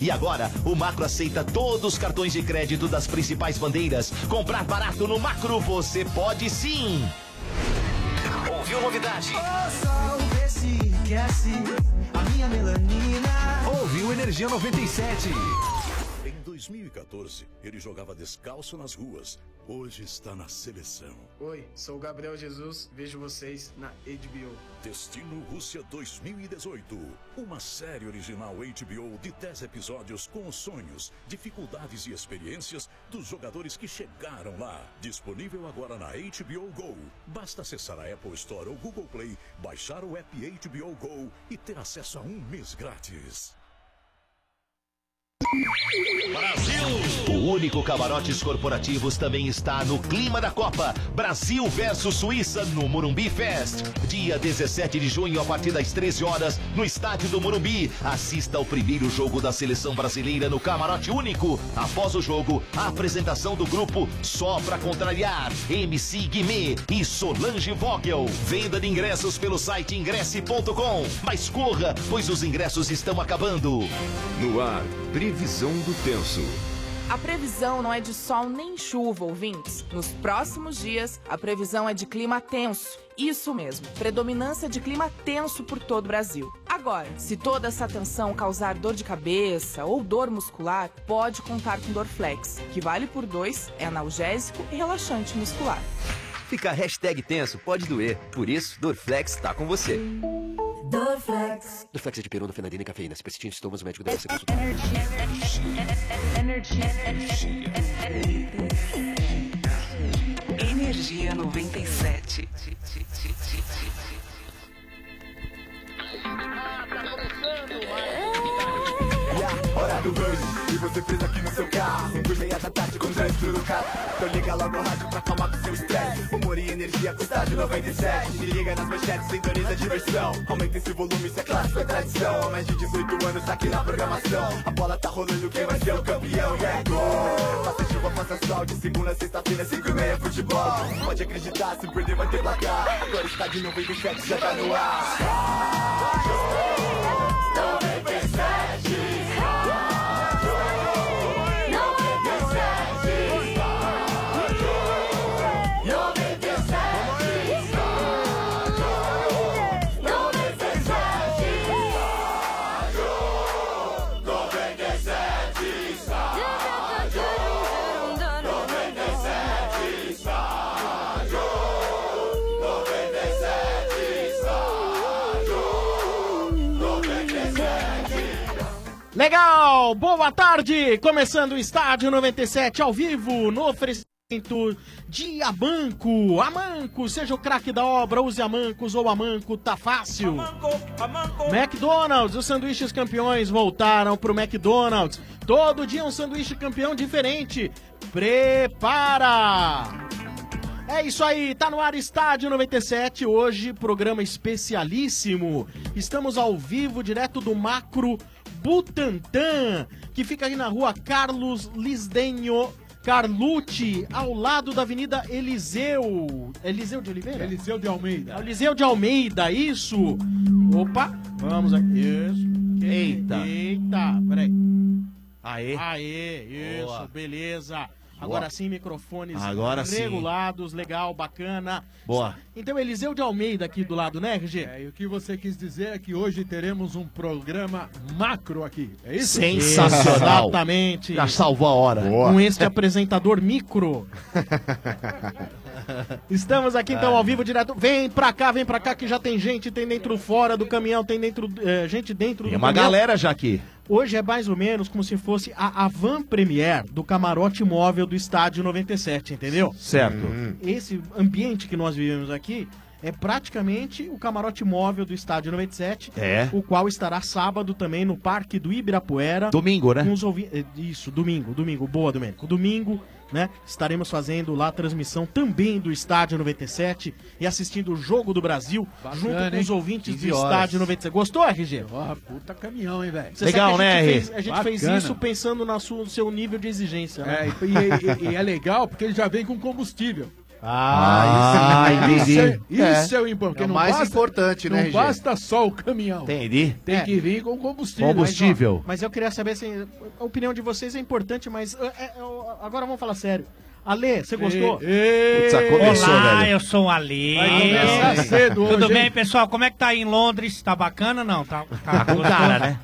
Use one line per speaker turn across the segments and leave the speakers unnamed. E agora, o Macro aceita todos os cartões de crédito das principais bandeiras. Comprar barato no Macro, você pode sim! Ouviu novidade?
Ouviu Energia 97.
Em 2014, ele jogava descalço nas ruas. Hoje está na seleção.
Oi, sou o Gabriel Jesus, vejo vocês na HBO.
Destino Rússia 2018. Uma série original HBO de 10 episódios com os sonhos, dificuldades e experiências dos jogadores que chegaram lá. Disponível agora na HBO Go. Basta acessar a Apple Store ou Google Play, baixar o app HBO Go e ter acesso a um mês grátis.
O único camarotes corporativos também está no clima da Copa. Brasil versus Suíça no Morumbi Fest. Dia 17 de junho, a partir das 13 horas, no estádio do Morumbi. Assista ao primeiro jogo da seleção brasileira no camarote único. Após o jogo, a apresentação do grupo Só Pra Contrariar, MC Guimê e Solange Vogel. Venda de ingressos pelo site ingresse.com. Mas corra, pois os ingressos estão acabando.
No ar, previsão do tenso.
A previsão não é de sol nem chuva, ouvintes. Nos próximos dias, a previsão é de clima tenso. Isso mesmo, predominância de clima tenso por todo o Brasil. Agora, se toda essa tensão causar dor de cabeça ou dor muscular, pode contar com Dorflex, que vale por dois, é analgésico e relaxante muscular.
Ficar hashtag tenso pode doer, por isso Dorflex tá com você.
Dorflex.
Dorflex é de perona, fenadina e cafeína. Se persistir em sintomas, o médico deve ser consultado.
Energia 97.
Hora do rush, e você presa aqui no seu carro Cinco e meia da tarde com trânsito no carro Então liga lá no rádio pra calmar com seu estresse Humor e energia com estágio 97 Me liga nas manchetes, sintoniza a diversão Aumenta esse volume, isso é clássico, é tradição Há mais de 18 anos aqui na programação A bola tá rolando, quem vai ser o campeão? E é gol! Faça chuva, faça sol, de segunda a sexta-feira, cinco e meia futebol Pode acreditar, se perder vai ter placar Agora está de novo e o chat já tá no ar Estádio 97
Legal, boa tarde! Começando o Estádio 97 ao vivo no oferecimento de Amanco. Amanco, seja o craque da obra, use Amancos ou Amanco, tá fácil. McDonald's, os sanduíches campeões voltaram pro McDonald's. Todo dia um sanduíche campeão diferente. Prepara! É isso aí, tá no ar Estádio 97, hoje programa especialíssimo. Estamos ao vivo, direto do Macro Butantã, que fica aí na rua Carlos Lisdenho Carlucci, ao lado da Avenida Eliseu. Eliseu de Oliveira? É
Eliseu de Almeida.
Eliseu de Almeida, isso! Opa, vamos aqui. Isso. Eita! Eita, peraí. Aê! Aê, isso,
Boa.
beleza!
Boa.
Agora sim, microfones
Agora sim.
regulados, legal, bacana.
Boa.
Então, Eliseu de Almeida aqui do lado, né, RG?
É, e o que você quis dizer é que hoje teremos um programa macro aqui, é isso?
Sensacional. Exatamente.
Já salvou a hora.
Com este apresentador micro. Estamos aqui então ao vivo direto. Vem pra cá, vem pra cá que já tem gente, tem dentro fora do caminhão, tem dentro eh, gente dentro
Tem
do
uma
caminhão.
galera já aqui.
Hoje é mais ou menos como se fosse a Avan Premier do camarote móvel do estádio 97, entendeu?
Certo.
Hum,
Esse ambiente que nós vivemos aqui é praticamente o camarote móvel do estádio 97,
É.
o qual estará sábado também no Parque do Ibirapuera.
Domingo, né?
Com os ouvi- eh, Isso, domingo, domingo. Boa, Domênico. Domingo, né? Estaremos fazendo lá a transmissão também do Estádio 97 e assistindo o Jogo do Brasil junto com
hein?
os ouvintes do
15 horas.
Estádio 97. Gostou, RG?
Ó, Ah, puta caminhão, hein, velho?
Você sabe que a gente fez-
R?
a gente fez
Bacana.
isso pensando na su- no seu nível de exigência, né?
É, e, e- e é legal porque ele já vem com combustível.
Ah,
isso,
entendi.
Isso é, isso é o importante.
É o
não
mais
basta-
importante, né,
Não
RG?
basta só o caminhão.
Entendi.
Tem
É.
que vir com combustível.
Mas, ó, mas eu queria saber, assim, a opinião de vocês é importante, mas é, é, é, agora vamos falar sério. Ale, você gostou?
Putz, começou, Olá, eu sou o Ali.
Vai começar cedo hoje,
Tudo bem,
hein?
pessoal? Como é que tá aí em Londres? Tá bacana ou não? Tá,
Tá com
gostoso?
cara, né?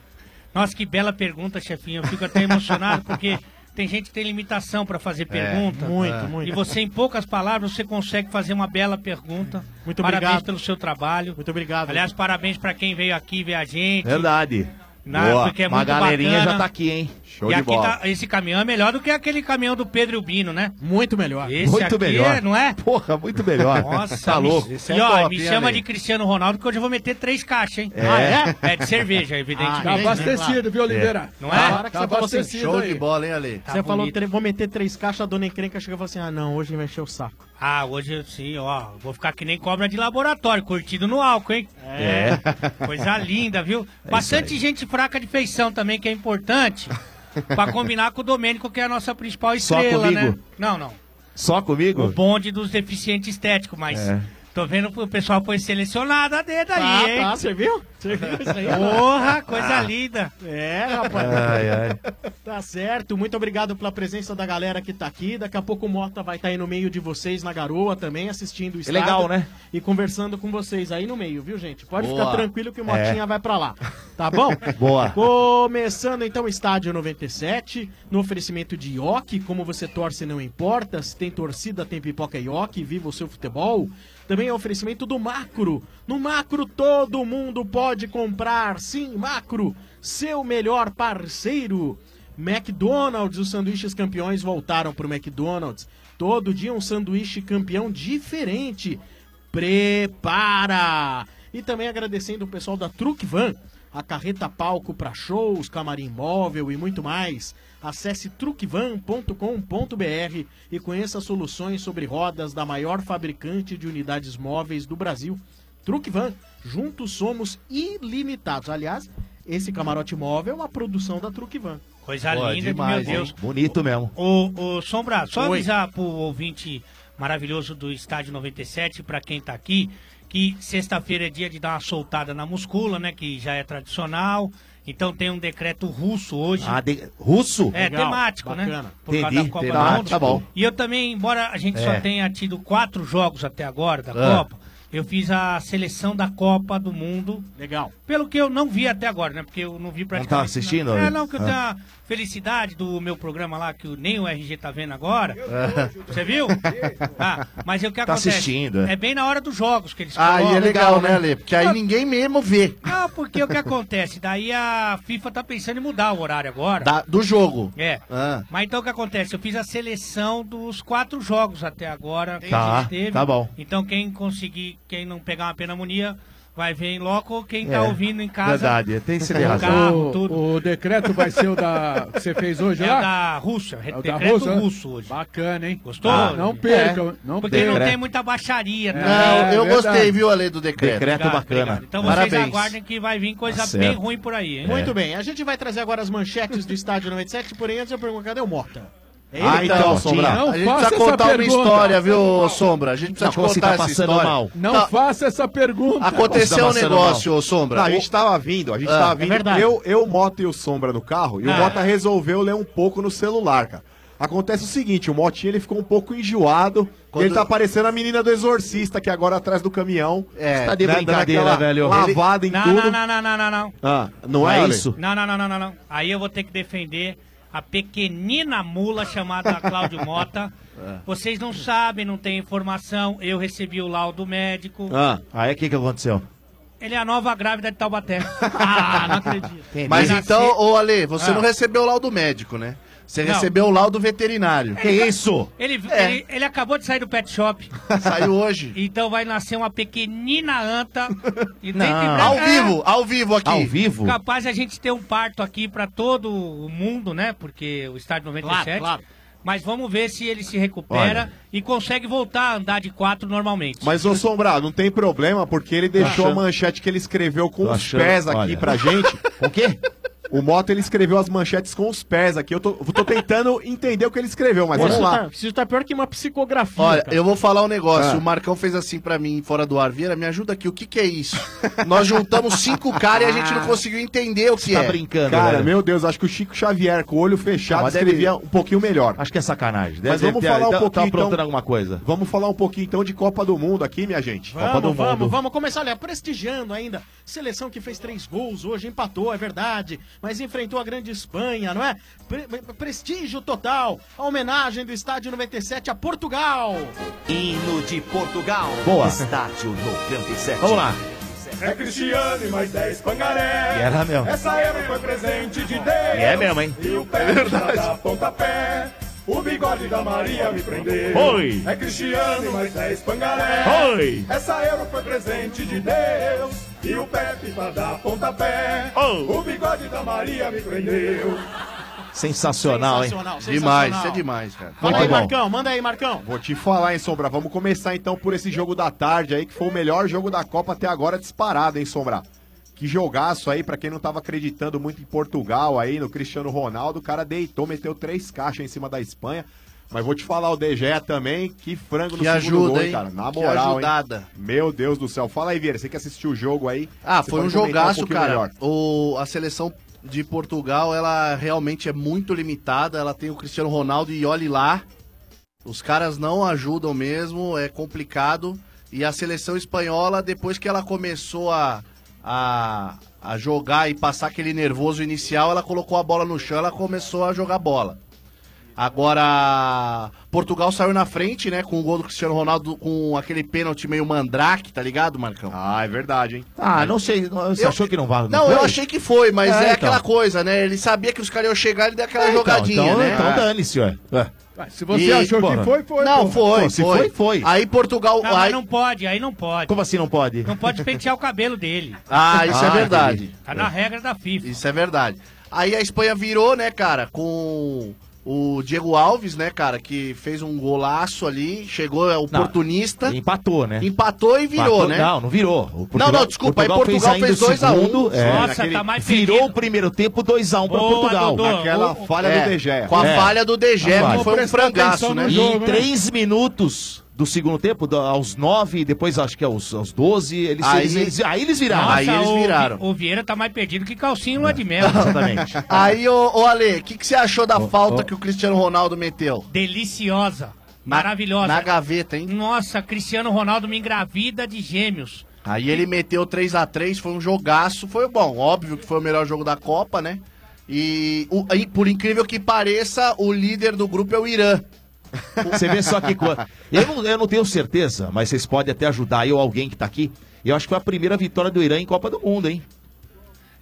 Nossa, que bela pergunta, chefinho. Eu fico até emocionado porque tem gente que tem limitação pra fazer pergunta.
É,
É.
muito, muito.
E você, em poucas palavras, você consegue fazer uma bela pergunta.
Muito
parabéns
obrigado.
pelo seu trabalho. Muito
obrigado.
Aliás, parabéns pra quem veio aqui ver a gente.
Verdade.
Na-
Boa.
porque é
Uma
muito
galerinha
bacana.
já tá aqui, hein? Show
e
de
aqui
bola.
tá- esse caminhão é melhor do que aquele caminhão do Pedro e o Bino, né?
Muito melhor.
Esse
Muito
aqui
melhor.
é, não é?
Porra, muito melhor.
Nossa, é
tá
me-
louco.
E ó, me chama de Cristiano Ronaldo que hoje eu vou meter três caixas, hein?
É? Ah,
é? de cerveja, evidentemente.
tá abastecido,
né?
viu, Oliveira?
Não
Tá
Na
é?
hora que você falou assim, show de
bola, hein, Ale?
Tá
Tá
você falou, "Tre- vou meter três caixas, a dona encrenca chegou e falou assim, ah, não, hoje vai encher o saco.
Ah, hoje sim, ó. Vou ficar que nem cobra de laboratório, curtido no álcool, hein?
É.
Coisa linda,
É
viu? Bastante gente fraca de feição também, que é importante. pra combinar com o Domênico, que é a nossa principal
Só
estrela, né?
comigo?
Não, não.
Só comigo?
O bonde dos deficientes estéticos, mas.
É.
Tô vendo que o pessoal foi selecionado a dedo aí,
Ah,
hein?
tá, você viu? Você viu isso aí?
Ah,
tá.
Porra, coisa
Ah.
linda.
Ah. É, rapaz.
Ai, ai.
Tá certo, muito obrigado pela presença da galera que tá aqui. Daqui a pouco o Mota vai estar aí no meio de vocês, na garoa também, assistindo o estado.
legal, né?
E conversando com vocês aí no meio, viu, gente? Pode
Boa.
ficar tranquilo que o Motinha
É.
vai pra lá, tá bom?
Boa.
Começando então o Estádio 97, no oferecimento de Ioki, como você torce não importa, se tem torcida tem pipoca Ioki, viva o seu futebol. Também é oferecimento do Macro, no Macro todo mundo pode comprar, sim, Macro, seu melhor parceiro. McDonald's, os sanduíches campeões voltaram pro McDonald's, todo dia um sanduíche campeão diferente. Prepara! E também agradecendo o pessoal da Truck Van, a carreta palco para shows, camarim móvel e muito mais. Acesse truckvan.com.br e conheça soluções sobre rodas da maior fabricante de unidades móveis do Brasil. Truckvan, juntos somos ilimitados. Aliás, esse camarote móvel é uma produção da Truckvan.
Coisa
Pô,
linda,
demais,
meu Deus.
hein? Bonito mesmo.
Ô, ô Sombra, só
Oi.
avisar pro ouvinte maravilhoso do Estádio 97, pra quem tá aqui, que sexta-feira é dia de dar uma soltada na muscula, né? Que já é tradicional. Então tem um decreto russo hoje.
Ah, de- russo?
É,
Legal,
temático, né?
bacana.
Por causa
Entendi,
da Copa
tá,
Ah,
do Mundo.
tá bom.
E eu também, embora a gente só
É.
tenha tido quatro jogos até agora da
Ah.
Copa, eu fiz a seleção da Copa do Mundo.
Legal.
Pelo que eu não vi até agora, né? Porque eu não vi praticamente.
tava tá assistindo?
nada. É, não, que eu
Ah.
tenho a felicidade do meu programa lá, que o- nem o RG tá vendo agora. Você viu? Ah, mas é o que
Tá
acontece.
assistindo, é.
É bem na hora dos jogos que eles
Ah, e é
colocam. então,
legal, né, Lê? Porque aí ninguém mesmo vê.
Não, porque o que acontece? Daí a FIFA tá pensando em mudar o horário agora.
Da- do jogo.
É.
Ah.
Mas então o que acontece? Eu fiz a seleção dos quatro jogos até agora que
Tá,
a gente teve.
tá bom.
Então quem conseguir, quem não pegar uma pneumonia, vai ver em loco. Quem
É,
tá ouvindo em casa.
verdade, tem esse
no
de razão.
Carro, tudo.
O, o decreto vai ser o da que você fez hoje
É
lá?
o da Rússia,
É o da
decreto
Rússia?
russo hoje.
Bacana, hein?
Gostou? É.
Ah, não percam, não
Porque não
percam.
tem muita baixaria.
É,
tá?
Não, eu verdade. gostei, viu,
Ale, do decreto. Decreto
Obrigado,
bacana.
obrigado. Então vocês
Parabéns.
aguardem que vai vir coisa
Tá
bem
certo.
ruim por aí, hein?
Muito bem, a gente vai trazer agora as manchetes do Estádio 97, porém antes eu pergunto, cadê o Mota? É
Ah,
ele?
então, Sombra. a gente precisa contar uma história, viu, Sombra? A gente precisa
Não,
te
como
contar
você tá
essa
passando
história.
mal. Não
Tá.
faça essa pergunta.
Aconteceu um
Você tá passando
negócio,
mal.
ô Sombra.
Não, a gente tava vindo, a gente
Ah,
tava
é
vindo.
verdade.
eu, eu, Mota e o Sombra no carro, e
Ah.
o Mota resolveu ler um pouco no celular, cara. Acontece o seguinte, o Motinha ele ficou um pouco enjoado, e ele tá parecendo a menina do exorcista que é agora atrás do caminhão. É,
tá de brincadeira, velho.
Lavada em
não,
tudo.
Não, não, não, não, não, não.
Ah, não é, Ale?
Não, não, não, não, não, não. Aí eu vou ter que defender a pequenina mula chamada Cláudio Mota. Vocês não sabem, não tem informação. Eu recebi o laudo médico.
Ah, aí o que, que aconteceu?
Ele é a nova grávida de Taubaté. ah, não acredito.
Mas então, ô Ale, você
Ah.
não recebeu o laudo médico, né? Você
Não.
recebeu o laudo veterinário. Que isso? É.
Ele, ele, ele acabou de sair do pet shop.
Saiu hoje.
Então vai nascer uma pequenina anta. E tem que- É.
Ao vivo, ao vivo aqui.
Ao Capaz a gente ter um parto aqui pra todo o mundo, né? Porque o estádio 97.
Claro, claro.
Mas vamos ver se ele se recupera
Olha.
e consegue voltar a andar de quatro normalmente.
Mas, ô Sombra, não tem problema, porque ele deixou a
achando-
manchete que ele escreveu com
Tô
os
achando-
pés aqui
olha.
pra gente.
O quê?
O Mota ele escreveu as manchetes com os pés aqui. Eu tô, tô tentando entender o que ele escreveu, mas vamos
isso
lá.
Tá, isso tá pior que uma psicografia.
Olha,
cara.
eu vou falar um negócio.
Ah.
O Marcão fez assim pra mim, fora do ar. Vieira, me ajuda aqui. O que que é isso? Nós juntamos cinco caras e a
Ah.
gente não conseguiu entender o que
tá
é.
Cara, meu Deus, acho que o Chico Xavier, com o olho fechado,
Não, mas deve-
escrevia um pouquinho melhor.
Acho que é sacanagem.
Mas vamos falar um pouquinho,
Tá aprontando
então.
alguma coisa.
Vamos falar um pouquinho então de Copa do Mundo aqui, minha gente.
Vamos, vamos, vamos começar, olha, prestigiando ainda. Seleção que fez três gols, hoje empatou, é verdade, mas enfrentou a grande Espanha, não é? Pre- prestígio total, a homenagem do Estádio 97 a Portugal.
Hino de Portugal.
Boa.
Estádio 97.
Vamos lá.
É Cristiano e mais 10 pangaré.
E era mesmo.
Essa era foi presente de Deus.
E é mesmo, hein?
E o pé da pontapé. O bigode da Maria me prendeu.
Oi.
É Cristiano e mais
é
10 pangaré.
Oi.
Essa euro foi presente de Deus. E o Pepe pra dar pontapé. O bigode da Maria me prendeu.
Sensacional,
Sensacional,
hein?
sensacional. Demais, isso é
demais, cara.
Fala
Muito
aí,
bom.
Marcão, manda aí, Marcão.
Vou te falar, hein, Sombra? Vamos começar então por esse jogo da tarde aí, que foi o melhor jogo da Copa até agora disparado, hein, Sombra? Que jogaço aí, pra quem não tava acreditando muito em Portugal aí, no Cristiano Ronaldo, o cara deitou, meteu três caixas em cima da Espanha. Mas vou te falar o DG também, que frango no
Que
segundo
ajuda,
gol,
hein?
cara. Na
Que
moral,
ajudada.
hein? Meu Deus do céu. Fala aí, Vieira, você que assistiu o jogo aí.
Ah,
você
foi
pode
um
comentar um
jogaço,
pouquinho
cara. O, a seleção de Portugal, ela realmente é muito limitada. Ela tem o Cristiano Ronaldo e olhe lá. Os caras não ajudam mesmo, é complicado. E a seleção espanhola, depois que ela começou a, a, a jogar e passar aquele nervoso inicial, ela colocou a bola no chão, ela começou a jogar bola. Agora, Portugal saiu na frente, né? Com o gol do Cristiano Ronaldo, com aquele pênalti meio mandrake, tá ligado, Marcão?
Ah, é verdade, hein? É.
Ah, não sei. Você
Eu-
achou que não vai?
Não, eu achei que foi, mas
É,
é,
então.
aquela coisa, né? Ele sabia que os caras iam chegar, ele deu aquela jogadinha,
então,
né?
Então
É.
dane-se, ué. Ué.
Se
você achou que foi, foi,
Não,
porra.
foi,
Pô,
se foi, foi. Aí Portugal...
Não,
aí...
mas não pode, aí não pode.
Como assim não pode?
Não pode pentear o cabelo dele.
Ah, isso é verdade.
Tá na regra da FIFA.
Isso é verdade. Aí a Espanha virou, né, cara, com o Diego Alves, né, cara, que fez um golaço ali, chegou é, oportunista,
Empatou, né?
empatou e virou,
Empatou-
né?
Não, não virou. O
Não, não, desculpa, aí Portugal
ainda
fez
o
2 a 1.
segundo, é.
Nossa,
Naquele-
tá mais
Virou o primeiro tempo 2x1 pra
Boa,
Portugal.
Dodô.
Aquela
O-
falha
é,
do DG.
com a falha do DG, que
falha.
foi um Prestou frangaço, atenção no né?
E
jogo,
em
né?
3 minutos do segundo tempo, do- aos 9, depois acho que aos, aos 12, eles,
Aí-
eles, eles- aí eles viraram.
Nossa, o- O Vieira tá mais perdido que calcinha em lua de mel.
Exatamente.
Aí, ô, ô Ale, o que, que você achou da falta que o Cristiano Ronaldo meteu?
Deliciosa.
Na-
maravilhosa.
na gaveta, hein?
Nossa, Cristiano Ronaldo me engravida de gêmeos.
Aí ele meteu 3 a 3 foi um jogaço, foi bom, óbvio que foi o melhor jogo da Copa, né? E o- aí, por incrível que pareça, o líder do grupo é o Irã.
Você vê só que coisa. Eu não, eu não tenho certeza, mas vocês podem até ajudar eu, alguém que tá aqui. Eu acho que foi a primeira vitória do Irã em Copa do Mundo, hein?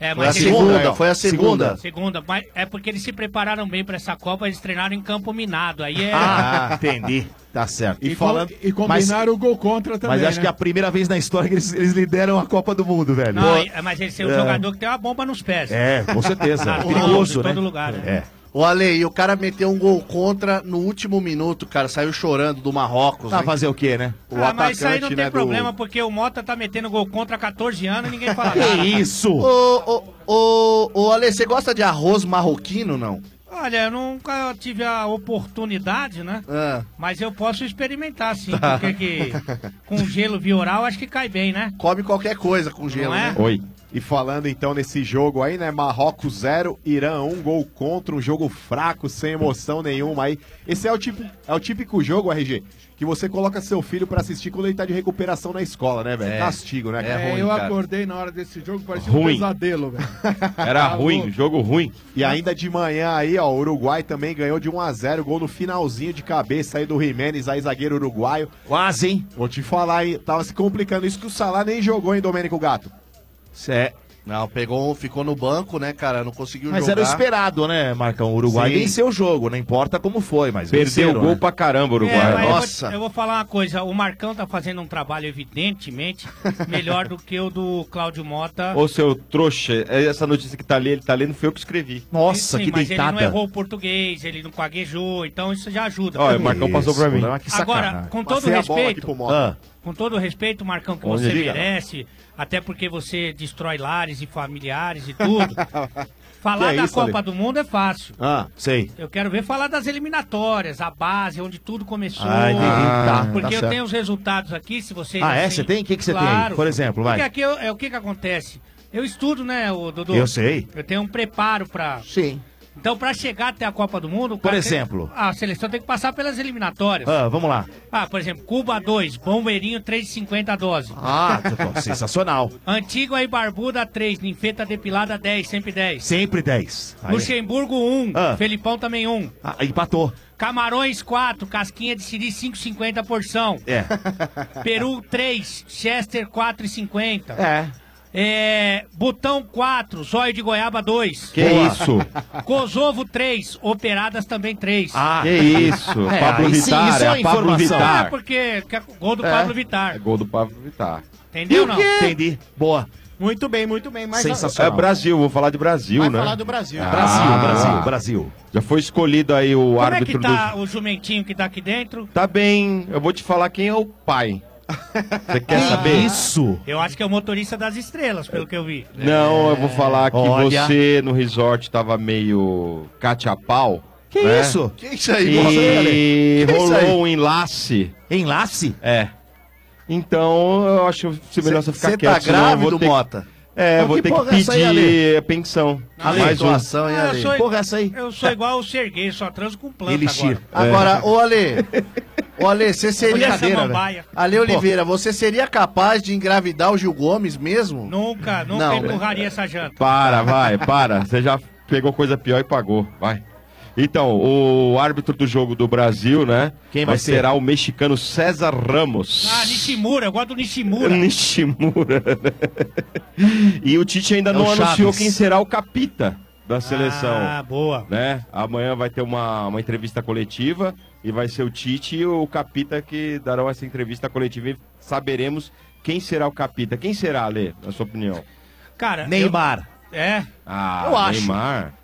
É,
Foi a
ele-
segunda, foi a segunda.
Segunda, mas é porque eles se prepararam bem pra essa Copa, eles treinaram em campo minado. Aí é.
Ah, entendi. Tá certo.
E, falando, e combinaram o gol contra também.
Mas acho
né?
que é a primeira vez na história que eles, eles lideram a Copa do Mundo, velho.
Não, é- mas ele é um
É.
jogador que tem uma bomba nos pés.
É, com certeza.
Nas mãos,
Perigoso,
em
né?
todo lugar. né?
É.
O Ale, e o cara meteu um gol contra no último minuto, cara, saiu chorando do Marrocos.
Tá
hein? né,
fazer o né, quê, né?
ah, mas isso aí não tem problema, porque o Mota tá metendo gol contra há 14 anos e ninguém fala
Que
nada.
isso?
Ô, ô, ô, ô, Ale, você gosta de arroz marroquino, não?
Olha, eu nunca tive a oportunidade, né?
Ah.
Mas eu posso experimentar, sim.
Tá.
Porque que com gelo via oral acho que cai bem, né?
Come qualquer coisa com
gelo, é? né?
Oi. E falando então nesse jogo aí, né? Marrocos 0, Irã 1, gol contra, um jogo fraco, sem emoção nenhuma aí. Esse é o, tipo, é o típico jogo, RG, que você coloca seu filho pra assistir quando ele tá de recuperação na escola, né, velho?
É.
Castigo, né?
É, eu acordei na hora desse jogo, parecia um
Ruim.
pesadelo, velho.
Era ruim, jogo ruim.
E ainda de manhã aí, ó, o Uruguai também ganhou de 1 a 0 gol no finalzinho de cabeça aí do Jiménez, aí zagueiro uruguaio.
Quase, hein?
Vou te falar aí, tava se complicando. Isso que o Salá nem jogou, hein, Domênico Gato?
Cé.
Não, pegou, um, ficou no banco, né, cara? Não conseguiu
Mas
jogar.
era o esperado, né, Marcão? O Uruguai
Sim.
venceu o jogo, não importa como foi, mas
Perdeu
venceram,
o gol
né?
pra caramba, o Uruguai.
É, mas eu vou-
Nossa.
Eu, vou, falar uma coisa, o Marcão tá fazendo um trabalho, evidentemente, melhor do que o do Cláudio Mota.
Ô, seu trouxa, essa notícia que tá ali, ele tá lendo, foi eu que escrevi.
Sim, mas ele não errou o português, ele não gaguejou, então isso já ajuda.
Olha, o Marcão passou pra mim.
Agora, com todo
é Passei a bola aqui
respeito, ah,
pro Mota.
com todo respeito, Marcão, que
Onde
você
liga?
merece, até porque você destrói lares e familiares e tudo. Falar
Que é
da
isso,
Copa
Ale?
do Mundo é fácil.
Ah, sei.
Eu quero ver falar das eliminatórias, a base, onde tudo começou.
Ah, entendi. Tá, tá
porque eu
certo.
tenho os resultados aqui, se vocês. assim-
Ah, é? Você tem? O que que você tem aí? Por exemplo, vai.
Porque aqui eu- é o que, que acontece. Eu estudo, né, o Dudu?
Eu sei.
Eu tenho um preparo pra.
Sim.
Então, pra chegar até a Copa do Mundo. o
Por
cara tem- Ah,
exemplo?
a seleção tem que passar pelas eliminatórias.
Ah, vamos lá.
Ah, por exemplo, Cuba 2, Bombeirinho 3,50 a dose.
Ah, pô, sensacional.
Antigua e Barbuda 3, Ninfeta Depilada 10, sempre 10.
Sempre 10. Aí. é.
Luxemburgo 1,
Ah.
Felipão também 1.
Ah, empatou.
Camarões 4, Casquinha de Siri 5,50 a porção.
É.
Peru 3, Chester 4,50.
É.
É, Botão 4, Zóio de Goiaba 2.
Que Boa. isso?
Kosovo 3, Operadas também 3.
Ah, que isso? É, Pablo aí sim, Vittar, isso é é a Pablo informação. Vittar.
É, porque que é gol do
É.
Pablo Vittar.
É gol do Pablo Vittar.
Entendeu não?
Entendi. Boa.
Muito bem, muito bem. Mas
É Brasil, vou falar de Brasil,
Vai
né?
falar do Brasil.
Brasil, Brasil, Brasil.
Já foi escolhido aí o
Como é
árbitro
que tá
do.
o jumentinho que tá aqui dentro?
Tá bem, eu vou te falar quem é o pai. Você quer saber?
Isso!
Eu acho que é o motorista das estrelas, pelo que eu vi. É,
Não, é eu vou falar que
Olha.
você no resort tava meio cate-a-pau.
Que
né?
isso? Que isso aí,
E
moça, Ale? Que
rolou
isso aí?
um enlace.
Enlace?
É. Então, eu acho que melhor você ficar
cê tá
quieto. senão eu vou
grávido,
ter que-
Mota?
É,
Mas
vou
que
ter que
porra é essa aí,
pedir
Ale?
pensão. um.
Ale, situação, hein,
Ah,
Ale?
eu sou,
Porra, essa aí.
Eu sou igual o Serguei, só transo com planta
Elixir.
agora.
Agora, ô Ale, ô Ale, você seria. né?
Olha essa mambaia.
Ale Oliveira, você seria capaz de engravidar o Gil Gomes mesmo?
Nunca, nunca
Não,
empurraria essa janta.
Para, vai, para. Você já pegou coisa pior e pagou. Vai. Então, o árbitro do jogo do Brasil, né?
Quem vai ser?
será o mexicano César Ramos.
Ah, Nishimura, eu gosto do Nishimura.
Nishimura. e o Tite ainda
É
não
o Chaves.
anunciou quem será o capita da seleção.
Ah, boa.
Né? Amanhã vai ter uma, uma entrevista coletiva e vai ser o Tite e o capita que darão essa entrevista coletiva e saberemos quem será o capita. Quem será, Ale, na sua opinião?
Cara, eu- é,
Ah,
Eu acho.
Neymar.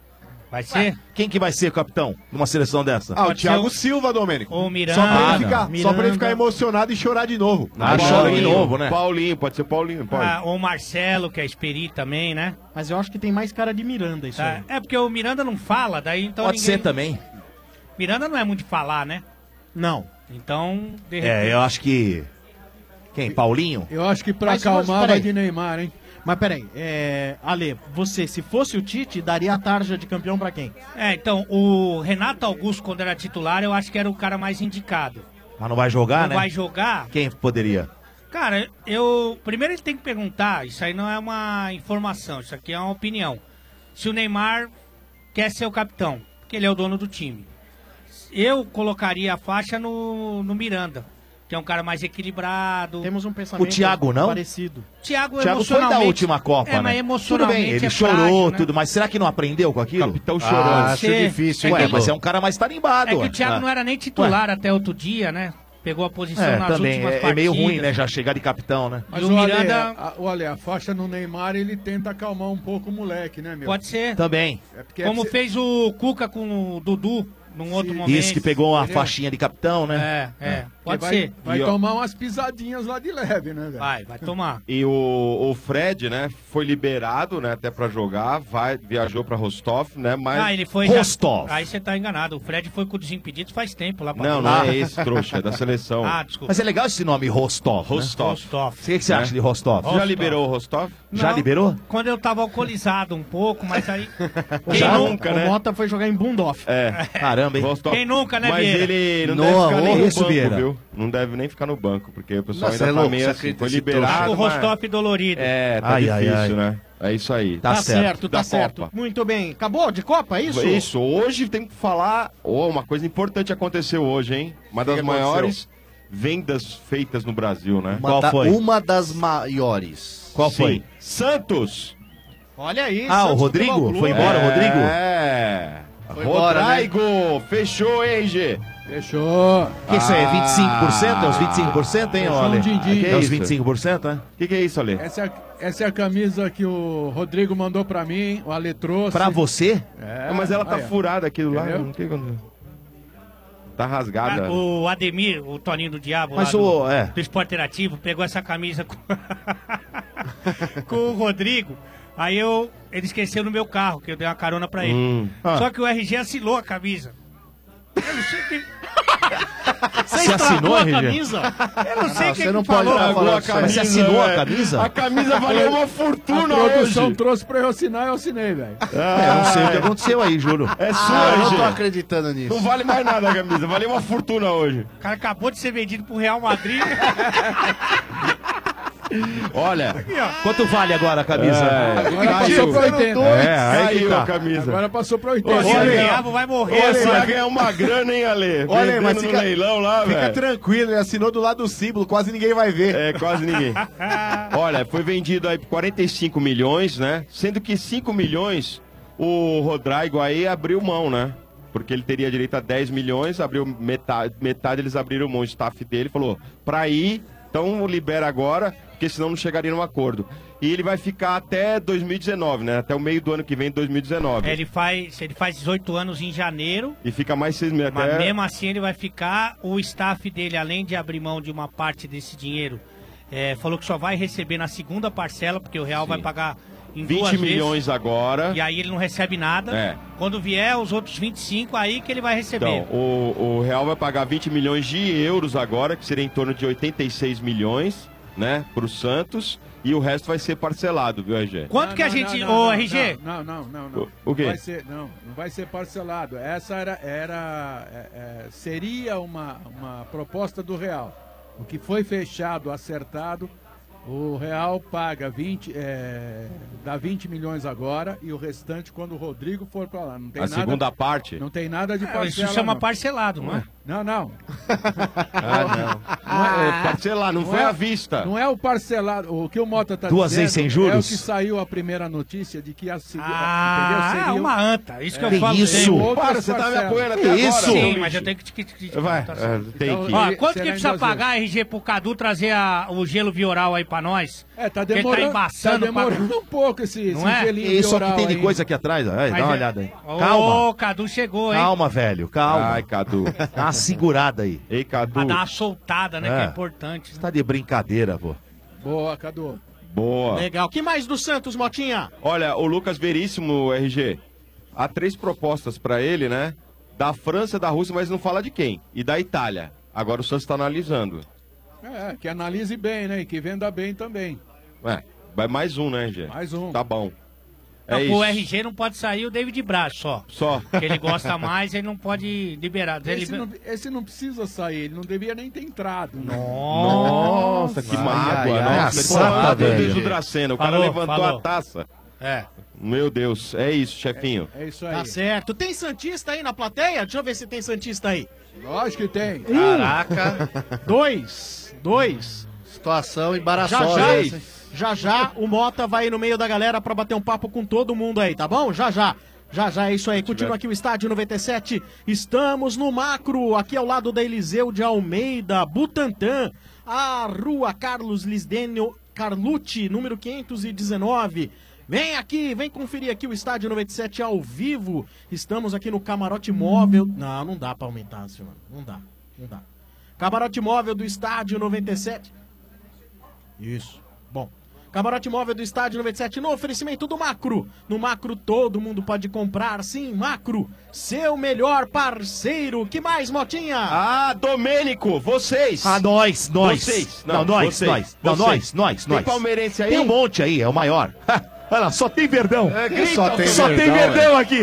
vai ser? um
Quem que vai ser capitão numa seleção dessa?
Ah, o
um-
Thiago Silva, Domênico.
Ou Miranda.
Só pra, ele ficar, só pra ele
Miranda.
ficar emocionado e chorar de novo.
Ah, chora de novo, né?
Paulinho, pode ser Paulinho, pode.
Ah, ou o Marcelo, que é esperi também, né?
Mas eu acho que tem mais cara de Miranda isso
Tá,
aí.
É porque o Miranda não fala, daí então.
Pode ser
também.
Miranda não é muito de falar, né?
Não.
Então, de
É, eu acho que. Quem? Paulinho?
Eu acho que
pra acalmar, vai de
Neymar, hein? Mas peraí, é... Ale, você, se fosse o Tite, daria a tarja de campeão pra quem?
É, então, o Renato Augusto, quando era titular, eu acho que era o cara mais indicado.
Ah, não vai jogar,
Não
né?
vai jogar?
Quem poderia?
Cara, eu. Primeiro ele tem que perguntar, isso aí não é uma informação, isso aqui é uma opinião. Se o Neymar quer ser o capitão, porque ele é o dono do time. Eu colocaria a faixa no, no Miranda, que é um cara mais equilibrado.
Temos um pensamento
O Thiago, não?
parecido.
Thiago,
Thiago foi da
emocionalmente-
última Copa,
é,
né?
Mas emocionalmente
Tudo bem, ele
é
chorou,
frágil, né?
tudo, mas será que não aprendeu com aquilo? Capitão
chorou.
acho
Sim.
difícil,
É
hein?
que
Ué,
ele-
mas é um cara mais tarimbado.
É que
ué.
o Thiago
Ah.
não era nem titular até outro dia, né? Pegou a posição
É,
nas
também,
últimas
é,
partidas.
é meio ruim, né? Já chegar de capitão, né?
Mas
E o
o,
Miranda-
Ale, a, o Ale, a faixa no Neymar, ele tenta acalmar um pouco o moleque, né, meu?
Pode ser.
Também.
porque
Como
é-
fez o Cuca com o Dudu num outro momento.
Isso que pegou uma
entendeu?
faixinha de capitão, né?
É, é. Pode
vai,
ser.
É. Vai
E, ó.
tomar umas pisadinhas lá de leve, né, velho?
Vai, vai tomar.
E o, o Fred, né, foi liberado, né, até pra jogar, vai, viajou pra Rostov, né, mas...
Ah, ele foi. já- Aí você tá enganado. O Fred foi com o Desimpedidos faz tempo lá pra
Não, não
Ah.
lá.
é esse, trouxa, é da seleção.
Ah, desculpa.
Mas é legal esse nome, Rostov. né?
Rostov. Né?
Rostov.
O que, que você acha de Rostov?
é Já liberou o Rostov?
Já
Não,
liberou?
Quando eu tava alcoolizado um pouco, mas aí. Quem
Já?
nunca?
Nunca,
o
né?
Mota foi jogar em Bundorf.
É.
Caramba, hein?
Rostov.
Quem nunca, né,
Mas
Vieira?
ele não
No-
deve ficar nem no
isso,
banco,
Vieira.
viu? Não deve nem ficar no banco, porque o pessoal
Nossa, é
ainda tá
louco,
meio
você
assim,
acredita
foi
esse
liberado,
o
mas-
Rostov dolorido.
É, tá
Ai,
difícil,
ai, ai.
né? É isso aí.
Tá certo.
Da
tá certo.
Copa.
Muito bem. Acabou de Copa, é isso?
Isso. hoje tem que falar. Oh, uma coisa importante aconteceu hoje, hein? Uma das
que aconteceu?
maiores vendas feitas no Brasil, né?
Uma,
tá
da- uma das maiores.
Qual
Sim.
foi?
Santos!
Olha aí.
Ah, o
Santos
Rodrigo?
Futebol Clube.
Foi embora, o Rodrigo? né?
É.
Foi embora,
né?
Rodrigo! Fechou, hein, G?
Fechou.
O que isso aí? É 25%? É os 25%, hein,
Fechou um
olha?
din-din.
É os
Ah. Que isso?
25%, né?
O que, que é isso, Ale?
Essa é, a- essa é a camisa que o Rodrigo mandou pra mim, o Ale trouxe.
Pra você?
É,
Ah, mas ela tá
aí, ó.
furada aqui do lado.
Entendeu?
Não tem como- Tá
Ah,
rasgada.
O Ademir, o Toninho do Diabo,
Mas
lá do,
o- é.
do Esporte Interativo, pegou essa camisa com, com o Rodrigo. Aí eu, ele esqueceu no meu carro, que eu dei uma carona pra ele.
Hum. Ah.
Só que o RG assinou a camisa. Eu não sei quem.
Você assinou, RG?
Eu não sei
é
Não,
quem
você não
que
pode
falou.
falar agora. Mas você assinou a camisa?
A produção trouxe pra eu assinar, eu assinei, velho.
É, eu não sei o que aconteceu aí, juro.
Ah. É
Ah,
sua,
eu não
RG.
tô
acreditando nisso.
Não vale mais nada a camisa, valeu uma fortuna hoje.
O cara acabou de ser vendido pro Real Madrid.
Olha, quanto vale agora a camisa?
É.
Agora passou pra 80.
É, aí que
Caiu
tá.
a camisa. Agora passou pra
Então,
80.
Ô, Ale, Ô, Ale,
assim.
vai ganhar uma grana, hein, Ale?
Olha, mas
Vendendo
fica,
no leilão lá,
fica
velho.
tranquilo, ele assinou do lado do símbolo, quase ninguém vai ver.
É, quase ninguém. Olha, foi vendido aí por 45 milhões, né? Sendo que 5 milhões o Rodrigo aí abriu mão, né? Porque ele teria direito a 10 milhões, abriu metade, metade eles abriram mão, o staff dele falou, pra ir, então libera agora, porque senão não chegaria num acordo. E ele vai ficar até 2019, né? Até o meio do ano que vem, 2019.
É, ele faz, ele faz 18 anos em janeiro,
E fica mais seis meses
mas
até...
mesmo assim ele vai ficar. O staff dele, além de abrir mão de uma parte desse dinheiro, é, falou que só vai receber na segunda parcela, porque o Real vai pagar em
20
duas
milhões
vezes.
agora.
E aí ele não recebe nada.
É.
Quando vier os outros 25, aí que ele vai receber.
Então, o, o Real vai pagar 20 milhões de euros agora, que seria em torno de 86 milhões, né, pro Santos, e o resto vai ser parcelado, viu, RG?
Quanto
Não,
que a
não,
gente-
não,
Ô,
não,
RG?
Não, não, não, não.
O- o quê?
Não vai ser, não, não vai ser parcelado. Essa era, era é, é, seria uma, uma proposta do Real. O que foi fechado, acertado, o Real paga 20, é, dá 20 milhões agora e o restante quando o Rodrigo for para lá. Não tem
A
nada,
segunda parte?
Não tem nada de
É,
parcela.
isso chama
não.
parcelado, não é?
Não, não.
Ah, não. não é, é parcelar, não, foi
é-
à vista.
Não é o parcelado. O que o Mota tá
Duas
dizendo
vezes sem
é o
juros?
que saiu a primeira notícia de que a segunda.
Ah,
entendeu?
é
Seria
um-
É
uma anta, isso que eu
É
Tem
falo
isso?
sempre.
Para, você tá me apoiando até
Que
agora, seu
Sim,
lixo.
mas eu tenho que te que- que- que-
Vai,
tá
é,
certo.
Ah,
tem que-
Ó, quanto
Então, Será
que
em
precisa
duas
pagar, RG, pro Cadu trazer a- o gelo vioral aí pra nós?
É, tá
Porque
demorando,
Ele tá
tá
embaçando.
demorando um pouco esse,
Não
esse
é?
gelinho
E isso
oral
aqui tem de
aí.
coisa aqui atrás, ó. Aí,
Mas
dá uma
é-
olhada aí.
Ô,
Calma,
Cadu chegou, hein?
calma, velho, calma.
Ai, Cadu.
Dá uma segurada aí.
Ei, Cadu.
Pra dar uma soltada, né? Que
É.
é importante.
Você tá de brincadeira, pô.
Boa, Cadu.
Boa.
Legal. O que mais do Santos, Motinha?
Olha, o Lucas Veríssimo, RG, há três propostas pra ele, né? Da França, da Rússia, mas não fala de quem. E da Itália. Agora o Santos tá analisando.
É, que analise bem, né? E que venda bem também.
Ué, vai mais um, né, RG?
Mais um.
Tá bom. É
Não,
isso.
pro RG não pode sair o David Braz só.
Só.
Que ele gosta mais, ele não pode liberar. Ele-
Esse não, esse não precisa sair, ele não devia nem ter entrado. Né?
Nossa, que mágoa.
ai,
nossa,
ai,
Tá
assada,
meu Deus
velho.
do Dracena. O cara
Falou,
levantou
falou.
a taça.
É.
Meu Deus, é isso, chefinho.
É isso aí.
Tá certo. Tem Santista aí na plateia? Deixa eu ver se tem Santista aí.
Lógico que tem.
Caraca. dois. Dois.
Situação
Já
embaraçosa.
já,
essa, hein?
já já o Mota vai no meio da galera pra bater um papo com todo mundo aí, tá bom? Já já. Já já é isso aí. Continua aqui o Estádio 97. Estamos no macro, aqui ao lado da Eliseu de Almeida, Butantã, a Rua Carlos Lisdênio Carlucci, número 519. Vem aqui, vem conferir aqui o Estádio 97 ao vivo. Estamos aqui no camarote móvel. Não, não dá pra aumentar, senhor. Não dá. Não dá. Camarote móvel do Estádio 97. Isso. Bom. Camarote móvel do Estádio 97 no oferecimento do Macro. No Macro todo mundo pode comprar, sim, Macro. Seu melhor parceiro. Que mais, Motinha?
Ah, Domênico, vocês.
Ah, nós, nós.
Vocês.
Não, nós,
vocês,
nós. Não,
vocês.
nós, nós,
Tem
nós.
palmeirense aí?
Tem um monte aí, é o maior. Olha lá, só tem verdão.
É que só tem
Só tem
verdão,
verdão aqui.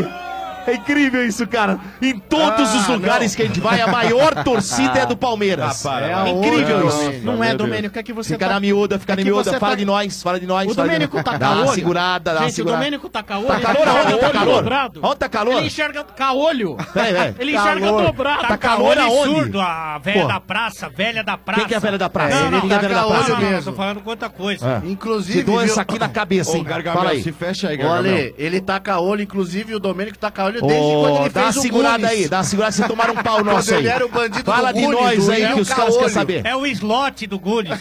É incrível isso, cara. Em todos
Ah,
os lugares
não.
que a gente vai, a maior torcida é do Palmeiras.
Ah, para,
é
para.
incrível
Não,
isso.
não,
Não é,
meu Deus.
Domênico, é que você
Fica
tá...
na miúda, fica
é
na
que
miúda.
você
Fala
tá-
de nós, fala de nós.
O
fala de
Domênico
nós.
tá
Dá uma
caolho.
segurada, dá uma
Gente,
segurada.
o Domênico tá caolho.
Tá
ele
calor
enxerga
aonde? Tá calor?
dobrado.
Aonde tá calor?
Ele enxerga caolho.
Peraí, peraí.
Ele enxerga
Calor.
dobrado.
Tá calor
Olho
aonde?
surdo, a velha
Porra.
da praça, velha da praça.
Quem que é a velha da praça?
Não,
Ele
não,
que é
não,
a velha da
não,
praça
não, não,
mesmo.
tô falando com outra coisa.
Inclusive.
Te dou
viu-
essa aqui na cabeça,
Ô,
hein?
Gargamel,
Fala aí.
se fecha aí,
Ô,
Gargamel.
Ale, ele tá caolho, inclusive o Domênico tá caolho desde
Ô,
quando ele
dá uma
fez o
segurada
Goonies.
aí, dá uma segurada, vocês tomaram um pau nosso
Quando ele
aí.
era o bandido
Fala
do
de
Goonies,
nós
o
aí,
Léo
que os caras querem
Caolho.
saber.
É o slot do Gules.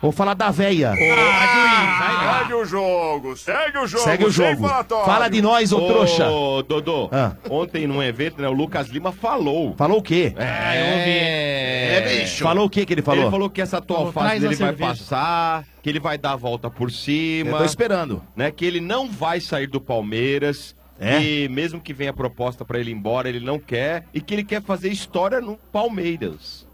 Vou falar da véia.
Ah, segue o jogo, segue o jogo.
Segue o
sem
jogo.
falatório.
Fala de nós, ô trouxa. Ah.
Ô, Dodô, ontem num evento, né, o Lucas Lima falou.
Falou o quê?
Ah, eu ouvi. É, bicho.
Falou o quê que ele falou?
Ele falou que essa tua
Falou,
fase
traz a
dele vai
cerveja.
passar, que ele vai dar a volta por cima.
Eu É, tô esperando. É?
Né, que ele não vai sair do Palmeiras. E mesmo que venha proposta pra ele ir embora, ele não quer. E que ele quer fazer história no Palmeiras.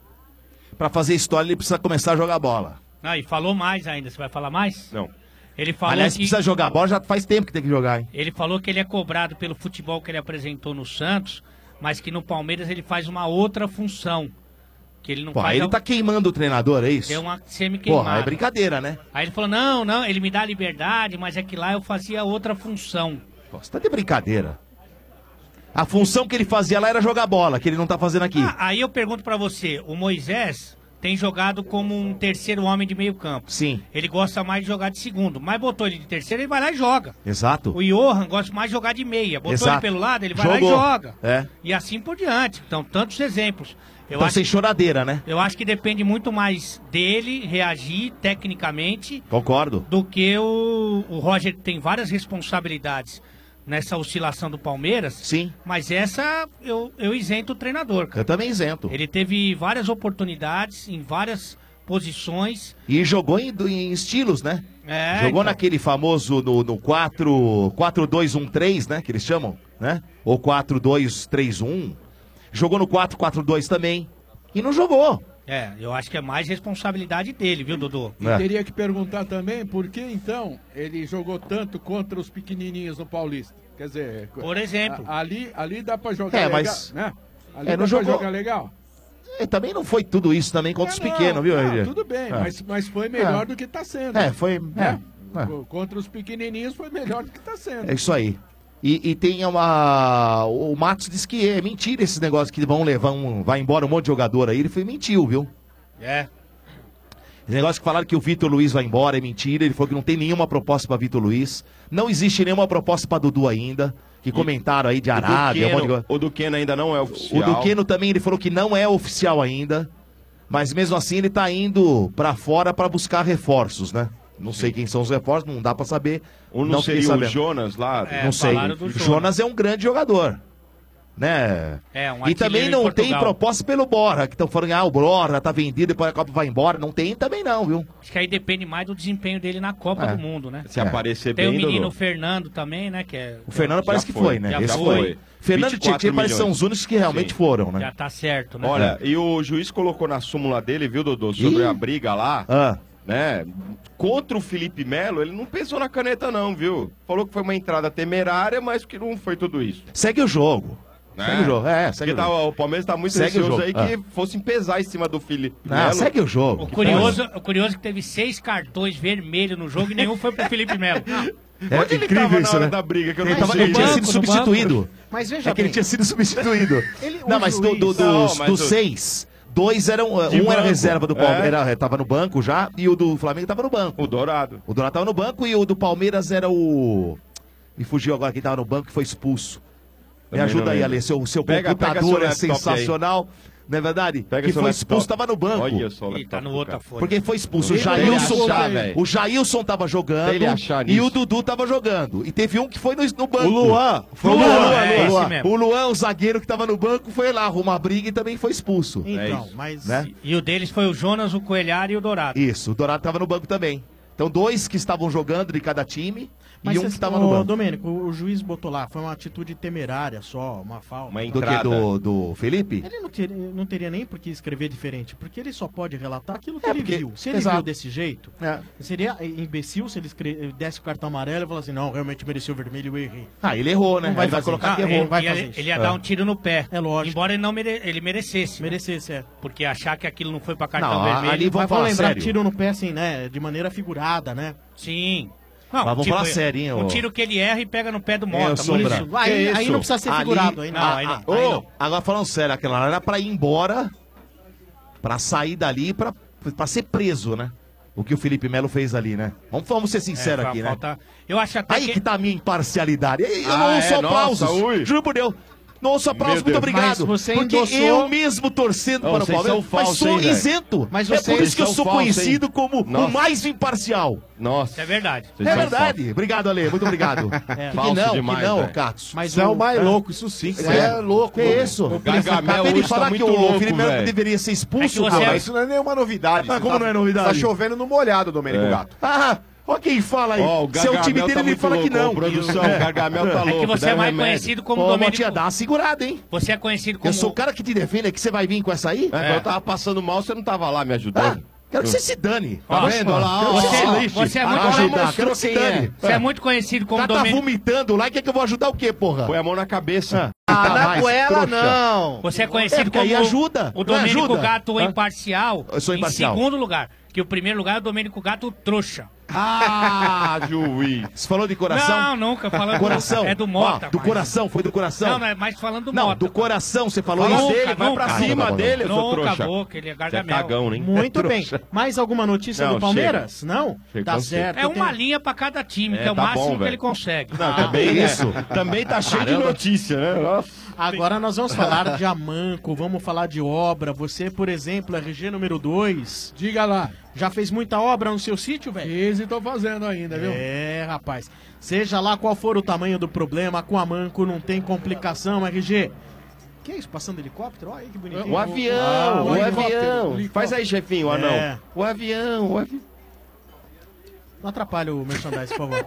Pra fazer história, ele precisa começar a jogar bola.
Ah, e falou mais ainda. Você vai falar mais?
Não.
Ele falou
Aliás,
que...
precisa jogar bola, já faz tempo que tem que jogar, hein?
Ele falou que ele é cobrado pelo futebol que ele apresentou no Santos, mas que no Palmeiras ele faz uma outra função. Que ele não
Pô,
faz.
aí ele
a-
tá queimando o treinador, é isso?
Deu uma semi-queimada.
Porra, é brincadeira, né?
Aí ele falou: não, não, ele me dá liberdade, mas é que lá eu fazia outra função.
Pô, Você tá de brincadeira. A função que ele fazia lá era jogar bola, que ele não tá fazendo aqui.
Ah, Aí eu pergunto pra você: o Moisés tem jogado como um terceiro homem de meio campo.
Sim.
Ele gosta mais de jogar de segundo, mas botou ele de terceiro, ele vai lá e joga.
Exato.
ah, O Johan gosta mais de jogar de meia. Botou
Exato.
ele pelo lado, ele vai
Jogou.
lá e joga.
É.
E assim por diante. Então, tantos exemplos. Eu
Então
acho
sem choradeira, né?
Eu acho que depende muito mais dele reagir tecnicamente
Concordo.
do que o, o Roger que tem várias responsabilidades nessa oscilação do Palmeiras.
Sim.
Mas essa eu, eu isento o treinador. cara.
Eu também isento.
Ele teve várias oportunidades em várias posições.
E jogou em, em estilos, né?
É,
jogou
então.
naquele famoso no, no 4 4-2-1-3, né? Que eles chamam, né? Ou 4-2-3-1. Jogou no 4-4-2 também. E não jogou.
É, eu acho que é mais responsabilidade dele, viu, Dudu?
E
É.
teria que perguntar também por que então ele jogou tanto contra os pequenininhos no Paulista. Quer dizer,
Por exemplo.
a- ali, ali dá pra jogar
É,
legal,
mas-
né? Ali
É,
dá
não
pra
jogou-
jogar legal. É,
E também não foi tudo isso também contra os
É,
Não,
pequenos, viu,
não,
Herê?
Tudo bem,
É.
mas, mas foi melhor
É.
do que tá sendo.
É, foi-
Né?
é, é.
Co- Contra os pequenininhos foi melhor do que tá sendo.
É isso aí. E, e tem uma. O Matos disse que é mentira esses negócios que vão levar um. Vai embora um monte de jogador aí. Ele foi mentiu, viu?
É.
Esse negócio que falaram que o Vitor Luiz vai embora é mentira. Ele falou que não tem nenhuma proposta pra Vitor Luiz. Não existe nenhuma proposta pra Dudu ainda. Que comentaram aí de
O
Arábia, um monte de
Duqueno,
coisa.
o Duqueno ainda não é
O
oficial.
Duqueno também, ele falou que não é oficial ainda. Mas mesmo assim, ele tá indo pra fora pra buscar reforços, né? Não sei quem são os reforços, não dá pra saber.
Um não,
fiquei
seria o
sabendo.
Jonas lá?
não sei. Jonas. é um grande jogador. Né?
É, um
e
artilheiro
também
em
não
Portugal.
tem proposta pelo Borra, que estão falando, ah, o Borra tá vendido, depois a Copa vai embora. Não tem também não, viu?
Acho que aí depende mais do desempenho dele na Copa
É.
do Mundo, né?
Se aparecer
Tem
bem,
o menino
Dudu.
Fernando também, né? Que é,
O Fernando
Já
parece que foi, né?
Já
Esse
foi.
foi. Fernando e
24
Tietchan parece são
milhões.
os únicos que realmente
Sim.
foram, né?
Já tá certo, né?
Olha, e o juiz colocou na súmula dele, viu, Dodô, sobre
Ih.
a briga lá,
Ah.
né? Contra o Felipe Melo, ele não pensou na caneta, não, viu? Falou que foi uma entrada temerária, mas que não foi tudo isso.
Segue o jogo.
né?
Segue o jogo. É,
Porque
segue o
tava-
jogo.
o Palmeiras tá muito
Segue o
ansioso
jogo,
aí
ah.
que fosse pesar em cima do Felipe
Não,
Melo.
segue o jogo.
O curioso, o curioso é que teve seis cartões vermelhos no jogo e nenhum foi pro Felipe Melo.
É
Onde ele
incrível
tava
isso,
na hora
né?
da briga que eu
Ele
não
tava-
sei?
ele tinha sido substituído.
Mas
É
veja
que ele
bem.
tinha sido substituído.
Ele-
não,
o
mas do,
juiz-
do, dos,
Não, mas
dos
o-
seis, dois eram. uh,
De
um era
banco.
reserva do Palmeiras,
É.
era, tava no banco já, e o do Flamengo tava no banco.
O Dourado.
O Dourado tava no banco e o do Palmeiras era o. Me fugiu agora quem tava no banco que foi expulso. Me
Também não
ajuda aí,
lembro.
Alê. Seu, seu
Pega- pega
computador
seu
é
laptop aí.
sensacional. Não é verdade?
Pega
que
seu
foi
laptop.
expulso, tava no banco.
Olha só o Ih, laptop tá no do outra cara. folha.
Porque foi expulso. O
Tem ele
Jailson,
achar, velho.
o Jailson tava
Tem
jogando
ele achar
e
nisso.
o Dudu tava jogando. E teve um que foi no, no banco.
O Luan.
Foi o
Luan,
Luan.
é,
Luan.
esse
Luan.
mesmo.
O Luan, o zagueiro que tava no banco, foi lá arrumar a briga e também foi expulso.
É
Então, mas.
Né?
E o deles foi o Jonas, o Coelhar e o Dourado.
Isso, o Dourado tava no banco também. Então, dois que estavam jogando de cada time
Mas
e um
cês-
que tava no
ô,
banco.
Domênico, o juiz botou lá, foi uma atitude temerária só, uma falta.
Uma Do que? Do, do Felipe?
Ele não teria, não teria nem por que escrever diferente, porque ele só pode relatar aquilo que ele
É, porque-
viu. Se ele
exato. É.
viu desse jeito, seria eh, imbecil se ele escre- eh, desse o cartão amarelo e falasse assim, não, realmente mereceu o vermelho, eu errei.
Ah, ele errou, né?
Não vai
Ele vai
fazer.
colocar que
Ah,
errou.
ele-
Vai
e
fazer
ele-
isso.
Ele ia
É.
dar um tiro no pé.
É lógico.
Embora ele não mere- ele merecesse. né?
Merecesse, é.
Porque achar que aquilo não foi pra cartão
Não,
vermelho.
ali vamos
Mas vamos
falar
lembrar,
sério.
tiro no pé assim, né, de maneira figurada, né?
Sim. Não,
Mas vamos falar sério, hein,
Um
ô.
tiro que ele erra e pega no pé do
É,
Mota. por
Sombra.
isso.
Aí-
Que
aí
isso?
não precisa ser figurado, aí não.
Ah,
Não, aí não,
ah,
aí
ô,
não.
Agora falando sério, aquela lá era pra ir embora, pra sair dali, pra, pra ser preso, né? O que o Felipe Melo fez ali, né? Vamos, vamos ser sinceros
É,
aqui,
falta-
né?
Eu acho até
Aí que tá a minha imparcialidade. Eu
Ah,
não
é?
sou
Nossa,
aplausos. Juro por Deus. Ouça a próxima, muito obrigado.
Mas você
porque
endossou-
eu mesmo torcendo
Não,
para o
vocês são
Palmeiras, mas
falsos,
sou
hein, velho?
isento.
Mas
é
vocês
por isso que eu
são
sou
falsos, hein?
conhecido como
Nossa.
o mais imparcial.
Nossa.
É verdade.
É verdade. Obrigado, Ale. Muito obrigado.
É.
Que
Falso
não,
demais,
que não,
velho.
Catos.
Mas Você é o- o mais louco,
isso sim. Você
né?
cara.
é, louco.
Que
mano.
isso?
O
Gargamel
Acabei de
hoje
falar
tá
que
muito
o
louco,
Felipe Melo
velho.
deveria ser expulso,
Ah,
cara.
mas isso não é nenhuma novidade.
Mas como
Tá-
não é novidade?
Tá chovendo no molhado, Domênico
É.
Gato.
Ah, ó quem fala aí.
Ó, o
Se é o time
Gargamel
dele,
tá
ele
muito
fala que
louco,
não.
ô, produção, o Gargamel tá É que louco,
você dá é mais remédio. conhecido como
Ô,
Domênico-
Motinha, dá uma segurada, hein?
Você é conhecido como.
Eu sou o cara que te defende, é que você vai vir com essa aí? Ah,
É, quando eu tava passando mal, você não tava lá me ajudando.
Quero que você se dane.
Tá
Nossa,
vendo? Olha lá,
quero
ó,
que
ó,
se lixe.
você é muito-
Ah,
olha,
ajudar,
mostrou
quero que se
quem é.
dane.
Você é
muito conhecido
O cara tá vomitando lá, quer que eu vou ajudar o quê, porra?
Põe a mão na cabeça.
Ah,
Tá
na
mais,
goela,
trouxa.
não.
Você é
É,
conhecido
porque
como
aí ajuda.
o
Não
Domênico
ajuda?
Gato é
Hã?
imparcial.
Eu sou imparcial.
Em segundo lugar, que o primeiro lugar é o Domênico Gato trouxa.
Ah, juiz. Você falou de coração?
Não, nunca, falando-
coração.
é do Mota,
Ó, do
mas-
coração, foi do coração.
Não, não, mas falando do
Não,
Mota.
do coração, você falou
Fala
isso?
dele, vai
Nunca,
pra
nunca.
cima
Não, não,
dele,
não.
seu Nunca trouxa. vou, que ele é gargamel. Você é cagão, hein?
Muito
É
bem.
trouxa.
Mais alguma notícia
Não,
do Palmeiras? Não?
Chega.
Tá certo.
É uma
tem-
linha pra cada time,
É,
que é o
tá
máximo
bom,
que ele
velho.
consegue.
Não, também, né?
Também tá cheio de notícia, né?
Agora nós vamos falar de Amanco, vamos falar de obra. Você, por exemplo, RG número 2.
Diga lá.
Já fez muita obra no seu sítio, velho?
Fiz e tô fazendo ainda, viu?
É, rapaz. Seja lá qual for o tamanho do problema, com Amanco não tem complicação, RG. Que é isso? Passando helicóptero? Olha aí que bonitinho.
O avião,
Tá.
Ah,
o
helicóptero,
avião.
helicóptero.
Faz aí, chefinho, o anão.
É.
O avião, o avião.
Não atrapalha o merchandise, por favor.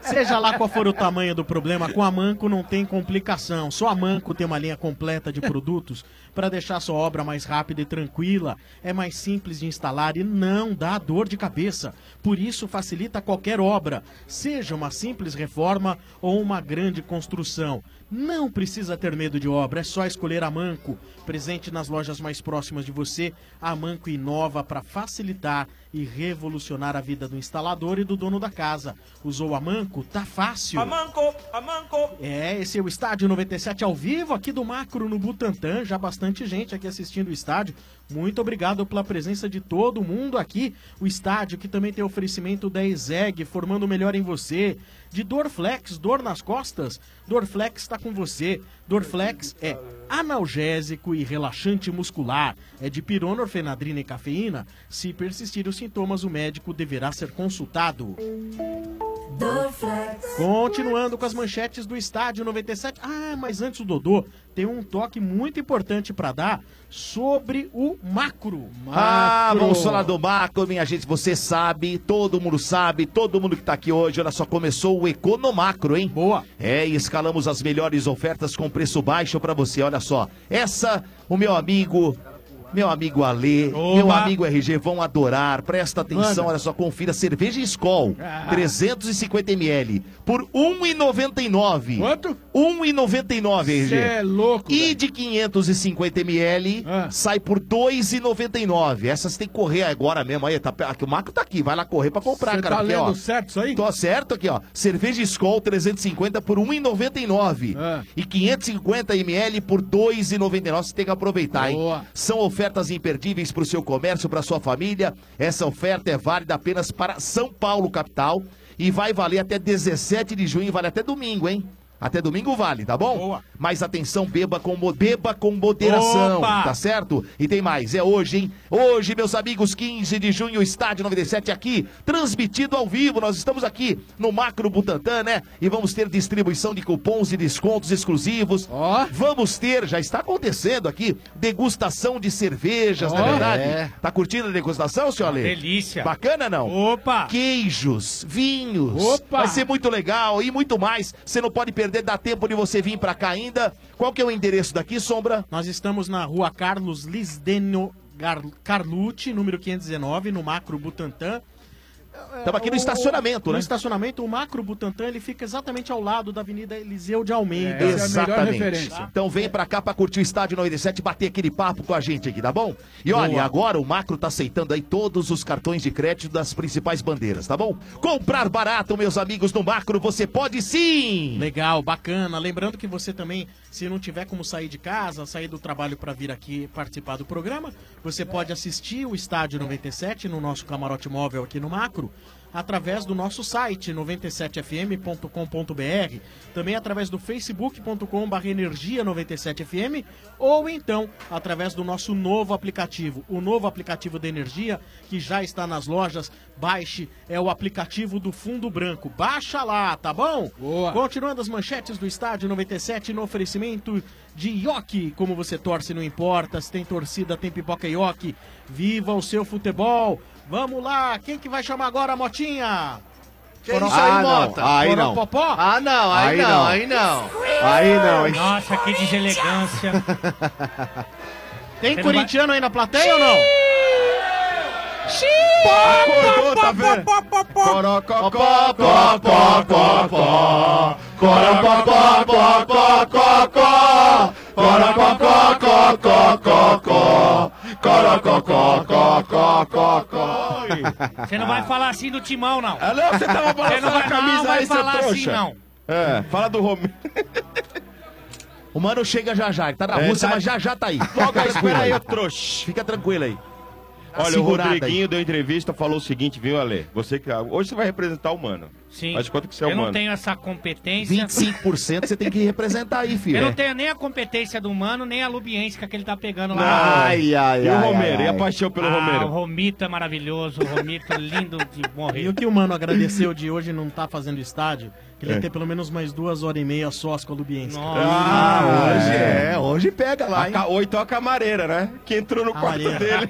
Seja lá qual for o tamanho do problema, com a Manco não tem complicação. Só a Manco tem uma linha completa de produtos para deixar sua obra mais rápida e tranquila. É mais simples de instalar e não dá dor de cabeça. Por isso facilita qualquer obra, seja uma simples reforma ou uma grande construção. Não precisa ter medo de obra, é só escolher a Manco. Presente nas lojas mais próximas de você, a Manco inova para facilitar e revolucionar a vida do instalador e do dono da casa. Usou a Manco? Tá fácil.
Amanco, amanco.
É, esse é o Estádio 97 ao vivo aqui do Macro no Butantã. Já bastante gente aqui assistindo o estádio. Muito obrigado pela presença de todo mundo aqui. O estádio que também tem oferecimento da Ezeg, formando o melhor em você. De Dorflex, dor nas costas? Dorflex está com você. Dorflex é analgésico e relaxante muscular. É de pirona, orfenadrina e cafeína. Se persistirem os sintomas, o médico deverá ser consultado. Continuando com as manchetes do estádio 97. Ah, mas antes o Dodô tem um toque muito importante pra dar sobre o macro.
Ah, vamos falar do macro, minha gente. Você sabe, todo mundo sabe, todo mundo que tá aqui hoje, olha só, começou o Economacro, hein?
Boa.
É, e escalamos as melhores ofertas com preço baixo pra você, olha só. Essa, o meu amigo. Meu amigo Ale, meu amigo RG vão adorar. Presta atenção,
Manda.
olha só, confira cerveja Skol,
Ah.
350 ml por 1,99. Quanto? 1,99, RG.
Cê é louco. Ah.
E de 550 ml sai por 2,99. Essas tem que correr agora mesmo. Aí, tá, aqui, o Marco tá aqui, vai lá correr pra comprar,
Cê
cara.
tá
porque,
lendo
ó,
certo isso aí?
Tô certo aqui, ó. Cerveja Skol 350 por 1,99.
Ah.
E 550 ml por 2,99. Você tem que aproveitar, hein? São ofertas imperdíveis pro seu comércio, pra sua família. Essa oferta é válida apenas para São Paulo, capital. E vai valer até 17 de junho, vale até domingo, hein? Até domingo vale, tá bom? Mas atenção, beba com, mo- beba com moderação,
Opa!
tá certo? E tem mais, é hoje, hein? Hoje, meus amigos, 15 de junho, estádio 97 aqui, transmitido ao vivo. Nós estamos aqui no Macro Butantã, né? E vamos ter distribuição de cupons e descontos exclusivos. Vamos ter, já está acontecendo aqui, degustação de cervejas, na
Ó.
verdade.
É.
Tá curtindo a degustação, senhor Ale?
Delícia.
Bacana não?
Opa!
Queijos, vinhos.
Opa!
Vai ser muito legal e muito mais. Você não pode perder, dá tempo de você vir pra cá ainda. Qual que é o endereço daqui, Sombra?
Nós estamos na rua Carlos Lisdenio Gar- Carlucci, número 519, no Macro Butantã.
Estamos aqui no
O-
estacionamento,
No
né?
estacionamento, o Macro Butantã, ele fica exatamente ao lado da Avenida Eliseu de
é
É,
Almeida.
Exatamente. então vem pra cá pra curtir o estádio 97 e bater aquele papo com a gente aqui, tá bom? E olha,
Boa.
agora o Macro tá aceitando aí todos os cartões de crédito das principais bandeiras, tá bom? Comprar barato, meus amigos, no Macro você pode sim!
Legal, bacana. Lembrando que você também, se não tiver como sair de casa, sair do trabalho para vir aqui participar do programa, você pode assistir o Estádio 97 no nosso camarote móvel aqui no Macro. macro através do nosso site 97fm.com.br, também através do facebook.com.br energia97fm ou então através do nosso novo aplicativo, o novo aplicativo da energia que já está nas lojas. Baixe, é o aplicativo do Fundo Branco. Baixa lá, tá bom? Continuando as manchetes do estádio 97 no oferecimento de Yoki. Como você torce, não importa. Se tem torcida, tem pipoca Yoki. Viva o seu futebol! Vamos lá, quem que vai chamar agora a Motinha?
Que isso aí,
Ah, não.
Mota?
Aí não.
Popó? Ah, não, aí, não, aí não.
Aí não, hein?
Nossa, que deselegância.
Tem
Você não
corintiano aí na plateia ou não?
Acordou, tá vendo? Corococó, có, có, có, có. Corococó, có, có, có, có. Corococó, có, có, có, có. Corococó, có, có, có, có.
Você não vai falar assim do timão, não.
Ah, não, você tava balançando
não vai,
a camisa
não vai
aí, seu
falar
trouxa.
assim, não.
É, fala do Romero. O mano chega já já, ele tá na
É,
Rússia,
tá-
mas já já tá aí.
Logo aí,
tranquilo
espera aí, ô
trouxa. Fica tranquilo aí. Tá
Olha, o
segurada aí.
Rodriguinho deu entrevista, falou o seguinte, viu, Ale? Você que hoje você vai representar o mano.
Sim.
Mas quanto que você é
Eu
humano?
não tenho essa competência.
25% você tem que representar aí, filho.
Eu não tenho nem a competência do humano, nem a lubiência que ele tá pegando lá.
Ai, ai,
E o
ai,
Romero?
ai,
E a
ai.
paixão pelo
Ah,
Romero?
O Romito é maravilhoso, o Romito lindo de morrer.
E o que o Mano agradeceu de hoje não tá fazendo estádio, que ele ia
É.
ter pelo menos mais duas horas e meia sós com a Lubiense.
Ah, hoje é. hoje pega
lá, hein?
então
Oito é a camareira, né? Que entrou no quarto dele.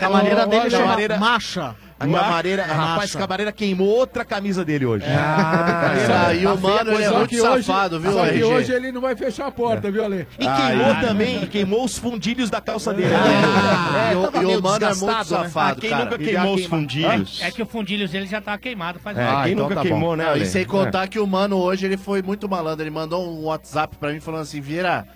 Camareira dele chama
Camareira-
Macha.
A camareira,
Macha.
rapaz, a camareira queimou outra camisa dele hoje.
Tá
Tá
Ah, cara, e o mano, ele é
Assim, Só
muito
que hoje-
safado, viu,
Só que
RG?
hoje ele não vai fechar a
É.
porta, viu, Ale?
E queimou também, e queimou os fundilhos da calça dele.
Ah,
É,
e o-
tava
e o
meio
mano é muito
desgastado, né?
safado,
Ah, quem
cara.
nunca
E já
queimou os
queima-
fundilhos?
É que o fundilhos dele já tá queimado faz
Ah,
É,
hora.
então tá bom. Não,
Ale?
E sem
É.
contar que o mano hoje ele foi muito malandro. Ele mandou um WhatsApp pra mim falando assim: Vieira,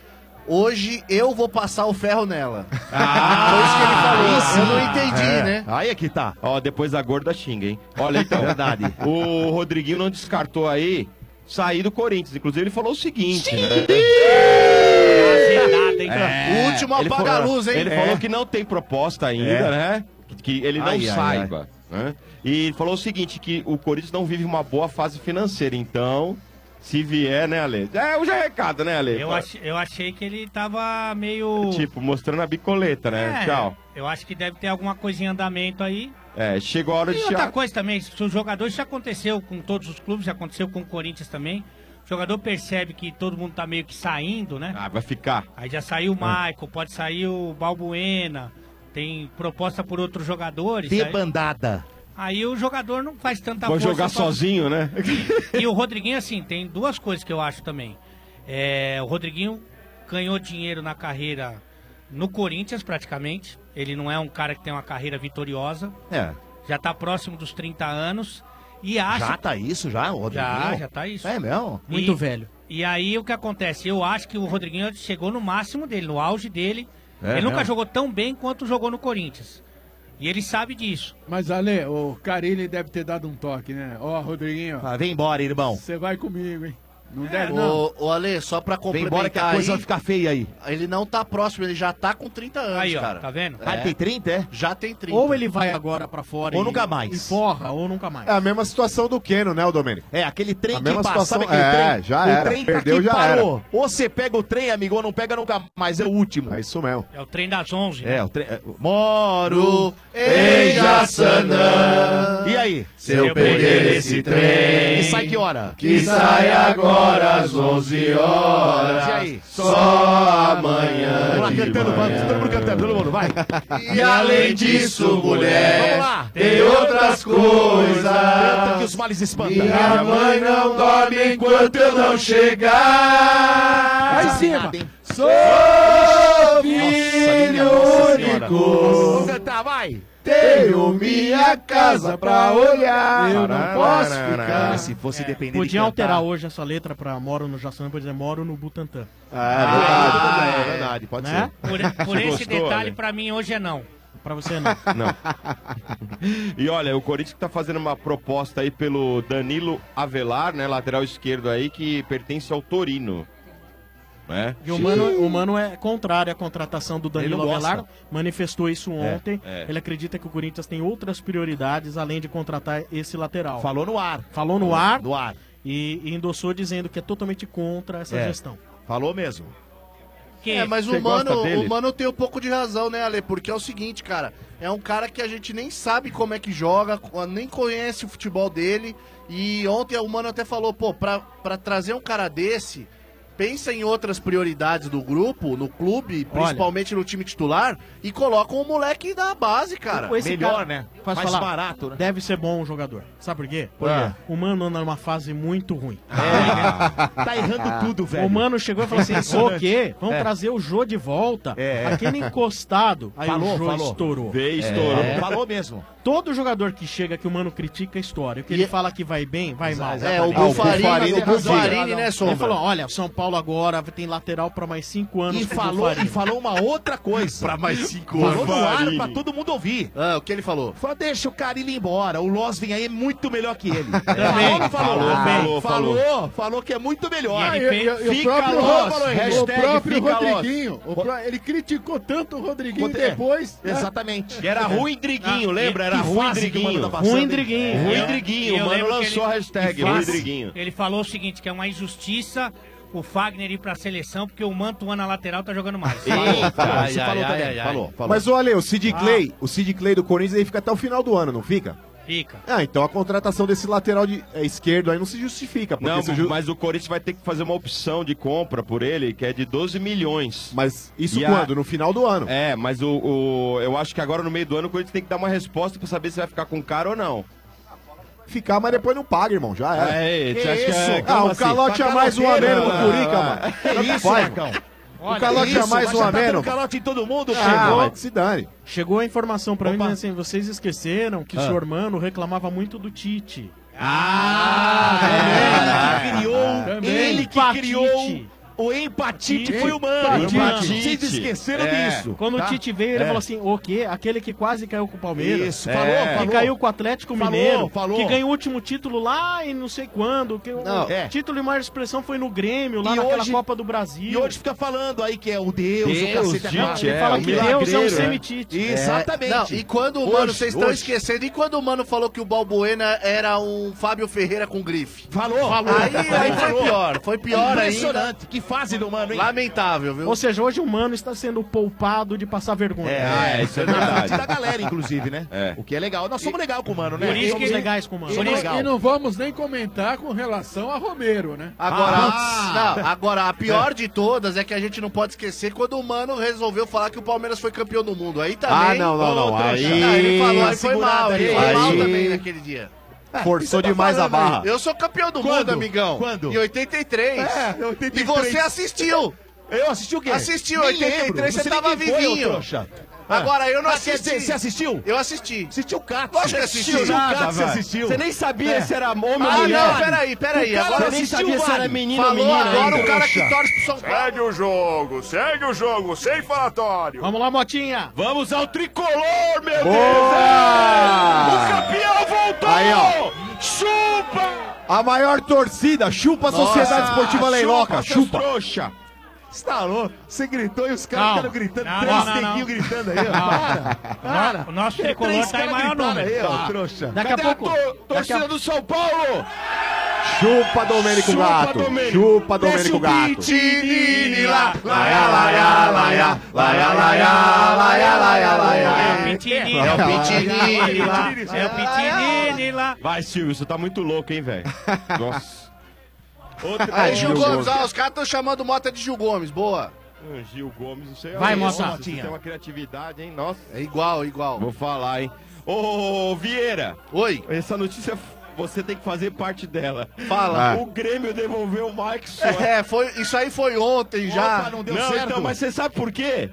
hoje eu vou passar o ferro nela. foi isso que ele falou. Eu não entendi,
É.
né?
Aí Ah, é que tá.
Ó, depois da gorda xinga, hein? Olha, então.
Verdade.
O Rodriguinho não descartou aí sair do Corinthians. Inclusive, ele falou o seguinte. né? É.
O último
Ele
apaga a
falou-
luz, hein?
Ele falou que não tem proposta ainda,
É.
né? Que, que ele não
Ai, ai,
saiba. né? E ele falou o seguinte, que o Corinthians não vive uma boa fase financeira. Então, se vier, né, Ale? É, hoje é recado, né, Ale?
Eu, ach- eu achei que ele tava
É
meio.
Tipo, mostrando a bicoleta, né?
É,
Tchau.
Eu acho que deve ter alguma coisinha em andamento aí.
É, chegou a hora de...
E outra
tirar-
coisa também, se o jogador, isso aconteceu com todos os clubes, já aconteceu com o Corinthians também. O jogador percebe que todo mundo tá meio que saindo, né?
Ah, vai ficar.
Aí já saiu o
Ah.
Maicon, pode sair o Balbuena, tem proposta por outros jogadores. aí-
Debandada.
Aí o jogador não faz tanta
Tá
Vou
força
jogar
pra-
sozinho, né?
E o Rodriguinho, assim, tem duas coisas que eu acho também. É, o Rodriguinho ganhou dinheiro na carreira no Corinthians, praticamente. Ele não é um cara que tem uma carreira vitoriosa.
É.
Já tá próximo dos 30 anos. E acho.
Já tá isso, já, o Rodriguinho?
Já, já tá isso.
É mesmo?
E- E aí o que acontece? Eu acho que o Rodriguinho chegou no máximo dele, no auge dele.
É
ele nunca
mesmo?
jogou tão bem quanto jogou no Corinthians. E ele sabe disso.
Mas, Ale, o Carilli deve ter dado um toque, né? Ó, Rodriguinho.
Ah, vem embora, irmão.
Você vai comigo, hein? Não
É.
deve, não.
Ô, ô, Ale, só pra complementar
embora que a coisa
aí,
vai ficar feia aí.
Ele não tá próximo, ele já tá com 30 anos,
Aí, ó,
cara.
tá vendo?
Ah, ele tem 30, é?
Já tem 30.
Ou ele vai agora pra fora
Ou
e-
nunca mais.
E forra, ou nunca mais.
É a mesma situação do Keno, né, o Domênico?
É, aquele trem
A
que
mesma
passa,
situação-
sabe aquele
é,
trem?
já
o
era,
trem
perdeu,
aqui
já
parou. Ou você pega o trem, amigo, ou não pega nunca mais, é o último. É
isso mesmo.
É o trem das 11.
É, o trem... é, o- Moro
em
Jaçanã. E aí?
Se eu perder
esse
trem,
E sai que hora?
que sai agora às 11 horas,
E aí?
só amanhã
Vamos lá,
de
cantando, vamos, todo mundo cantando, todo mundo, vai.
E além disso, mulher,
Vamos lá.
tem outras coisas.
Canta que os males espantam.
Minha mãe não dorme enquanto eu não chegar.
Vai em cima.
Sou filho
Vamos
único.
cantar, vai.
Tenho minha casa pra olhar. Eu não posso ficar.
Se fosse depender de
É. Podia
cantar.
alterar hoje essa letra pra Moro no Jaçanã, podia dizer Moro no Butantã.
Ah, é verdade, é verdade, pode
Né?
ser. né?
Por, por
Você
esse
gostou,
detalhe,
Ale?
pra mim, hoje é não.
Pra você não.
Não. E olha, o Corinthians que tá fazendo uma proposta aí pelo Danilo Avelar, né, lateral esquerdo aí, que pertence ao Torino. né?
E o Mano, o Mano é contrário à contratação do Danilo
Ele não gosta.
Avelar, manifestou isso
É,
ontem.
é.
Ele acredita que o Corinthians tem outras prioridades além de contratar esse lateral.
Falou no ar.
Falou no
Falou
ar.
no ar.
E, e endossou dizendo que é totalmente contra essa
É.
gestão.
Falou mesmo.
É, mas
Você
o mano,
gosta dele?
o mano tem um pouco de razão, né, Ale? Porque é o seguinte, cara, é um cara que a gente nem sabe como é que joga, nem conhece o futebol dele. E ontem o mano até falou, pô, pra, pra trazer um cara desse, pensa em outras prioridades do grupo, no clube,
Olha.
principalmente no time titular, e coloca um moleque da base, cara. né?
Esse cara- Posso falar? Deve ser bom um jogador. Sabe por quê?
Por quê?
O Mano anda numa fase muito ruim.
É.
É.
Tá
Ah.
errando tudo, velho.
O Mano chegou e falou assim, o quê? Vamos
É.
trazer o Jô de volta.
É.
Aquele encostado. Aí
Falou,
o Jô
falou.
estourou. É.
Veio, estourou. Falou mesmo. é-
Todo jogador que chega que o Mano critica, estoura. O que ele fala que vai bem, vai mal.
É, o Bufarini, o Bufarini, né, Sombra?
Ele falou, olha, o São Paulo agora tem lateral pra mais cinco anos.
E
pro
falou,
Bufarini.
e falou uma outra coisa.
Pra mais cinco
Falou
anos.
no ar
Farini.
pra todo mundo ouvir.
Ah, o que ele falou?
Falou, deixa o cara ir embora. O Loz vem aí é muito melhor que ele.
Também.
Falou, não falou,
Falou,
Ah,
falou,
falou,
falou.
falou, falou que é muito melhor.
E ele fez-
E o
Fica
próprio,
Loz.
Ro- o
Hashtag
próprio
fica Loz.
Rodriguinho, o pró- ele criticou tanto o Rodriguinho
Conte-
depois. né?
É, exatamente. Que era ruim Driguinho, lembra? Era ruim
Assim
Driguinho.
tá
Ruim
Driguinho. Ruim Driguinho,
É. E eu
o Mano
lembro que
lançou a hashtag,
e faz-
Ruim Driguinho.
Ele falou o seguinte, que é uma injustiça o Fagner ir pra seleção, porque o Mantuan na lateral tá jogando mais.
Falou,
ai,
você
ai,
falou
ai,
também,
ai, ai.
falou, falou. Mas olha, o Sid Clay, o Sid Clay do Corinthians, ele fica até o final do ano, não fica?
Fica.
Ah, então a contratação desse lateral de, é, esquerdo aí não se justifica. Porque
Não,
se ju-
mas o Corinthians vai ter que fazer uma opção de compra por ele, que é de 12 milhões.
Mas isso
E a-
quando? No final do ano.
É, mas o, o- eu acho que agora no meio do ano o Corinthians tem que dar uma resposta pra saber se vai ficar com o cara ou não.
Ficar, mas depois não paga, irmão. Já era.
É,
Que
você acha que é-
Ah,
como
o
assim?
calote
Tá
a mais um a
caloteiro,
menos pro
não,
Curica,
não,
mano. Tá
não. Que isso,
Vai,
Marcão?
então.
O calote a mais um a menos.
tá calote em todo mundo,
Ah, se dane.
Chegou a informação pra mim, dizendo assim, vocês esqueceram que o
Ah.
senhor Mano reclamava muito do Tite.
Ah, ele que criou,
Também.
ele que
Empatite.
criou o empatite foi o mano.
Empatite.
Vocês esqueceram disso.
Quando
tá?
o Tite veio, ele
É.
falou assim: o quê? Aquele que quase caiu com o Palmeiras. É.
Isso, falou,
Que
falou.
caiu com o Atlético
Falou,
Mineiro.
falou.
Que ganhou o último título lá em não sei quando. Que
Não,
o
é.
título e maior expressão foi no Grêmio, lá
E
naquela
hoje-
Copa do Brasil.
E hoje fica falando aí que é o Deus, o
Deus,
cacete a
gente,
quatro.
ele fala
o
que Deus é um
milagreiro,
semitite.
É. Exatamente.
né? Não, e quando o
Hoje,
mano, vocês estão
hoje.
esquecendo, e quando o mano falou que o Balbuena era um Fábio Ferreira com grife?
Falou,
falou. Aí, aí foi
Falou.
pior, foi pior aí.
Impressionante, que fase do mano, hein?
Lamentável, viu?
Ou seja, hoje o Mano está sendo poupado de passar vergonha.
Ah,
É, é, isso é
Na
verdade.
frente
da galera, inclusive, né? O que é legal. Nós somos legal com o mano, né?
Por isso
é
Somos
que-
legais com o mano.
E
Somos
não,
legal.
e não vamos nem comentar com relação a Romero, né?
Agora,
Ah.
não, agora, a pior de todas é que a gente não pode esquecer quando o Mano resolveu falar que o Palmeiras foi campeão do mundo. Aí também.
Ah, não, não, não.
Outra,
Aí-
Ah, ele falou, aí foi
Segurada
mal, ele
ali.
foi mal
Aí-
também naquele dia.
Forçou
Você tá
demais a
falando aí.
barra.
Eu sou campeão do
Quando?
mundo, amigão.
Quando?
Em 83.
É, 83.
E você assistiu.
Eu assisti o quê?
Assistiu,
Nem
83,
lembro.
você
Não sei nem
tava
quem foi, ô
vivinho.
trouxa.
Agora, eu não
Mas quer
assisti.
dizer, Você assistiu?
Eu assisti.
Assistiu o Cato.
Lógico que assisti.
Assistiu o
Nada,
Cato, você
velho.
assistiu.
Você nem sabia se era homem ou
Ah,
mulher.
não, peraí, peraí.
O cara
Agora
nem
assistiu
sabia
o
se era
VAR.
menino ou menina, hein, trouxa?
Segue o jogo, segue o jogo, sem falatório.
Vamos lá, Motinha.
Vamos ao tricolor, meu
Boa!
é!
Deus! O campeão voltou!
Aí, ó.
Chupa!
A maior torcida, chupa a Sociedade Esportiva Leiloca, chupa.
Trouxa. Estalou, você gritou e os caras
Calma.
ficaram gritando,
Não,
três
não, não,
neguinhos
não.
gritando aí, ó.
Calma.
Para,
O nosso
Três
tricolor tá
caras
em maior
gritaram
número.
Aí, ó,
Tá.
trouxa.
Daqui a
Cadê
pouco-
to- torcida
daqui a-
do São Paulo!
Chupa Domênico
Chupa,
Gato.
Domênico.
Chupa
Desce
Domênico
o
Gato.
beat, nini, lá,
Laia, laia, laia, laia, laia, laia, laia, laia.
É o Pitinini.
É o
Pitinini lá. É o Pitinini lá.
Vai, Silvio, você tá muito louco, hein, velho? Nossa.
Aí, Gil Gomes, ó, os caras estão chamando o Mota de Gil Gomes, boa.
Hum, Gil Gomes, não sei.
Vai,
Olha,
moça.
nossa, você Tem uma criatividade, hein? Nossa.
É igual, igual.
Vou falar, hein? Ô, Vieira.
Oi.
Essa notícia você tem que fazer parte dela. Ah.
Fala.
O Grêmio devolveu o Mike
É, foi, isso aí foi ontem já.
Opa, não deu certo. então, mas você sabe por quê?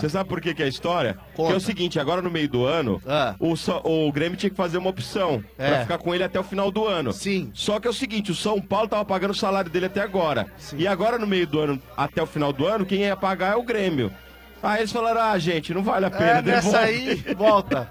Você sabe por quê que é a história? Que é o seguinte, agora no meio do ano, o, Sa- o Grêmio tinha que fazer uma opção pra ficar com ele até o final do ano.
Sim.
Só que é o seguinte, o São Paulo tava pagando o salário dele até agora. E agora no meio do ano, até o final do ano, quem ia pagar é o Grêmio. Aí eles falaram, ah, gente, não vale a pena,
É, nessa aí, volta.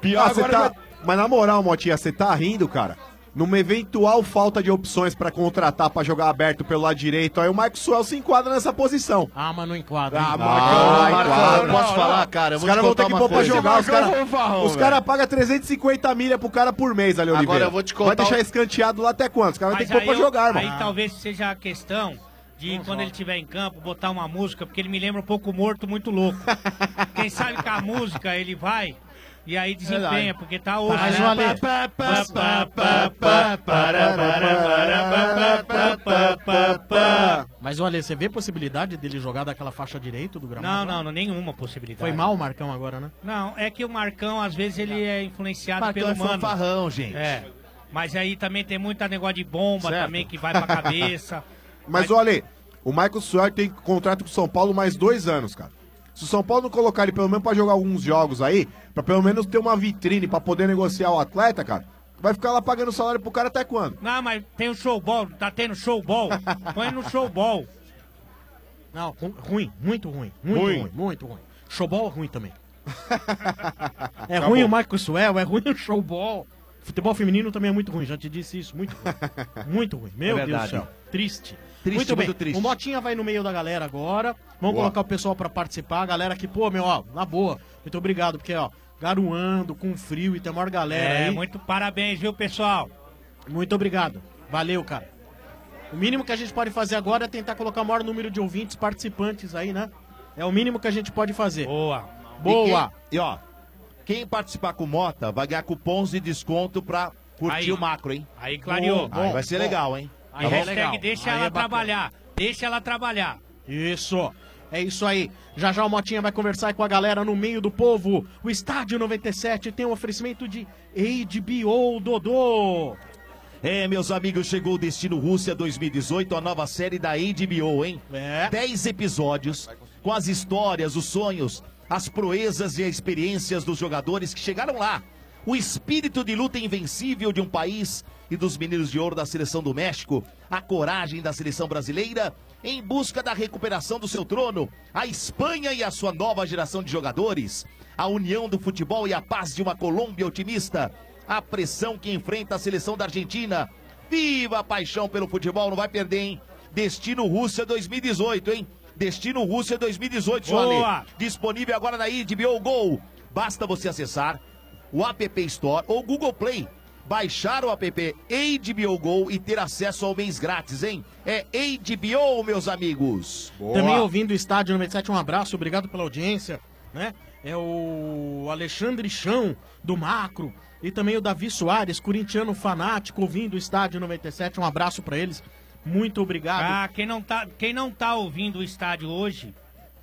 Pior
Ah, você
agora
tá... Mas na moral, Motinha, você tá rindo, cara. numa eventual falta de opções pra contratar pra jogar aberto pelo lado direito, aí o Marcos Suel se enquadra nessa posição.
Ah, mas não enquadra.
Ah, Marcão,
Ah,
Marcão,
Marcão,
não,
posso
não.
falar, cara? Eu
Os
vou te
caras vão
contar
ter que
uma
pôr pra
coisa.
jogar. Os
Esse Marcão
cara-
é um fanfarrão,
Os caras pagam 350 milha pro cara por mês, ali,
Agora
Oliveira.
eu vou te
Vai
contar
deixar
um-
escanteado lá até quando? Os caras vão ter
Mas
que pôr pra
aí eu-
jogar,
Aí
mano.
talvez seja a questão de quando ele estiver em campo, botar uma música, porque ele me lembra um pouco morto, muito louco. Quem sabe com a música ele vai e aí desempenha,
Verdade.
porque tá hoje.
Mas,
né?
Ale-
Pá, pá, pá, pá, pá,
Mas olha, você vê possibilidade dele jogar daquela faixa direito do
Não,
gramado?
não, não, nenhuma possibilidade.
Foi mal o Marcão agora, né?
Não, é que o Marcão, às vezes, ele é influenciado
Marcão
pelo
é
mano.
fanfarrão, gente.
É. Mas aí também tem muito negócio de bomba
Certo.
também que vai pra cabeça.
Mas olha, o Michael Suárez tem contrato com o São Paulo mais dois anos, cara. Se o São Paulo não colocar ele pelo menos pra jogar alguns jogos aí, pra pelo menos ter uma vitrine pra poder negociar o atleta, cara, vai ficar lá pagando salário pro cara até quando?
Não, mas tem o showball, tá tendo showball. Põe no showball.
Não, ru- ruim, muito ruim, muito
Ruim.
ruim, muito ruim. Showball é ruim também. é
Tá
ruim o Marcos Suel, é ruim o showball. Futebol feminino também é muito ruim, já te disse isso, muito ruim. muito ruim, meu
É
Deus do
verdade.
céu. Triste.
Triste,
muito bem,
muito triste.
o Motinha vai no meio da galera agora. Vamos
Boa.
colocar o pessoal pra participar. A galera que, pô, meu, ó, na boa. Muito obrigado, porque, ó, garoando, com frio e tem a maior galera
É,
aí.
muito parabéns, viu, pessoal?
Muito obrigado. Valeu, cara. O mínimo que a gente pode fazer agora é tentar colocar o maior número de ouvintes participantes aí, né? É o mínimo que a gente pode fazer.
Boa.
Boa.
E, quem- e, ó, quem participar com Mota vai ganhar cupons de desconto pra curtir
Aí.
o macro, hein?
Aí clareou.
Aí vai ser legal, hein?
Aí é
Tá bom?
hashtag
Aí
deixa ela
é bacana.
trabalhar. Deixa ela trabalhar.
Isso. É isso aí. Já já o Motinha vai conversar com a galera no meio do povo. O Estádio 97 tem um oferecimento de HBO Dodô.
É, meus amigos, chegou o Destino Rússia 2018, a nova série da HBO, hein?
É.
Dez episódios com as histórias, os sonhos, as proezas e as experiências dos jogadores que chegaram lá. O espírito de luta invencível de um país e dos meninos de ouro da seleção do México, a coragem da seleção brasileira em busca da recuperação do seu trono, a Espanha e a sua nova geração de jogadores, a união do futebol e a paz de uma Colômbia otimista, a pressão que enfrenta a seleção da Argentina. Viva a paixão pelo futebol, não vai perder, hein? Destino Rússia 2018, hein? Destino Rússia 2018, seu
Boa!
Ale. Disponível agora na HBO Go. Basta você acessar o App Store ou Google Play. Baixar o app HBO Go e ter acesso ao mês grátis, hein? É HBO, meus amigos.
Também ouvindo o Estádio 97, um abraço, obrigado pela audiência, né? É o Alexandre Chão, do Macro, e também o Davi Soares, corintiano fanático, ouvindo o Estádio 97, um abraço pra eles, muito obrigado.
Ah, quem não tá, quem não tá ouvindo o estádio hoje,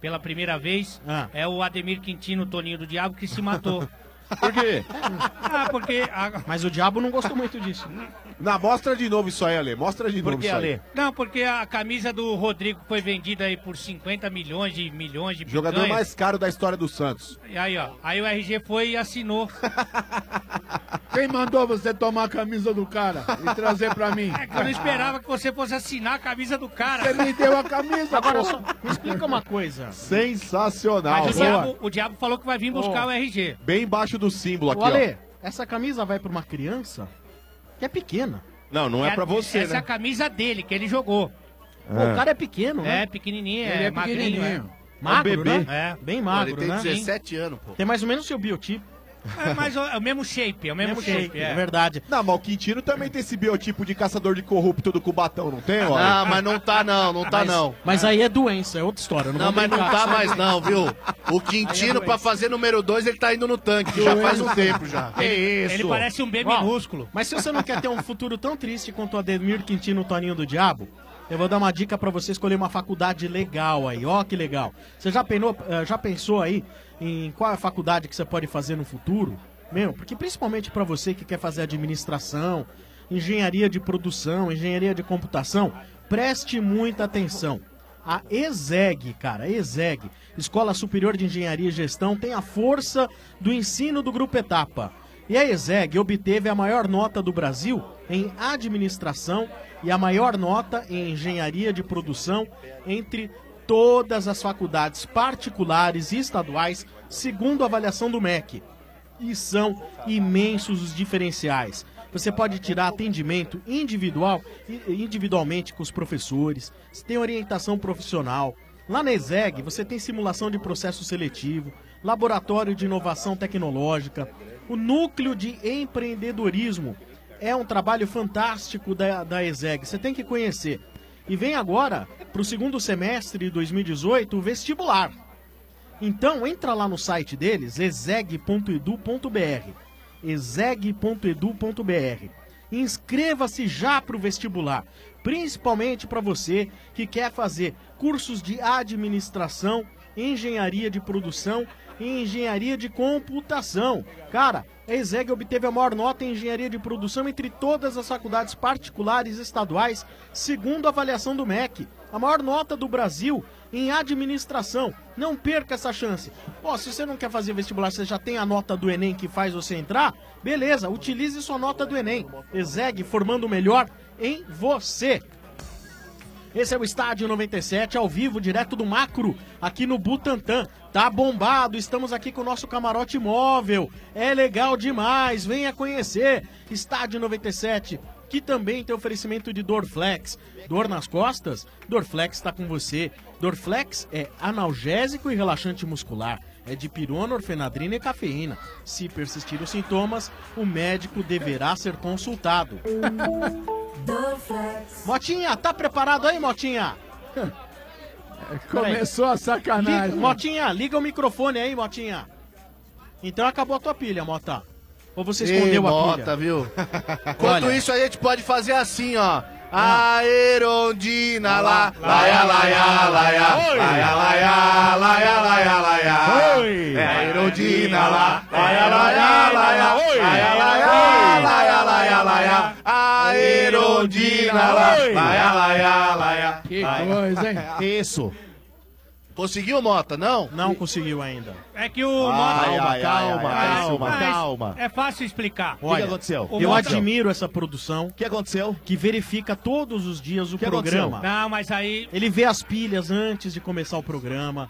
pela primeira vez,
Ah.
é o Ademir Quintino, Toninho do Diabo, que se matou. Por quê? Ah, porque... a-
Mas o Diabo não gostou muito disso.
Na mostra de novo isso aí, Ale. Mostra de novo isso aí.
Não, porque a camisa do Rodrigo foi vendida aí por 50 milhões de milhões de
Jogador
picanhas.
mais caro da história do Santos.
E aí, ó. Aí o RG foi e assinou.
Quem mandou você tomar a camisa do cara e trazer pra mim?
É
Eu não esperava É que você fosse assinar a camisa do cara.
Você me deu a camisa,
Agora,
pô.
Me explica uma coisa.
Sensacional.
Mas o
Boa.
diabo, o diabo falou que vai vir buscar
Boa.
o RG.
Bem embaixo do símbolo aqui,
Ô, Ale, essa camisa vai pra uma criança que é pequena.
Não, não é pra você,
Essa é a
né?
camisa dele, que ele jogou.
Pô, o cara é pequeno, né?
É, pequenininho,
Ele
é,
é
magrinho. É.
pequenininho. Magro,
É um bebê.
né?
É.
Bem magro,
Ele tem
né?
17 anos, pô.
Tem mais ou menos o seu biotipo.
É, mas é o mesmo shape, é o mesmo, shape. é.
verdade.
Não, mas o Quintino também tem esse biotipo de caçador de corrupto do Cubatão, não tem, ó?
Ah, mas não tá não, não tá
Mas-
não.
Mas aí é doença, é outra história.
Não, mas não tá mais não, viu? O Quintino, pra fazer número 2, ele tá indo no tanque, já faz um tempo já.
Ele- ele parece um bem
Ó,
minúsculo.
Mas se você não quer ter um futuro tão triste quanto o Ademir Quintino Toninho do Diabo, eu vou dar uma dica pra você escolher uma faculdade legal aí. Ó, que legal. Você já, penou- eh, já pensou aí em qual é a faculdade que você pode fazer no futuro? Meu, porque principalmente pra você que quer fazer administração, engenharia de produção, engenharia de computação, preste muita atenção. A ESEG, cara, a ESEG, Escola Superior de Engenharia e Gestão, tem a força do ensino do Grupo Etapa. E a ESEG obteve a maior nota do Brasil em administração e a maior nota em engenharia de produção entre todas as faculdades particulares e estaduais, segundo a avaliação do MEC e são imensos os diferenciais. Você pode tirar atendimento individual, i- individualmente com os professores. Você tem orientação profissional. Lá na ESEG, você tem simulação de processo seletivo, laboratório de inovação tecnológica, o núcleo de empreendedorismo. É um trabalho fantástico da, da ESEG. Você tem que conhecer. E vem agora, para o segundo semestre de 2018, o vestibular. Então entra lá no site deles, exeg.edu.br. exeg.edu.br. Inscreva-se já para o vestibular, principalmente para você que quer fazer cursos de administração, engenharia de produção e engenharia de computação. Cara, a Exeg obteve a maior nota em engenharia de produção entre todas as faculdades particulares estaduais, segundo a avaliação do MEC. A maior nota do Brasil em administração. Não perca essa chance. Ó, se você não quer fazer vestibular, você já tem a nota do Enem que faz você entrar? Beleza, utilize sua nota do Enem. Exeg formando o melhor em você. Esse é o Estádio 97, ao vivo, direto do Macro, aqui no Butantã. Tá bombado, estamos aqui com o nosso camarote móvel. É legal demais, venha conhecer. Estádio 97, que também tem oferecimento de Dorflex. Dor nas costas? Dorflex está com você. Dorflex é analgésico e relaxante muscular. É de pirona, orfenadrina e cafeína. Se persistir os sintomas, o médico deverá ser consultado. Motinha, tá preparado aí, Motinha?
Começou a sacanagem.
Liga- Motinha, liga o microfone aí, Motinha. Então acabou a tua pilha, Mota. Ou você escondeu
Ei,
a
Mota,
pilha?
viu? Enquanto isso, a gente pode fazer assim, ó.
Ah.
Aerondina lá, laia, laia, laia,
Oi.
laia, laia, laia, laia, laia. É Aerondina lá, laia, laia, laia, laia, laia, laia, laia, laia. Aerondina lá,
Oi.
laia, laia, laia. Ah,
Que
laia.
coisa, hein?
Isso. Conseguiu, Mota, não?
Não conseguiu ainda.
É que o
Ai,
Mota-
ai, calma,
Mas
calma, calma.
É fácil explicar.
Olha,
O
Eu
Mota-
admiro essa produção. O
que aconteceu?
Que verifica todos os dias o
Que
programa.
aconteceu? Não, mas aí.
Ele vê as pilhas antes de começar o programa.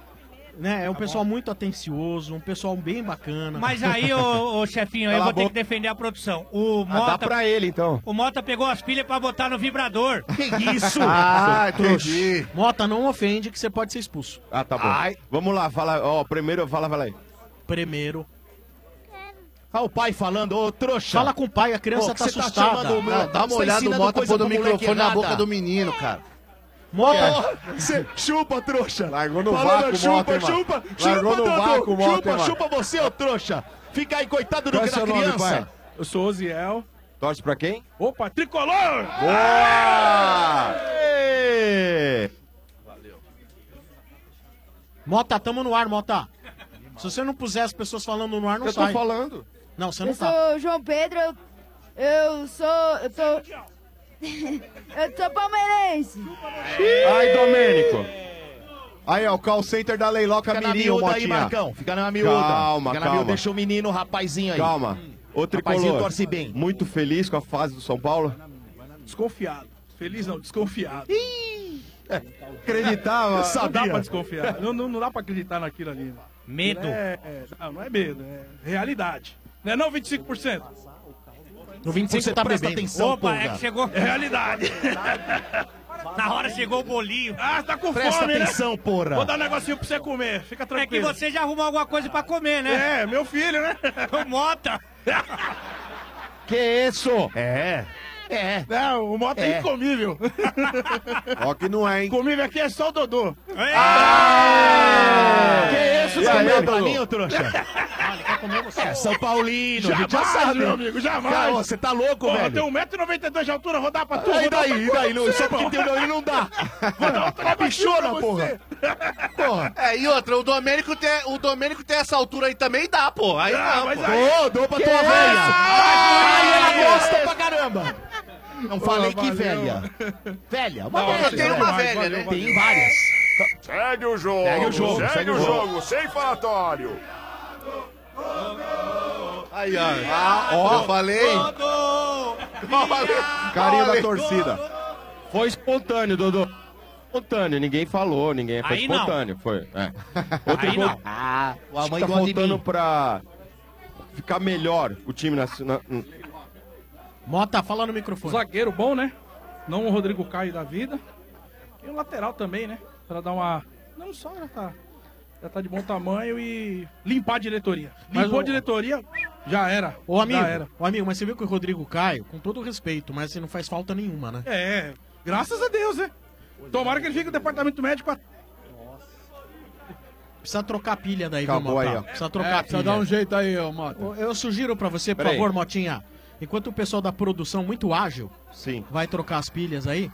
Né? É um pessoal muito atencioso, um pessoal bem bacana.
Tá Mas aí, ô, ô, chefinho, eu
Cala
vou
a
ter
boca.
que defender a produção. O
Ah,
Mota.
dá pra ele, então.
O Mota pegou as pilhas pra botar no vibrador.
Ah,
trouxa.
entendi. Mota, não ofende que você pode ser expulso.
Ah, tá bom. Vamos lá, fala. Ó, primeiro, fala, fala aí.
Primeiro.
Ah, o pai falando, ô trouxa.
Fala com o pai, a criança tá assustada.
Não, dá uma olhada no Mota pondo o microfone na boca do menino, cara. É.
Mota, cê- chupa, trouxa. Largou
no vácuo,
chupa,
Mota, hein, mano?
chupa,
Largou
chupa,
no
Dodô,
vácuo, Mota, hein,
chupa,
mano?
chupa você, ô trouxa. Fica aí, coitado do
Qual
da
é seu nome,
criança.
pai? Eu sou Oziel.
Torce pra quem?
Opa, tricolor!
Boa!
Mota, tamo no ar, Mota. Se você não puser as pessoas falando no ar, não
Eu tô
sai.
falando.
Não, você
eu
não
é
sou
tá.
o João Pedro, eu, eu sou. Eu tô. eu sou palmeirense.
Aí, Domênico. Aí, ó, o call center da Leiloca
Fica na
Mirim, o
miúda aí,
Motinha.
Marcão. Fica na miúda.
Calma,
Fica na
calma.
miúda, deixa o menino, o rapazinho aí.
Calma. Ô,
Rapazinho
Tricolor,
torce bem.
muito feliz com a fase do São Paulo?
Desconfiado. Feliz não, desconfiado.
É,
Acreditava.
Não dá
Sabia.
pra desconfiar. Não, não, não dá pra acreditar naquilo ali. mano.
Medo.
É, é, não, não é medo, é realidade. Não é não 25%?
No 25 você tá presta bebendo. atenção,
Opa, é que chegou.
É realidade.
Na hora chegou o bolinho.
Ah, tá com
Presta
fome,
atenção,
né?
porra.
Vou dar um negocinho pra você comer, fica
É que
tranquilo.
você já arrumou alguma coisa pra comer, né?
É, meu filho, né?
O Mota.
Que isso? É.
É. Não, o moto é,
É.
incomível.
Ó, que não é, hein?
Comível aqui é só o Dodô.
Que isso,
Ah! E aí,
comeu pra
Dodô?
mim, ô trouxa? É, São Paulino, a gente já
Jamais,
sabe.
meu amigo, jamais.
Cara, ó, você tá louco,
Porra, um
velho.
Eu tenho 1,92m de altura, rodar pra tu,
Aí
rodar
daí,
pra
e
tu,
daí, não,
você,
só porque
irmão.
tem o meu aí não dá.
Tá
pra
bichona,
você.
porra. Porra. É, e outra, o Domênico tem, o Domênico tem essa altura aí também dá, pô. Aí
Ah,
dá,
mas
pô.
aí-
Ô, dou pra
Que
tua
isso?
velha.
Ah,
Aí
que
ela gosta
isso?
pra caramba. Não falei que velha. Velha, uma
Não,
velha.
tem uma velha, né?
Tem várias.
Segue o jogo.
Segue o jogo,
Segue,
segue
o
o
jogo. Sem falatório.
Aí, ó. Ah, ó, eu falei.
Carinho da
Olha.
torcida. Foi espontâneo, Dodô. Espontâneo, ninguém falou, ninguém. Foi
Aí não.
espontâneo, foi. É. Outro
Aí
gol-
não.
Ah,
o
acho que
Amã
tá
igual de
faltando
mim.
pra ficar melhor o time na. na-
Mota, fala no microfone.
Zagueiro bom, né? Não o Rodrigo Caio da vida. E o lateral também, né? Pra dar uma. Não só já tá. Já tá de bom tamanho e limpar a diretoria.
Mas
Limpou
o-
a diretoria, já era.
Ô amigo,
Já era.
ô amigo, mas você viu que o Rodrigo Caio, com todo o respeito, mas assim, não faz falta nenhuma, né?
É, graças a Deus, né? Tomara que ele fique no departamento médico até.
Precisa trocar a pilha daí,
Acabou
viu, Mota?
aí, ó.
Precisa trocar
É,
a pilha.
precisa dar um jeito
aí, ô, Mota. Eu sugiro pra você, por
Peraí.
favor, Motinha, enquanto o pessoal da produção muito ágil
Sim.
vai trocar as pilhas aí,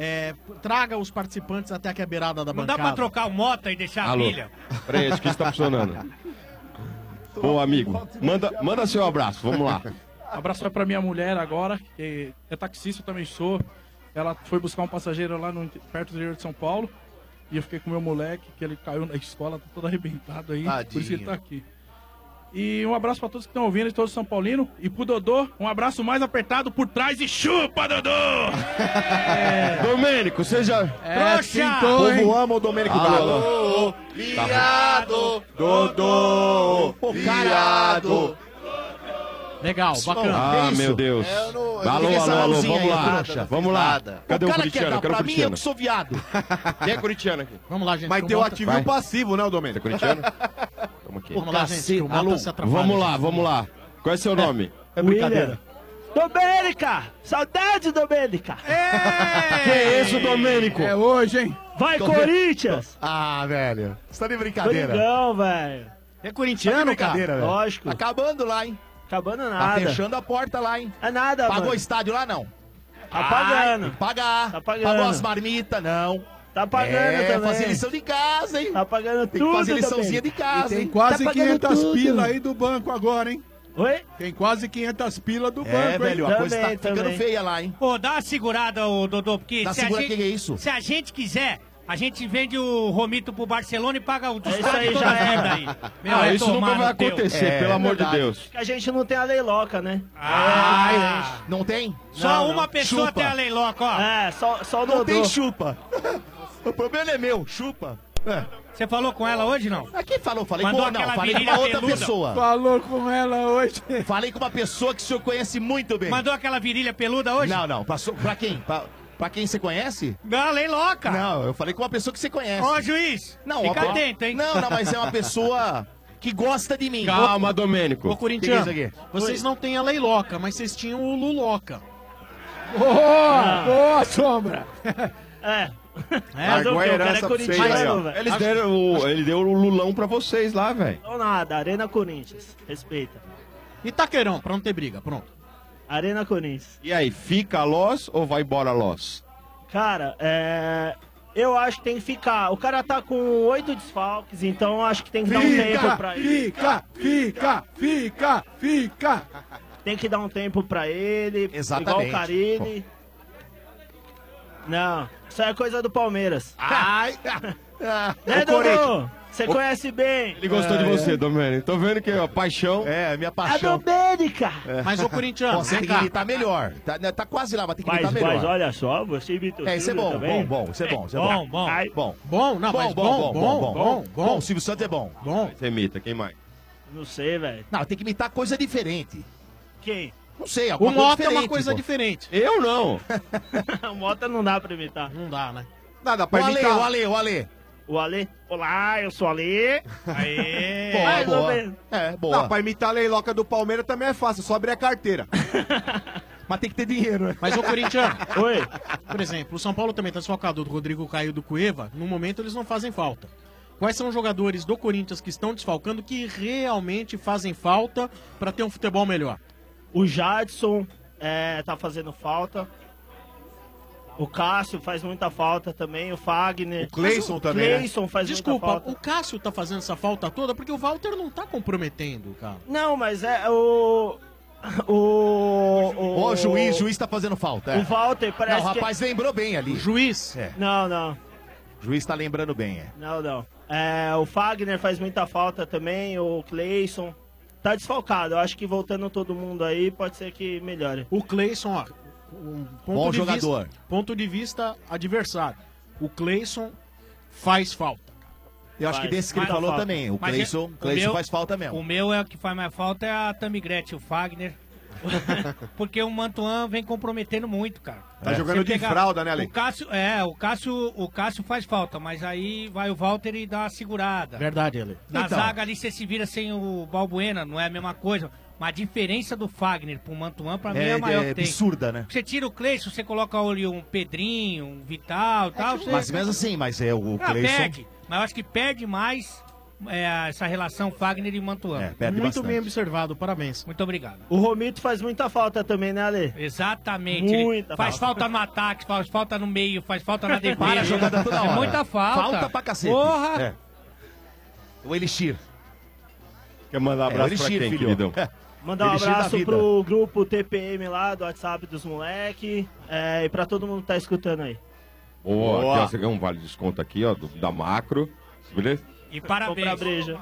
é, traga os participantes até aqui a beirada da
Não dá
bancada.
pra trocar o Mota e deixar a pilha?
Peraí, acho que está funcionando. Bom, amigo, manda, manda seu abraço, vamos lá.
Abraço vai pra minha mulher agora, que é taxista, eu também sou. Ela foi buscar um passageiro lá no, inte- perto do interior de São Paulo. E eu fiquei com meu moleque, que ele caiu na escola, tá todo arrebentado aí. Por isso que ele tá aqui. E um abraço pra todos que estão ouvindo, de todos São Paulino. E pro Dodô, um abraço mais apertado por trás e chupa, Dodô!
Domênico, seja.
É,
O
sinto, hein?
povo ama o Domênico Galo.
Tá
Viado!
Dodô!
Viado! Legal, bacana.
Ah, meu Deus. alô, alô, alô, vamos lá. vamos lá. Cadê o, é Curitiano? Eu quero o Curitiano.
viado.
Quem é Curitiano aqui?
Vamos lá, gente.
Mas
que
tem
o
o
Mota-
ativo e
Vai.
o passivo, né, o
Você é
Domênico?
Curitiano? Vamos aqui.
Vamos lá, gente, que o Mota
Caceta,
se atrapalha,
Vamos lá,
gente.
vamos lá. Qual é seu nome?
É brincadeira. Domênica! Saudade, Domênica!
Que é isso, Domênico? É
hoje, hein? Vai,
Domê-
Corinthians!
Ah, velho. Você tá de
Coringão, velho.
É
corintiano,
brincadeira,
cara?
velho.
Lógico.
Tá Acabando lá, hein?
Acabando
Tá
nada.
fechando a porta lá, hein?
É nada,
Pagou
mano.
estádio lá, não?
Tá pagando.
Ai, tem que pagar.
Tá pagando.
Pagou as marmitas, não.
Tá pagando
é,
também.
fazer lição de casa, hein?
Tá pagando
Tem que
tudo
fazer liçãozinha
também.
de casa,
E
hein?
tem
Quase
Tá pagando
500
tudo.
pila aí do banco agora, hein?
Oi?
Tem quase 500 pila do
É,
banco, hein?
velho, a coisa tá Também, ficando também. feia
lá, hein?
Pô, dá uma segurada, ô, Dodô, porque
Dá
se
segura-
a gente...
que que é isso?
Se a gente quiser, a gente vende o Romito pro Barcelona e paga o isso destaque aí, é toda já a é. merda aí. Meu,
Ah,
vai
é
isso nunca
tomar
vai
no teu.
acontecer, pelo amor de Deus. é.
Que a gente não tem a leiloca, né?
Ah, não tem?
Só
Não,
uma
não.
pessoa
Chupa.
tem a leiloca, ó. É, só, só
Não tem chupa. O problema é meu, chupa.
É.
Você falou com ela hoje, não?
Aqui falou, falei
Mandou
com não,
aquela
falei com uma
virilha
outra
peluda.
pessoa.
Falou
com ela hoje. Falei com uma pessoa que o senhor conhece muito bem.
Mandou aquela virilha peluda hoje?
Não, não, passou, pra quem? Pra, pra quem você conhece?
Não, leiloca.
Não, eu falei com uma pessoa que você conhece.
Ó, juiz,
Não,
fica
uma-
atento, hein?
Não, não, mas é uma
Ah,
pessoa que gosta de mim.
Calma, Domênico.
Ô, Corinthians,
Que que é isso aqui?
vocês não têm a Leiloca, mas vocês tinham o Luloca.
Boa! Boa, Sombra!
É.
Largou
a herança pra vocês aí, ó.
Eles
Acho-
deram o, ele deu o lulão pra vocês lá, velho.
Não nada, Arena Corinthians. Respeita.
Itaquerão, pra não ter briga, pronto.
Arena Corinthians.
E aí, fica a Loss ou vai embora a Loss?
Cara, é. Eu acho que tem que ficar. O cara tá com oito desfalques, então eu acho que tem que dar um tempo pra ele.
fica, fica, fica, fica.
Tem que dar um tempo pra ele. Igual
Exatamente.
o Carilli. Não, isso aí é coisa do Palmeiras.
Ai!
né,
Ô,
Dodô?
Corinthians.
Você
Ô,
conhece bem. É.
Ele gostou de você, Domênico. Tô vendo que a paixão.
É, minha
A Domênica!
Mas o Corinthians,
Você tem que gritar melhor. Tá, né, tá quase lá, mas tem que
Mas,
gritar melhor.
mas olha tá só, você imitou
É, isso é bom, bom, bom, isso é bom, isso é bom.
Ai,
Bom.
Bom,
é
não, mas bom, bom, bom, bom.
O Silvio Santos é bom.
Bom.
Você imita, quem mais?
Não sei, velho.
Não, tem que imitar coisa diferente.
Quem?
Não sei,
O
alguma coisa
Mota é
diferente.
uma coisa
pô.
diferente.
Eu não.
o Mota não dá pra imitar.
Não dá, né?
Tá,
Nada
pra O Ale, imitar. o Ale, o Ale.
O Ale. Olá, eu sou o Ale. Aê. Mais ou menos.
É,
boa.
Não, pra imitar a leiloca do Palmeiras também é fácil, é só abrir a carteira.
Mas tem que ter dinheiro, né?
Mas o Corinthians,
Oi.
por exemplo, o São Paulo também tá desfalcado do Rodrigo Caio e do Cueva. No momento eles não fazem falta. Quais são os jogadores do Corinthians que estão desfalcando que realmente fazem falta pra ter um futebol melhor?
O Jadson é, tá fazendo falta. O Cássio faz muita falta também. O Fagner. O Cleison né? faz
né? Desculpa,
muita falta.
o Cássio tá fazendo essa falta toda porque o Walter não tá comprometendo, cara.
Não, mas é o. O. O,
Ô, juiz, juiz tá fazendo falta. é.
O Walter parece.
Não, o rapaz
que...
lembrou bem ali.
Juiz?
É.
Não, não.
O juiz tá lembrando bem, é.
Não, não. É, o Fagner faz muita falta também, o Cleison. Tá desfalcado. Eu acho que voltando todo mundo aí, pode ser que melhore.
O Cleison, ó. Um ponto
Bom
de
jogador.
vista- ponto de vista adversário. O Cleison faz falta.
Eu acho que desse que ele falou também. O
Mas
Cleison
é-
Cleison
meu-
faz falta mesmo.
O meu é o que faz mais falta é a Tamigretti, o Fagner.
Porque o Mantuan vem comprometendo muito, cara.
É.
Tá jogando de fralda, né, Ale?
O Cássio, é, o Cássio, o Cássio faz falta, mas aí vai o Walter e dá uma segurada.
Verdade, Ale.
Na
Então.
zaga ali você se vira sem o Balbuena, não é a mesma coisa. Mas a diferença do Fagner pro Mantuan, pra mim, é a maior
é
que tem.
absurda, né?
Você tira o Cleiton, você coloca ali um Pedrinho, um Vital e tal. você-
Mas mesmo assim, mas é o
Ah,
Cleison.
perde. Mas eu acho que perde mais é, essa relação Fagner e Mantuan.
É,
Muito bem observado, parabéns.
Muito obrigado.
O Romito faz muita falta também, né, Ale?
Exatamente.
Muita
Ele faz falta. no ataque, faz falta no meio, faz falta na defesa.
Para a jogada toda hora.
É muita falta.
Falta pra cacete.
Porra!
É. O Elixir.
Quer mandar um
É,
abraço pra
Elixir,
quem,
filho.
queridão?
Mandar um
Elixir da
abraço
vida.
pro grupo TPM lá do WhatsApp dos moleque é, e pra todo mundo que tá escutando aí.
Boa,
Boa.
aqui, ó, você ganhou um vale de desconto aqui, ó, do- da macro. Beleza?
E
parabéns. breja.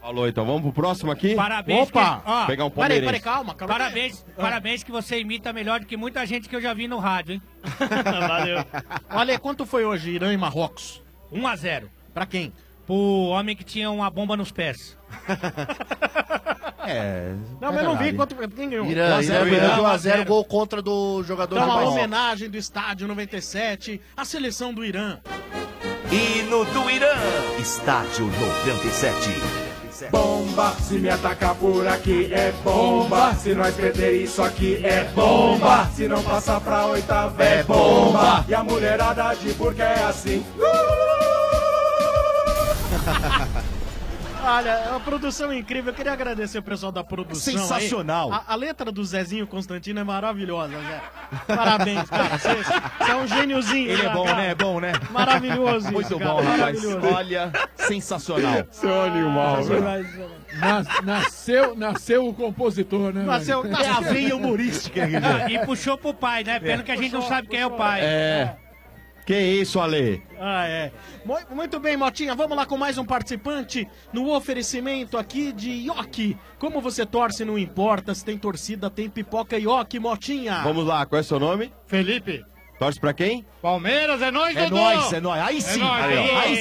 Falou, então vamos pro próximo aqui?
Parabéns.
Opa!
que- ó,
Pegar um palmeirense.
calma, calma. Parabéns, parabéns que você imita melhor do que muita gente que eu já vi no rádio, hein?
Valeu.
Ale, quanto foi hoje Irã e Marrocos?
1 a 0
Pra quem?
Pro homem que tinha uma bomba nos pés.
É.
Não, mas eu não vi quanto. Quem ganhou?
Irã, 1
Irã,
Irã, 1 a 0
1x0,
gol contra do jogador
Então,
de
uma
Marrocos.
homenagem do estádio 97 à seleção do Irã.
Hino do Irã. Estádio 97.
Bomba, se me atacar por aqui é bomba. Se nós perder isso aqui é bomba. Se não passar pra oitava é bomba. E a mulherada de burca é assim.
Olha, é uma produção incrível. Eu queria agradecer o pessoal da produção. aí.
Sensacional.
A, a letra do Zezinho Constantino é maravilhosa, Zé. Parabéns, cara. Você você é um gêniozinho.
Ele é
cara.
bom, né? É bom, né?
Maravilhoso
Muito
isso, cara.
bom, rapaz.
Maravilhoso.
Olha, sensacional.
Seu animal, Nas, nasceu, nasceu o compositor, né?
Nasceu-
velho?
É a veia
humorística,
e puxou pro pai, né? Pena que a gente não sabe quem é o pai.
É. Que isso, Ale?
Ah, é. Mu- Muito bem, Motinha. Vamos lá com mais um participante no oferecimento aqui de Yoki. Como você torce, não importa. Se tem torcida, tem pipoca Yoki,
Ah.
Motinha.
Vamos lá, qual é seu nome?
Felipe.
Torce pra quem?
Palmeiras, é nóis,
É Dodô! nóis, é nóis. Aí sim, aí, ó. Aí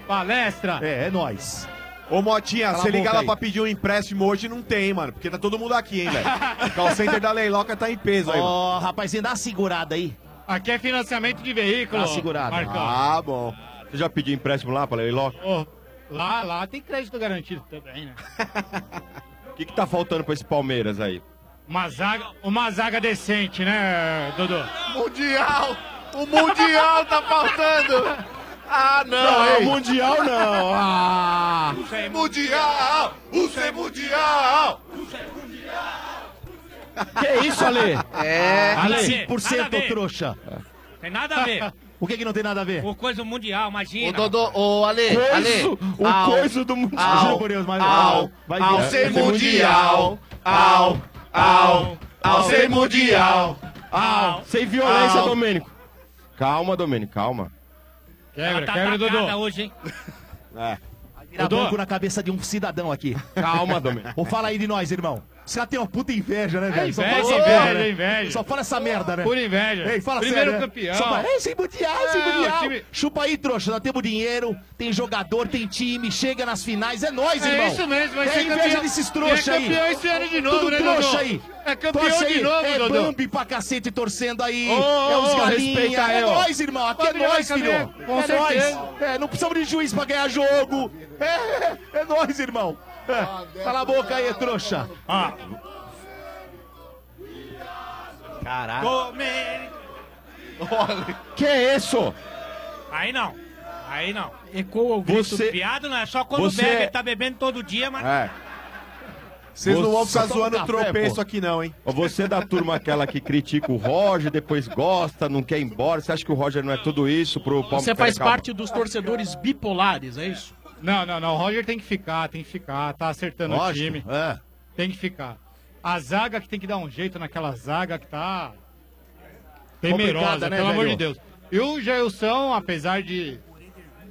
sim. Palestra.
É, é nóis.
Ô Motinha,
Cala
você
a boca
ligar lá
aí.
pra pedir um empréstimo hoje não tem, mano. Porque tá todo mundo aqui, hein, velho. Call center da Leiloca tá em peso aí. mano.
Ó, rapazinho, dá uma segurada aí.
Aqui é financiamento de veículo.
Tá segurado.
Marcão.
Ah, bom. Você já pediu empréstimo lá pra Leiloca?
Ô, lá, lá tem crédito garantido também, né?
O que, que tá faltando pra esse Palmeiras aí?
Uma zaga, uma zaga decente, né, Dodô?
Mundial! O Mundial tá faltando! Ah, não!
Não, é
hein?
Mundial não.
Ah. Mundial! O sem Mundial!
Que isso, Ale?
É.
Ale, nada a
5%,
ver.
trouxa.
Tem nada a ver.
O que que não tem nada a ver?
Por coisa mundial, imagina.
Ô, Dodô, ô, Ale, Coiso, Ale. o
Ah,
Au, coiso do mundial. au, Juro por Deus, mas- au, vai ao vir. ser mundial,
Au! Au! Ao sem Mundial!
Au! Sem violência,
Au.
Domênico. Calma, Domênico, calma.
Quebra,
quebra, Dodô. tá hoje, hein?
É.
Virar
Dodô.
banco na cabeça de um cidadão aqui.
Calma, Domênico.
Ou fala aí de nós, irmão. Os caras têm uma puta inveja, né, velho? Só
É inveja,
fala essa merda,
inveja,
né?
inveja.
Só fala essa merda, né?
Pura inveja.
Ei, fala
Primeiro
sério, né?
campeão.
Só fala, Ei, sem mundial, sem
É,
mundial.
o time-
Chupa aí, trouxa. Nós temos dinheiro, tem jogador, tem time, chega nas finais. É nós,
É
irmão.
isso mesmo, vai
é
ser
inveja
campeão.
desses
E
trouxa
é
aí.
campeão esse ano de novo,
Tudo
né,
trouxa
Dodô?
aí.
É campeão
Torce
de
aí.
novo,
é
Dodô.
Bambi pra cacete torcendo aí.
Ô, ô,
é uns
ô,
galinhas.
respeita aí,
É
ó.
nós, irmão. Aqui é
Pode
nós,
jogar,
filho.
Caminha, com
É
certeza.
nós. É, não precisamos de juiz pra ganhar jogo. É, é, é nós, irmão. É. Cala a boca aí, trouxa.
Ah, Ah.
Caraca.
Que é isso?
Aí não. Aí não.
Ecoa o
grito
Você-
do piado, não é só quando
Você-
bebe, tá bebendo todo dia, mas
É.
Vocês não vão ficar
Você-
zoando o
Café,
tropeço
pô.
aqui, não, hein?
Ó, Você é da turma aquela que critica o Roger, depois gosta, não quer ir embora. Você acha que o Roger não é tudo isso pro Palmeiras?
Você faz
Calma.
parte dos torcedores bipolares, é isso?
Não, não, não. O Roger tem que ficar, tem que ficar. Tá acertando
Lógico,
o time.
É.
Tem que ficar. A zaga que tem que dar um jeito naquela zaga que tá temerosa,
Complicada, né,
pelo amor de
velho?
Deus. E o Jailson, apesar de,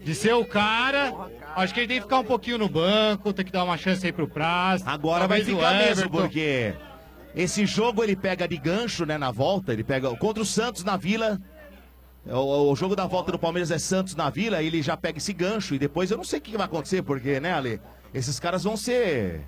de ser o cara, acho que ele tem que ficar um pouquinho no banco, tem que dar uma chance aí pro Praz.
Agora vai
talvez o
ficar mesmo,
Everton.
porque esse jogo ele pega de gancho, né, na volta, ele pega contra o Santos na Vila. O, o jogo da volta do Palmeiras é Santos na Vila, ele já pega esse gancho e depois eu não sei o que vai acontecer, porque, né, Ale, esses caras vão ser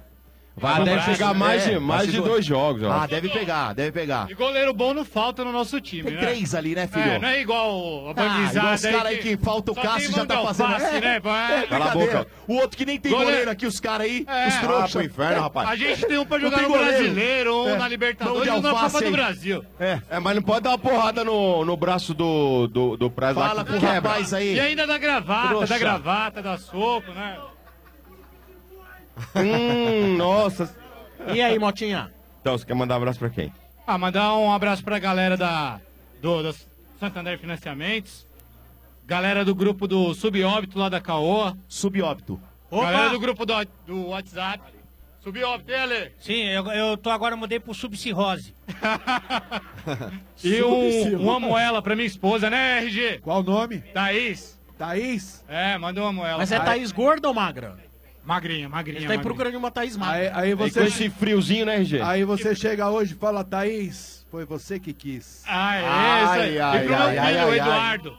Vai deve pegar mais de- mais de dois jogos, eu
Ah,
acho.
deve pegar, deve pegar.
E goleiro bom não falta no nosso time,
Ah. Tem
né?
três ali, né, filho?
É, não é igual a
Ah, igual
bandizada
os caras aí que falta o
só
Cássio
tem
já tá
manga
fazendo.
alface,
É,
né?
é
Vai.
brincadeira.
Cala a boca.
O outro que nem tem
Goleiro.
goleiro, aqui, os caras aí,
É.
os
Ah,
trouxas.
pro inferno, rapaz. A gente tem um pra
Não
jogar
tem É.
no Brasileiro, um na Libertadores
Mão de
e um na
alface
Copa do
aí.
Brasil.
É. mas não pode dar uma porrada no, no braço do, do, do prazo lá
Fala
que
pro
quebra.
rapaz aí. E ainda da gravata,
Trouxa.
da gravata, da soco, né?
Hum, nossa.
E aí, Motinha?
Então, você quer mandar um abraço pra quem?
Ah, mandar um abraço pra galera da, do, do Santander Financiamentos. Galera do grupo do Subóbito lá da Caoa.
Subóbito.
Galera do grupo do, do WhatsApp. Subóbito, e Ale?
Sim, eu, eu tô agora mudei pro subcirrose.
é
E um, um amo ela pra minha esposa, né, RG?
Qual o nome?
Thaís.
Thaís?
É, mandou um amo ela.
Mas é Thaís gorda ou magra?
Magrinha, magrinha.
A gente tá em
magrinha.
procura de uma Thaís
Aí,
magra.
aí você.
com esse friozinho, né, RG?
Aí você chega hoje e fala, Thaís, foi você que quis.
Ah, é
Ai,
isso aí.
ai,
e pro meu
ai,
filho,
ai,
o
ai.
Eduardo.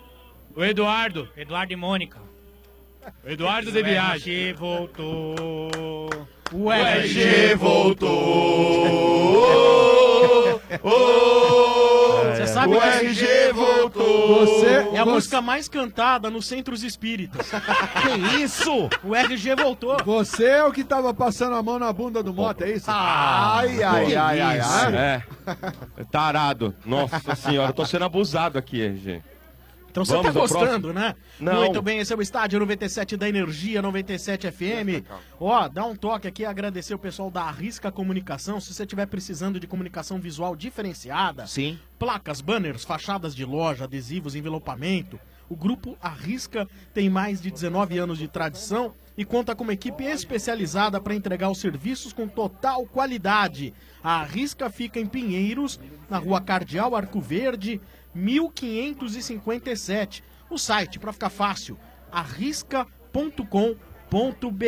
O Eduardo.
Eduardo e Mônica.
O Eduardo de
O
viagem.
RG voltou.
O
RG voltou.
Você sabe
o
que-
RG voltou.
é a música mais cantada nos centros espíritas. que
isso?
O RG voltou.
Você é o que tava passando a mão na bunda do Mota, é isso?
Ai,
que
ai, ai, ai,
isso?
ai. Ah, É. Tarado. Nossa senhora, eu tô sendo abusado aqui, RG.
Então você tá gostando, né?
Não.
Muito bem, esse é o estádio 97 da Energia, 97 FM. Ó, dá um toque aqui, agradecer o pessoal da Arrisca Comunicação. Se você estiver precisando de comunicação visual diferenciada,
Sim.
placas, banners, fachadas de loja, adesivos, envelopamento. O grupo Arrisca tem mais de 19 anos de tradição e conta com uma equipe especializada para entregar os serviços com total qualidade. A Arrisca fica em Pinheiros, na rua Cardeal Arco Verde, 1557. O site, para ficar fácil, arrisca.com.br.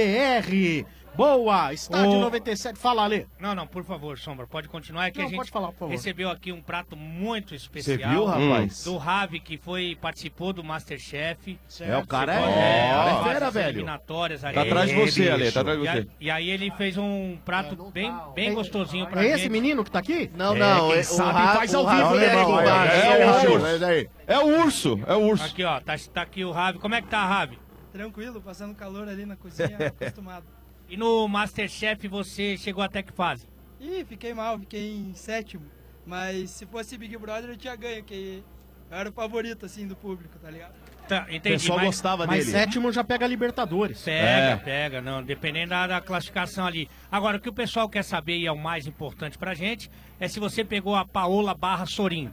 Boa! Estádio
Ô.
97, fala, Alê.
Não, não, por favor, Sombra, pode continuar. É que
Não,
a gente
pode falar, por favor.
recebeu aqui um prato muito especial.
Você viu, rapaz?
Do Ravi, que foi, participou do Masterchef.
É, o cara é-
É,
o cara é
faz
fera,
as
velho.
eliminatórias ali.
Tá atrás de você, Ale, tá atrás de
E a-
você.
E aí ele fez um prato bem, bem gostosinho pra
É
gente.
tá, esse menino que tá aqui?
Não,
É,
não,
quem
é,
sabe
Ra-
faz ao
o Ra-
vivo,
olha
né,
aí,
Guilherme?
olha aí, olha
É o
aí,
urso.
olha aí.
É o urso, é o urso.
Aqui, ó, tá, tá aqui o Ravi. Como é que tá, Ravi?
Tranquilo, passando calor ali na cozinha, acostumado.
E no Masterchef você chegou até que fase?
Ih, fiquei mal, fiquei em sétimo. Mas se fosse Big Brother eu tinha ganho, que eu era o favorito, assim, do público, tá ligado?
Tá, entendi. mas-
mas
mas
sétimo já pega a Libertadores.
Pega,
É.
pega, não, dependendo da, da classificação ali. Agora, o que o pessoal quer saber e é o mais importante pra gente é se você pegou a Paola barra Sorim.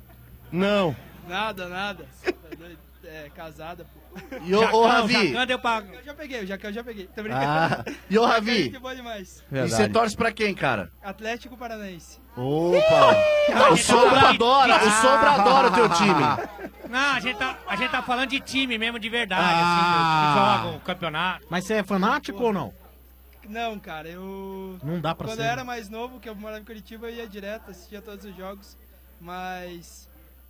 Não.
Nada, nada. Cê tá doido? É, casada, pô.
E ô- ô,
Jacão,
Ravi?
Jacão deu pra-
Eu já peguei, o Jacão eu já peguei. Tô brincando.
Ah, e ô, Ravi?
Jacão, é gente boa demais.
E você torce pra quem, cara?
Atlético Paranaense.
Opa! Ah, o Sombra adora, o Sombra adora o teu time.
Não, a gente tá, a gente tá falando de time mesmo, de verdade,
Ah.
assim, que joga o campeonato.
Mas você é fanático ou não?
Não, cara, eu.
Não dá pra
Quando
ser,
eu
né?
era mais novo, que eu morava em Curitiba, eu ia direto, assistia todos os jogos. Mas.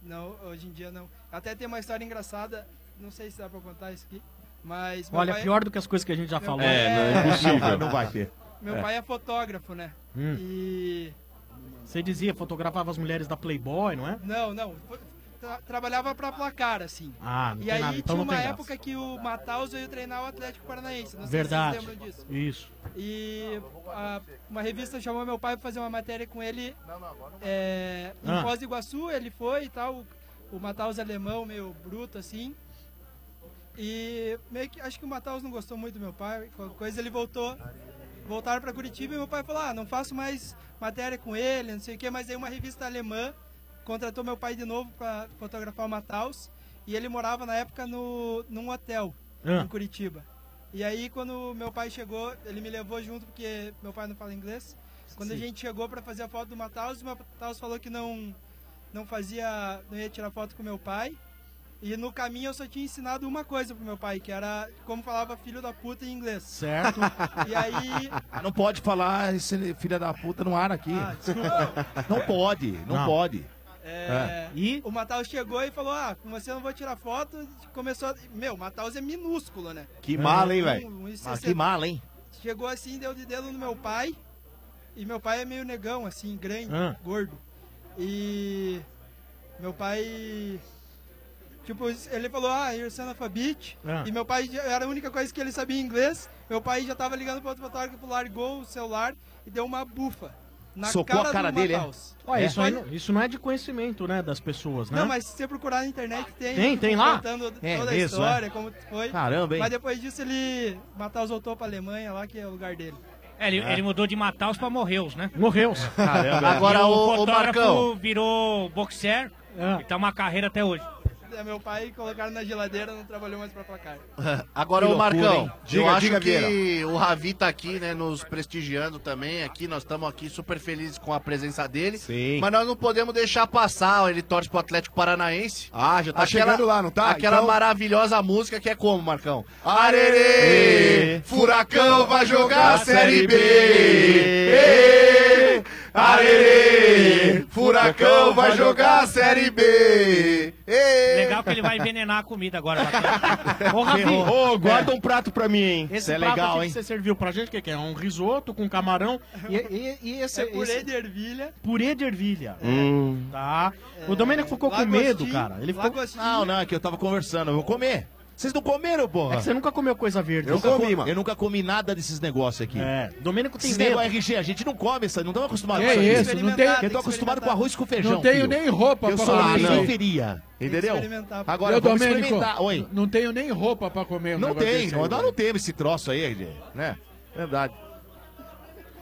Não, hoje em dia não. Até tem uma história engraçada, não sei se dá pra contar isso aqui. Mas. meu
Olha,
pai- é
pior do que as coisas que a gente já
meu
falou.
pai
É,
é né?
Não vai ter.
Meu
É.
pai é fotógrafo, né?
Hum.
E.
Você dizia, fotografava as mulheres da Playboy, não é?
Não, não. fo- tra- trabalhava pra placar, assim.
Ah, não
e
tem
aí
nada,
tinha
então não
uma
tem graça.
época que o Mataus veio treinar o Atlético Paranaense. Não
Verdade.
sei se vocês lembram disso.
Isso.
E a- uma revista chamou meu pai pra fazer uma matéria com ele é, em
Ah.
Foz do Iguaçu, ele foi e tal, o, o Mataus é alemão meio bruto assim. E meio que acho que o Mataus não gostou muito do meu pai, qualquer coisa ele voltou. Voltaram pra Curitiba e meu pai falou: "Ah, não faço mais matéria com ele, não sei o quê", mas aí uma revista alemã contratou meu pai de novo pra fotografar o Mataus, e ele morava na época no num hotel
Ah.
em Curitiba. E aí, quando meu pai chegou, ele me levou junto, porque meu pai não fala inglês. Quando a
Sim.
gente chegou para fazer a foto do Mataus, o Mataus falou que não, não fazia, não ia tirar foto com meu pai. E no caminho eu só tinha ensinado uma coisa pro meu pai, que era como falava filho da puta em inglês.
Certo.
E aí,
Não pode falar esse filho da puta no ar aqui. não pode, não,
Não.
pode.
É,
É.
O Mataus chegou e falou: Ah, com você eu não vou tirar foto. Começou. A... Meu, o Mataus é minúsculo, né?
Que mala, hein,
Um-
velho?
um
Ah,
e
que
sessenta.
mala, hein?
Chegou assim, deu de dedo no meu pai. E meu pai é meio negão, assim, grande,
Ah.
gordo. E meu pai. Tipo, ele falou, ah, you're son of a bitch.
Ah.
E meu pai já- era a única coisa que ele sabia em inglês. Meu pai já tava ligando pro outro fotógrafo, largou o celular e deu uma bufa. Na
Socou
cara
a cara
do
dele, é?
Mataus.
Olha,
É.
Isso, aí não, isso não é de conhecimento, né, das pessoas, né?
Não, mas se você procurar na internet tem. um
Tem, tem lá?
Contando
É
toda
mesmo,
a história,
é?
como foi.
Caramba, hein?
Mas depois disso ele. Matheus voltou pra Alemanha lá, que é o lugar dele.
É, ele,
É.
ele mudou de Mataus pra Morreus, né?
Morreus.
Caramba.
Agora,
E
ô- ô,
fotógrafo
Marcão.
virou boxer e tá uma carreira até hoje.
É, meu pai colocaram na geladeira, não trabalhou mais pra placar.
Agora,
Que
ô
loucura,
Marcão,
hein?
eu
Diga,
acho
diga,
que
Vieira.
o Ravi tá aqui, né, nos prestigiando também. Aqui nós estamos aqui super felizes com a presença dele.
Sim.
Mas nós não podemos deixar passar, ele torce pro Atlético Paranaense.
Ah, já tá chegando lá, não tá?
Aquela
Então-
maravilhosa música que é como, Marcão?
Arerê, Furacão vai jogar a Série B. Ê, Arerê, Furacão vai jogar a Série B.
Legal que ele vai envenenar a comida agora. Ô,
Rafi.
Ô, guarda um prato pra mim, é hein?
Esse
é
prato aqui que você serviu pra gente, o que, que é? Um risoto com camarão e, e, e esse...
É purê
esse-
de ervilha.
Purê de ervilha.
Hum.
Tá. O Domênico ficou com medo, cara. Ele ficou...
Não, não, é que eu tava conversando. Eu vou comer. Vocês não comeram, porra?
É que você nunca comeu coisa verde.
Eu, nunca comi, Eu nunca comi nada desses negócios aqui. É.
Domênico
tem Esse
medo.
negócio RG, a gente não come isso, aí, não estamos acostumados
Que
com isso.
isso, não tem-
tá
Eu
tá-
tô acostumado com arroz com feijão.
Não tenho
filho.
nem roupa
Eu
pra
sou da
comer isso aí.
periferia,
Tem que
entendeu?
experimentar.
Agora,
Meu
vamos
Domênico,
experimentar. Oi.
n- Não tenho nem roupa pra comer. um
Não
negócio
tem,
desse
não,
aí.
nós não temos esse troço aí, RG, né? Verdade.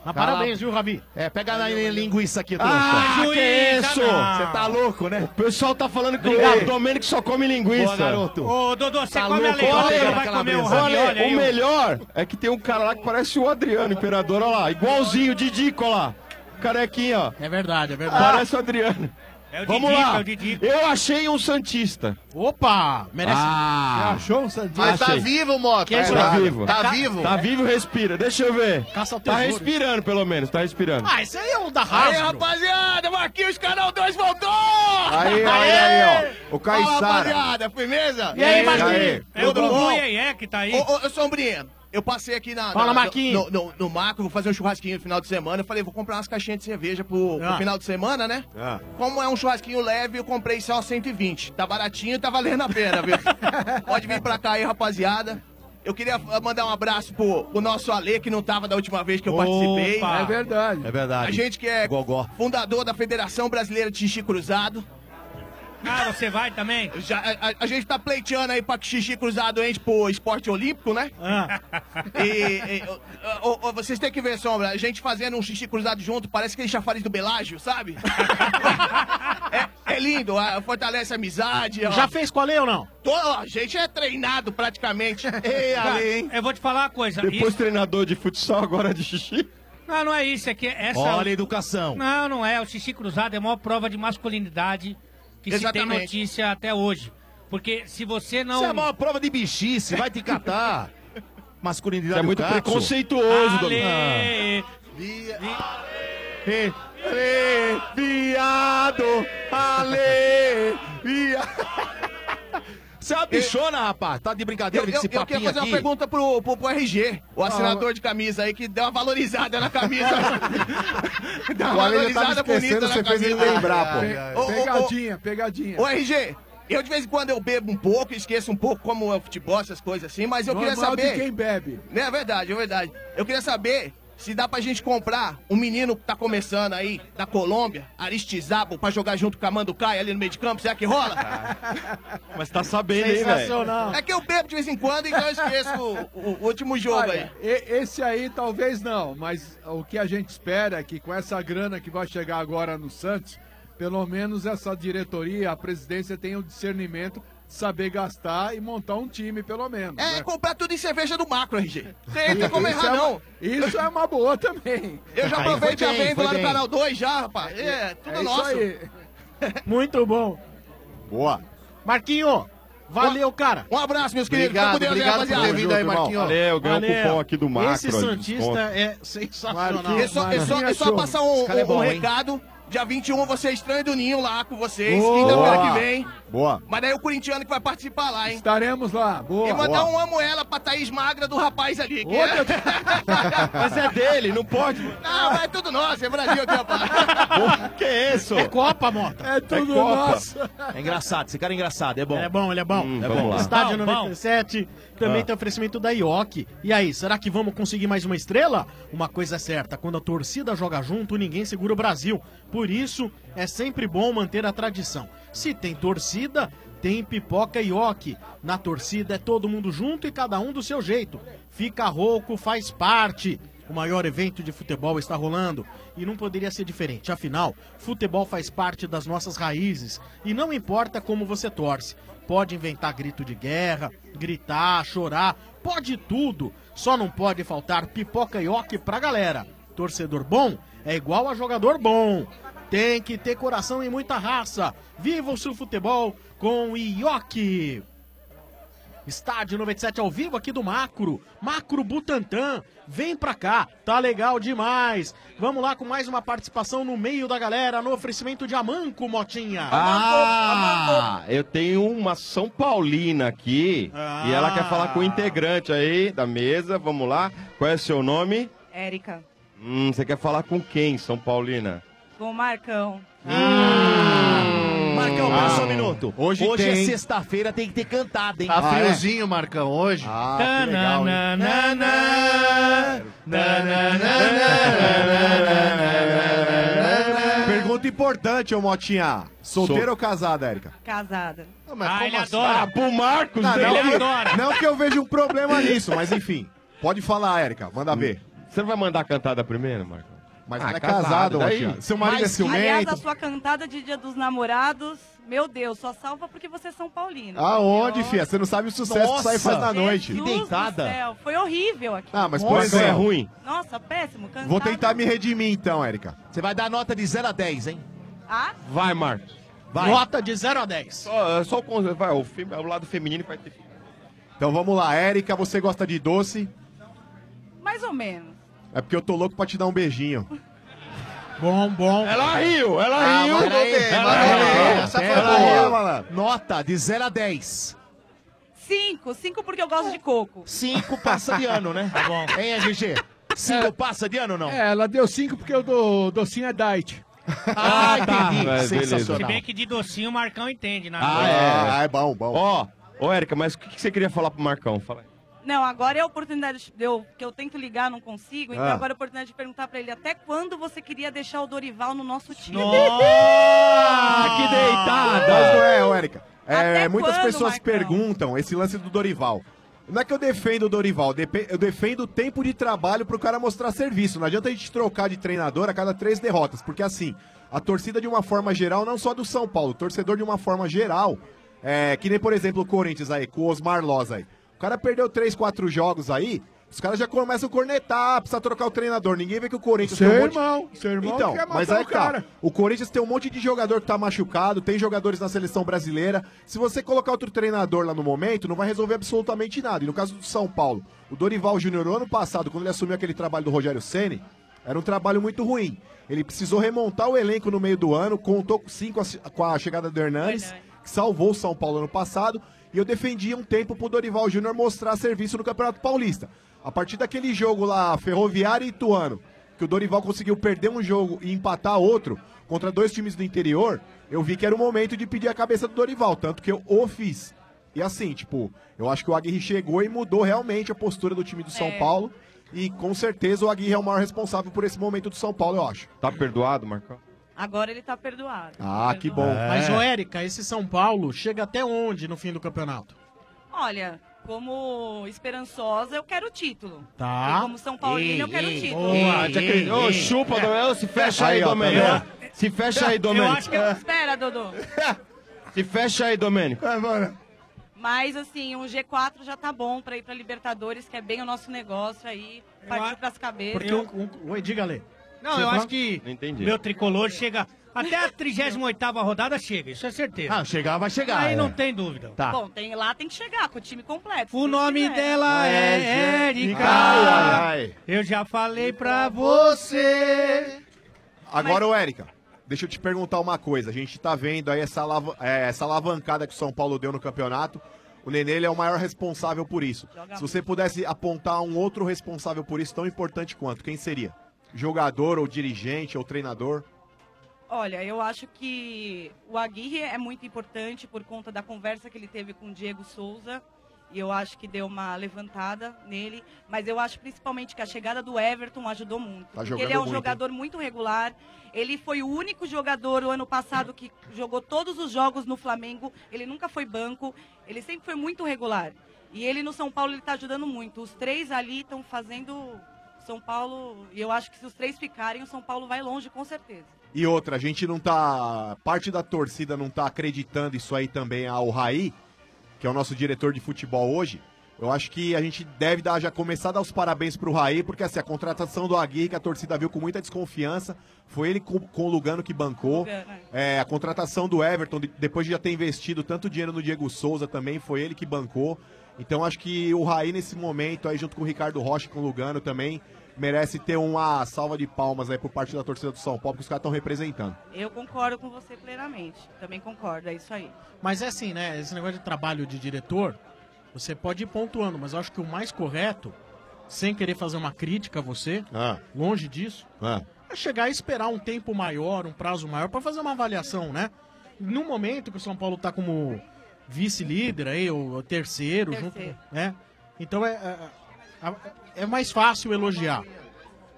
Ah,
Mas parabéns, viu, Rabi?
É, pega na linguiça aqui, trouxa.
Ah, que
é
isso?
tá Você tá louco, né?
O pessoal tá falando que
Obrigado.
o Domênico só come linguiça.
Boa, garoto.
Ô, Dodô, você
Tá
come a
louco?
leoa,
Olha,
não vai comer o
olha,
ravioli aí.
o
ô.
melhor é que tem um cara lá que parece o Adriano Imperador, olha lá, igualzinho o Didico, olha lá. Carequinho, ó.
É verdade, é
verdade. Parece o Adriano.
É o
Vamos
Didico,
lá.
é o Didico.
Eu achei um Santista.
Opa! Merece.
Ah.
Você achou um Santista?
Achei.
Mas tá vivo, Mota.
Quem é,
Tá
tá vivo.
Tá vivo?
Tá vivo, respira. Deixa eu ver.
Caça o
tá
tesouro.
respirando, pelo menos. Tá respirando.
Ah, esse aí é
um
o da
Aí,
raça.
rapaziada, Marquinhos Canal 2 voltou!
Aí, aí, aí, ó. O Caissara.
rapaziada, firmeza?
E aí, Marquinhos?
É o
Tudo bom?
Gugu Yeye que tá aí.
Ô, ô, ô, Sombrinha, eu passei aqui na.
Fala,
na-
Marquinhos.
No, no, no macro, vou fazer um churrasquinho no final de semana. Eu falei, vou comprar umas caixinhas de cerveja pro, pro
Ah.
final de semana, né?
Ah.
Como é um churrasquinho leve, eu comprei só 120. Tá baratinho, tá valendo a pena, viu? Pode vir pra cá aí, rapaziada. Eu queria ah, mandar um abraço pro, pro nosso Ale, que não tava da última vez que eu participei.
É verdade.
É verdade.
A gente que é
Gogó.
fundador da Federação Brasileira de Xixi Cruzado.
Ah, você vai também?
Já, a, a- a gente tá pleiteando aí pra que Xixi Cruzado entre pro esporte olímpico, né?
Ah.
E, e, ô, ô, ô, vocês têm que ver, Sombra, a gente fazendo um xixi cruzado junto, parece aquele chafariz do Belágio, sabe? é, é lindo, ah, fortalece a amizade. ó.
Já fez com a lei ou não?
Tô- ó, a gente é treinado praticamente.
Ei, Ale, hein? Eu vou te falar uma coisa.
Depois
isso-
treinador de futsal, agora de xixi.
Não, não é isso. É que essa...
Olha a educação.
Não, não é. O xixi cruzado é a maior prova de masculinidade que se tem
Exatamente.
notícia até hoje. Porque se você não...
Isso é a maior prova de bichice, vai te catar. Masculinidade
É muito
do Cássio.
preconceituoso,
Ale.
Domênico.
Ale, viado,
Ale, viado. Você é uma bichona, rapaz. Tá de
Eu,
brincadeira
eu,
com esse
eu
papinho
queria fazer
aqui?
uma pergunta pro, pro, pro RG, o
Ah,
assinador de camisa aí, que deu uma valorizada na camisa. deu uma
Agora ele já tava
valorizada bonita
esquecendo,
na
você
camisa.
fez ele lembrar, pô.
Ô, ô, ô,
Pegadinha, pegadinha.
Ô RG, eu de vez em quando eu bebo um pouco, esqueço um pouco como é o futebol, essas coisas assim, mas eu queria
Normal é de
saber.
quem bebe.
Né, É verdade, é verdade. Eu queria saber se dá pra gente comprar um menino que tá começando aí, da Colômbia, Aristizabo, pra jogar junto com a Manducaia ali no meio de campo, será que rola?
Mas tá sabendo, hein, velho?
É que eu bebo de vez em quando, então eu esqueço o, o- o último jogo aí.
Olha, e- Esse aí talvez não, mas o que a gente espera é que com essa grana que vai chegar agora no Santos, pelo menos essa diretoria, a presidência tenha o discernimento de saber gastar e montar um time, pelo menos.
É, comprar tudo em cerveja do macro, RG. Não
Isso
tem como errar,
é uma-
não.
Isso é uma boa também.
Eu já provei já vendo lá no canal 2 já, rapaz. É, tudo
É isso
nosso.
aí.
Muito bom.
Boa.
Marquinho, valeu, cara.
Um abraço, meus
queridos. Obrigado, Fica com Deus, obrigado rapaziada. por ter vindo aí, Marquinho.
Valeu, ganhou
Valeu.
o cupom aqui do Macro.
Esse
ó, de
Santista
desconto.
é sensacional.
É só, é só, é só passar um, um- um recado
Dia 21 você é estranho do Ninho lá com vocês.
Boa.
Quinta-feira que vem.
Boa.
Mas daí o corintiano que vai participar lá, hein?
Estaremos lá. Boa.
E mandar
boa.
um amo ela pra Thaís Magra do rapaz ali. que- é-
Ah,
Mas é dele, não pode.
Não, mas é tudo nosso, é Brasil, tem rapaz.
Que isso?
É Copa, Mota.
É
tudo nosso.
É engraçado, esse cara é engraçado, é bom.
É bom, ele é bom.
é bom.
Estádio
Bom, bom.
97 também
Ah.
tem oferecimento da IOC. E aí, será que vamos conseguir mais uma estrela? Uma coisa é certa, quando a torcida joga junto, ninguém segura o Brasil. Por isso, é sempre bom manter a tradição. Se tem torcida, tem pipoca e ioki. Na torcida é todo mundo junto e cada um do seu jeito. Fica rouco, faz parte. O maior evento de futebol está rolando e não poderia ser diferente. Afinal, futebol faz parte das nossas raízes e não importa como você torce. Pode inventar grito de guerra, gritar, chorar, pode tudo. Só não pode faltar pipoca e oque pra galera. Torcedor bom é igual a jogador bom. Tem que ter coração e muita raça. Viva o seu futebol com Ioki! Estádio 97 ao vivo aqui do Macro, Macro Butantã, vem pra cá, tá legal demais. Vamos lá com mais uma participação no meio da galera, no oferecimento de Amanco, Motinha.
Ah, eu tenho uma São Paulina aqui e ela quer falar com o integrante aí da mesa. Vamos lá. Qual é o seu nome?
Érica.
Hum, você quer falar com quem, São Paulina?
Com o Marcão.
Hum.
Marcão, pera só um minuto.
Ah. Hoje
é
tem, hein?
sexta-feira, tem que ter cantado, hein? Ah,
Tá friozinho, Marcão, hoje. Ah,
é? que legal, hein?
Pergunta importante, ô Motinha. Solteira
Sol-
ou casada, Érica?
Casada.
como
ele
assim?
adora.
Ah, pro Marcos,
Não,
dele.
não,
não,
ele
que-
adora.
Não que eu veja um problema nisso, mas enfim. Pode falar, Érica. Manda ver.
Hum. Você não vai mandar a cantada primeiro, Ah, Marcão?
Mas ela é casada, Motinha. Seu marido é
Aliás,
ciumento.
a sua cantada de Dia dos Namorados, meu Deus, só salva porque você é São Paulino.
Aonde, fia? Você não sabe o sucesso que sai faz na noite.
Jesus do céu, foi horrível aqui.
Ah, mas por
é
exemplo,
Nossa, péssimo. Cantada.
Vou tentar me redimir então, Érica.
Você vai dar nota de 0 a 10, hein?
Ah,
Vai, Marcos.
Vai.
Nota de 0 a 10.
Só, é só o, con- vai, o, fem- o lado feminino vai ter.
Então vamos lá, Érica, você gosta de doce?
mais ou menos.
É porque eu tô louco pra te dar um beijinho.
Bom, bom. é
Ela riu, ela
Ah,
riu.
mas
Ela
peraí, mas
riu.
Essa foi
Ela
boa.
riu. Nota de 0 a 10.
Cinco, cinco porque eu gosto de coco. É.
Cinco passa de ano, né? Tá bom. Hein, GG? Cinco passa de ano ou não?
É, ela deu cinco porque eu dou docinho é diet.
Ah,
entendi. É,
Se
Sensacional.
bem que de docinho o Marcão entende, né?
é bom, bom. Ó, ô Érica, mas o que, que você queria falar pro Marcão? Fala aí.
Não, agora é a oportunidade de eu, que eu tento ligar, não consigo. Então
Ah.
agora é a oportunidade de perguntar pra ele até quando você queria deixar o Dorival no nosso time.
que deitada! Mas não é, ô, Érica. É, muitas
quando,
pessoas
Marcão?
perguntam esse lance do Dorival. Não é que eu defendo o Dorival, depe- eu defendo o tempo de trabalho pro cara mostrar serviço. Não adianta a gente trocar de treinador a cada três derrotas, porque assim, a torcida de uma forma geral, não só do São Paulo, o torcedor de uma forma geral, é, que nem, por exemplo, o Corinthians aí, com o Osmar Loz aí. O cara perdeu três, quatro jogos aí, os caras já começam a cornetar, precisa trocar o treinador. Ninguém vê que o Corinthians
Seu
tem um monte-
irmão, seu irmão
então,
quer matar
mas aí
o
que tá.
cara.
O Corinthians tem um monte de jogador que tá machucado, tem jogadores na seleção brasileira. Se você colocar outro treinador lá no momento, não vai resolver absolutamente nada. E no caso do São Paulo, o Dorival Júnior, no ano passado, quando ele assumiu aquele trabalho do Rogério Ceni, era um trabalho muito ruim. Ele precisou remontar o elenco no meio do ano, contou com- sim com a, com a chegada do Hernanes, que salvou o São Paulo ano passado. E eu defendia um tempo pro Dorival Júnior mostrar serviço no Campeonato Paulista. A partir daquele jogo lá, Ferroviária e Ituano, que o Dorival conseguiu perder um jogo e empatar outro contra dois times do interior, eu vi que era o momento de pedir a cabeça do Dorival, tanto que eu o fiz. E assim, tipo, eu acho que o Aguirre chegou e mudou realmente a postura do time do São
É.
Paulo. E com certeza o Aguirre é o maior responsável por esse momento do São Paulo, eu acho.
Tá perdoado, Marcão?
Agora ele tá perdoado.
Ah, que bom.
Mas, ô Érica, esse São Paulo chega até onde no fim do campeonato?
Olha, como esperançosa, eu quero o título.
Tá.
E como São Paulino, eu quero o título.
Boa, te acredito. Ô, chupa, Domênico. Se fecha É. aí, tá Domênico. Se fecha aí, Domênico. É.
Espera, Dodô.
Se fecha aí, Domênico.
Mas, assim, um G4 já tá bom pra ir pra Libertadores, que é bem o nosso negócio aí. Partir pras cabeças.
Porque o. Oi, diga, Lê.
Não,
Você
eu
fala?
acho que meu tricolor chega. Até a 38 rodada chega, isso é certeza.
Ah, chegar vai chegar,
Aí
é.
não tem dúvida.
Tá.
Bom, tem, lá tem que chegar com o time completo. se
O
Deus
nome
quiser.
dela é
Ai,
Érica. Eu já falei pra você.
Agora, ô Érica, Deixa eu te perguntar uma coisa. A gente tá vendo aí essa, alava- é, essa alavancada que o São Paulo deu no campeonato. O Nenê ele é o maior responsável por isso. Se você pudesse apontar um outro responsável por isso, tão importante quanto, quem seria? Jogador ou dirigente ou treinador?
Olha, eu acho que o Aguirre é muito importante por conta da conversa que ele teve com o Diego Souza. E eu acho que deu uma levantada nele. Mas eu acho principalmente que a chegada do Everton ajudou muito. porque
Tá jogando
ele é um
muito, hein?
jogador muito regular. Ele foi o único jogador o ano passado que jogou todos os jogos no Flamengo. Ele nunca foi banco. Ele sempre foi muito regular. E ele no São Paulo ele tá ajudando muito. Os três ali estão fazendo São Paulo. E eu acho que se os três ficarem, o São Paulo vai longe, com certeza.
E outra, a gente não tá. Parte da torcida não tá acreditando isso aí também ao Raí, que é o nosso diretor de futebol hoje. Eu acho que a gente deve dar, já começar a dar os parabéns pro Raí, porque assim, a contratação do Aguirre, que a torcida viu com muita desconfiança, foi ele com, com o Lugano que bancou.
Lugano,
É, a contratação do Everton, de- depois de já ter investido tanto dinheiro no Diego Souza também, foi ele que bancou. Então acho que o Raí, nesse momento, aí junto com o Ricardo Rocha e com o Lugano também, merece ter uma salva de palmas aí por parte da torcida do São Paulo, que os caras estão representando.
Eu concordo com você plenamente. Também concordo, é isso aí.
Mas é assim, né? Esse negócio de trabalho de diretor, você pode ir pontuando, mas eu acho que o mais correto, sem querer fazer uma crítica a você, longe disso, é chegar e esperar um tempo maior, um prazo maior, pra fazer uma avaliação, né? No momento que o São Paulo tá como vice-líder aí, ou terceiro,
Terceiro.
junto, né? Então é, é, é- é mais fácil elogiar.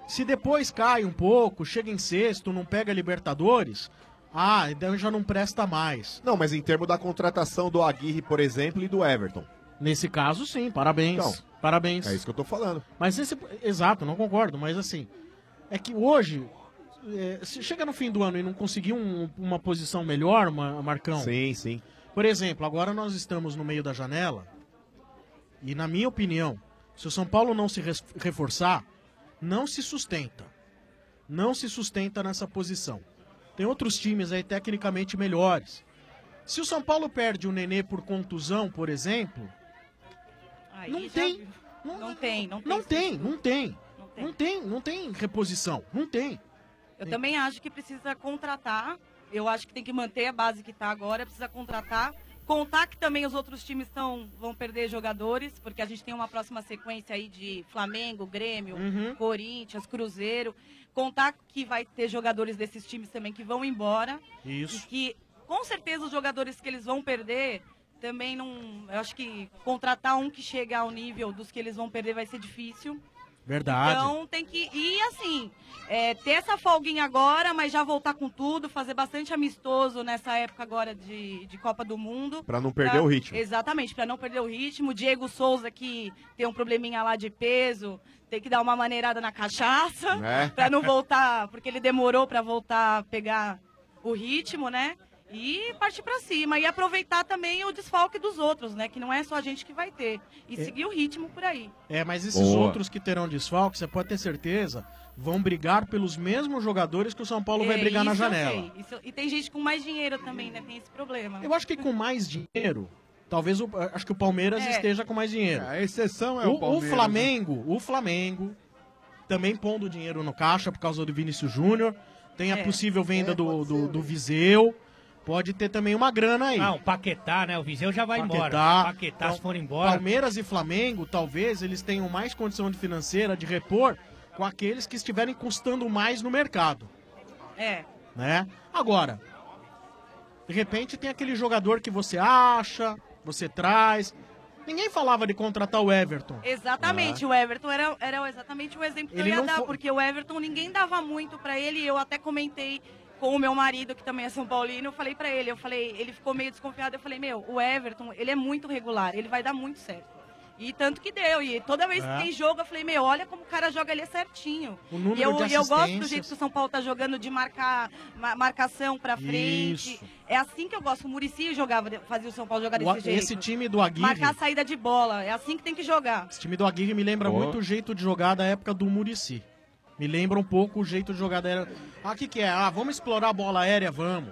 Se depois cai um pouco, chega em sexto, não pega Libertadores, ah, então já não presta mais.
Não, mas em termos da contratação do Aguirre, por exemplo, e do Everton.
Nesse caso, sim, parabéns.
Então,
parabéns.
é isso que eu tô falando.
Mas esse. Exato, não concordo, mas assim. É que hoje. é, se chega no fim do ano e não conseguir um- uma posição melhor, Ma- Marcão.
Sim, sim.
Por exemplo, agora nós estamos no meio da janela. E na minha opinião, se o São Paulo não se res- reforçar, não se sustenta. Não se sustenta nessa posição. Tem outros times aí tecnicamente melhores. Se o São Paulo perde o Nenê por contusão, por exemplo,
Aí
Não
já-
tem.
Não, tem, não tem.
não tem, não tem. Não tem, não tem reposição. Não tem.
Eu também acho que precisa contratar. Eu acho que tem que manter a base que está agora, precisa contratar. Contar que também os outros times tão, vão perder jogadores, porque a gente tem uma próxima sequência aí de Flamengo, Grêmio,
Uhum.
Corinthians, Cruzeiro. Contar que vai ter jogadores desses times também que vão embora.
Isso.
E que com certeza os jogadores que eles vão perder também não. Eu acho que contratar um que chega ao nível dos que eles vão perder vai ser difícil.
Verdade.
Então tem que ir assim, é, ter essa folguinha agora, mas já voltar com tudo, fazer bastante amistoso nessa época agora de, de Copa do Mundo.
Pra não perder o ritmo.
Exatamente, pra não perder o ritmo. Diego Souza que tem um probleminha lá de peso, tem que dar uma maneirada na cachaça
É.
Né?
pra não voltar, porque ele demorou pra voltar a pegar o ritmo, né? E partir pra cima e aproveitar também o desfalque dos outros, né? Que não é só a gente que vai ter. E
É.
seguir o ritmo por aí.
É, mas esses
Boa.
outros que terão desfalque, você pode ter certeza, vão brigar pelos mesmos jogadores que o São Paulo vai
É,
brigar na
isso eu
janela.
sei, isso eu- e tem gente com mais dinheiro também, né? Tem esse problema.
Eu acho que com mais dinheiro, talvez o, acho que o Palmeiras
É.
esteja com mais dinheiro.
A exceção é
o,
o Palmeiras,
Flamengo, o Flamengo também pondo dinheiro no caixa por causa do Vinícius Júnior, tem a
É.
possível venda do, do, do Viseu, pode ter também uma grana aí.
Ah, o Paquetá, né? O Viseu já vai embora.
Paquetá.
Paquetá, se for embora.
Palmeiras e Flamengo, talvez eles tenham mais condição de financeira de repor com aqueles que estiverem custando mais no mercado,
É.
né? Agora, de repente tem aquele jogador que você acha, você traz. Ninguém falava de contratar o Everton.
Exatamente,
Ah.
o Everton era, era exatamente o exemplo que
Ele
eu ia
não
dar,
fo-
porque o Everton ninguém dava muito pra ele, e eu até comentei com o meu marido, que também é São Paulino, eu falei pra ele, eu falei, ele ficou meio desconfiado, eu falei, meu, o Everton, ele é muito regular, ele vai dar muito certo. E tanto que deu, e toda vez
É.
que tem jogo, eu falei, meu, olha como o cara joga ali é certinho.
O número
e eu,
de
e eu gosto do
assistências.
jeito que o São Paulo tá jogando, de marcar, ma- marcação pra frente.
Isso.
É assim que eu gosto, o Muricy jogava, fazia o São Paulo jogar
O-
desse jeito.
esse time do Aguirre,
Marcar a saída de bola, é assim que tem que jogar.
esse time do Aguirre me lembra
Boa.
muito o jeito de jogar da época do Murici. Me lembra um pouco o jeito de jogar da era. Ah, o que, que é? Ah, vamos explorar a bola aérea, vamos.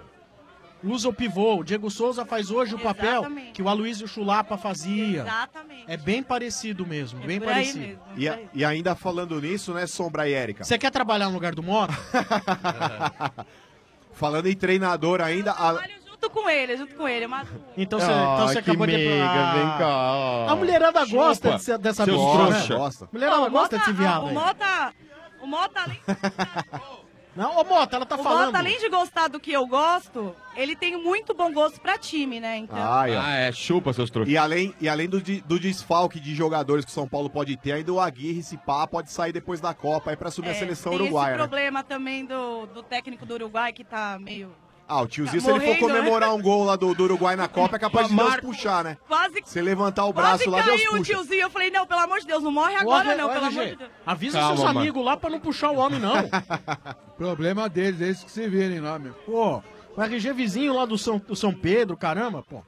Usa o pivô. O Diego Souza faz hoje o papel
Exatamente.
que o Aloysio Chulapa fazia.
Exatamente. É
É bem parecido mesmo, bem
por aí
parecido.
mesmo,
E, a- e ainda falando nisso, né, Sombra e Érica?
Você quer trabalhar no lugar do Moro?
Falando em treinador ainda, a,
Junto com ele, junto com ele. Mas...
Então
você- então você acabou de- Ah.
A mulherada gosta de ser- dessa
Seus
bicha,
trouxa.
né?
Gosta.
Mulherada gosta de se viado.
ah, O
aí.
Mota. O Mota, além,
Não, ô Mota, ela tá
o
falando.
Mota, além de gostar do que eu gosto, ele tem muito bom gosto pra time, né? Então.
Ah, é, chupa seus trouxas.
E além, e além do, de- do desfalque de jogadores que o São Paulo pode ter, ainda o Aguirre, se pá, pode sair depois da Copa aí pra assumir
É,
a seleção
tem
uruguaia.
esse
né?
problema também do, do técnico do Uruguai que tá meio...
Ah, o tiozinho,
Tá
se ele for
morrendo,
comemorar um gol lá do, do Uruguai na Copa, é capaz de Deus
Marco.
puxar, né?
Quase,
Se levantar o
quase
braço lá, Deus
caiu o
puxa.
tiozinho. Eu falei, não, pelo amor de Deus, não morre agora não, pelo amor de Deus.
Avisa
Calma,
seus
mano.
amigos lá pra não puxar o homem, não.
Problema deles, eles que se virem lá, meu.
Pô, o RG vizinho lá do São, do São Pedro, caramba, pô.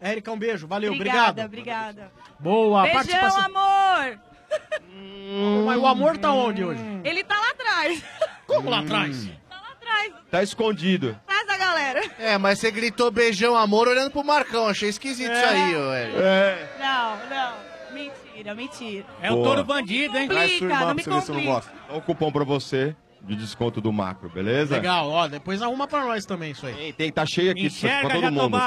Érica, um beijo, valeu,
Obrigada,
obrigado.
obrigada.
Boa,
Beijão,
participação.
amor!
Mas o amor tá onde hoje?
Ele tá lá atrás.
Como
Hum.
lá atrás?
Lá atrás,
Tá escondido.
atrás da galera.
É, mas você gritou beijão, amor, olhando pro Marcão. Achei esquisito isso aí, velho.
É.
Não, não. Mentira, mentira.
É o touro
bandido,
hein? Complica, não me complica.
Dá um cupom pra você de desconto do macro, beleza?
Legal, ó, depois arruma pra nós também isso aí.
Tem, tá cheio aqui pra todo mundo.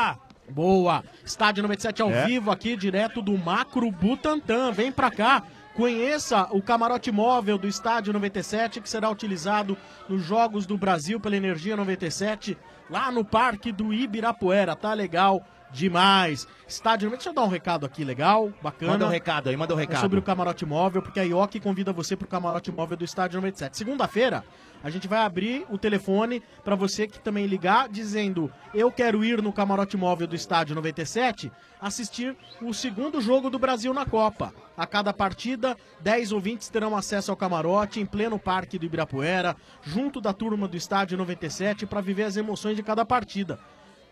Boa. Estádio 97 ao
É.
vivo aqui, direto do Macro Butantã. Vem pra cá. Conheça o camarote móvel do Estádio 97, que será utilizado nos Jogos do Brasil pela Energia 97, lá no Parque do Ibirapuera. Tá legal demais. Estádio 97, deixa eu dar um recado aqui legal, bacana.
Manda um recado aí, manda um
É
recado.
sobre o camarote móvel, porque a IOC convida você pro camarote móvel do Estádio 97. Segunda-feira, a gente vai abrir o telefone para você que também ligar, dizendo eu quero ir no camarote móvel do Estádio 97 assistir o segundo jogo do Brasil na Copa. A cada partida, 10 ouvintes terão acesso ao camarote em pleno Parque do Ibirapuera, junto da turma do Estádio 97, para viver as emoções de cada partida,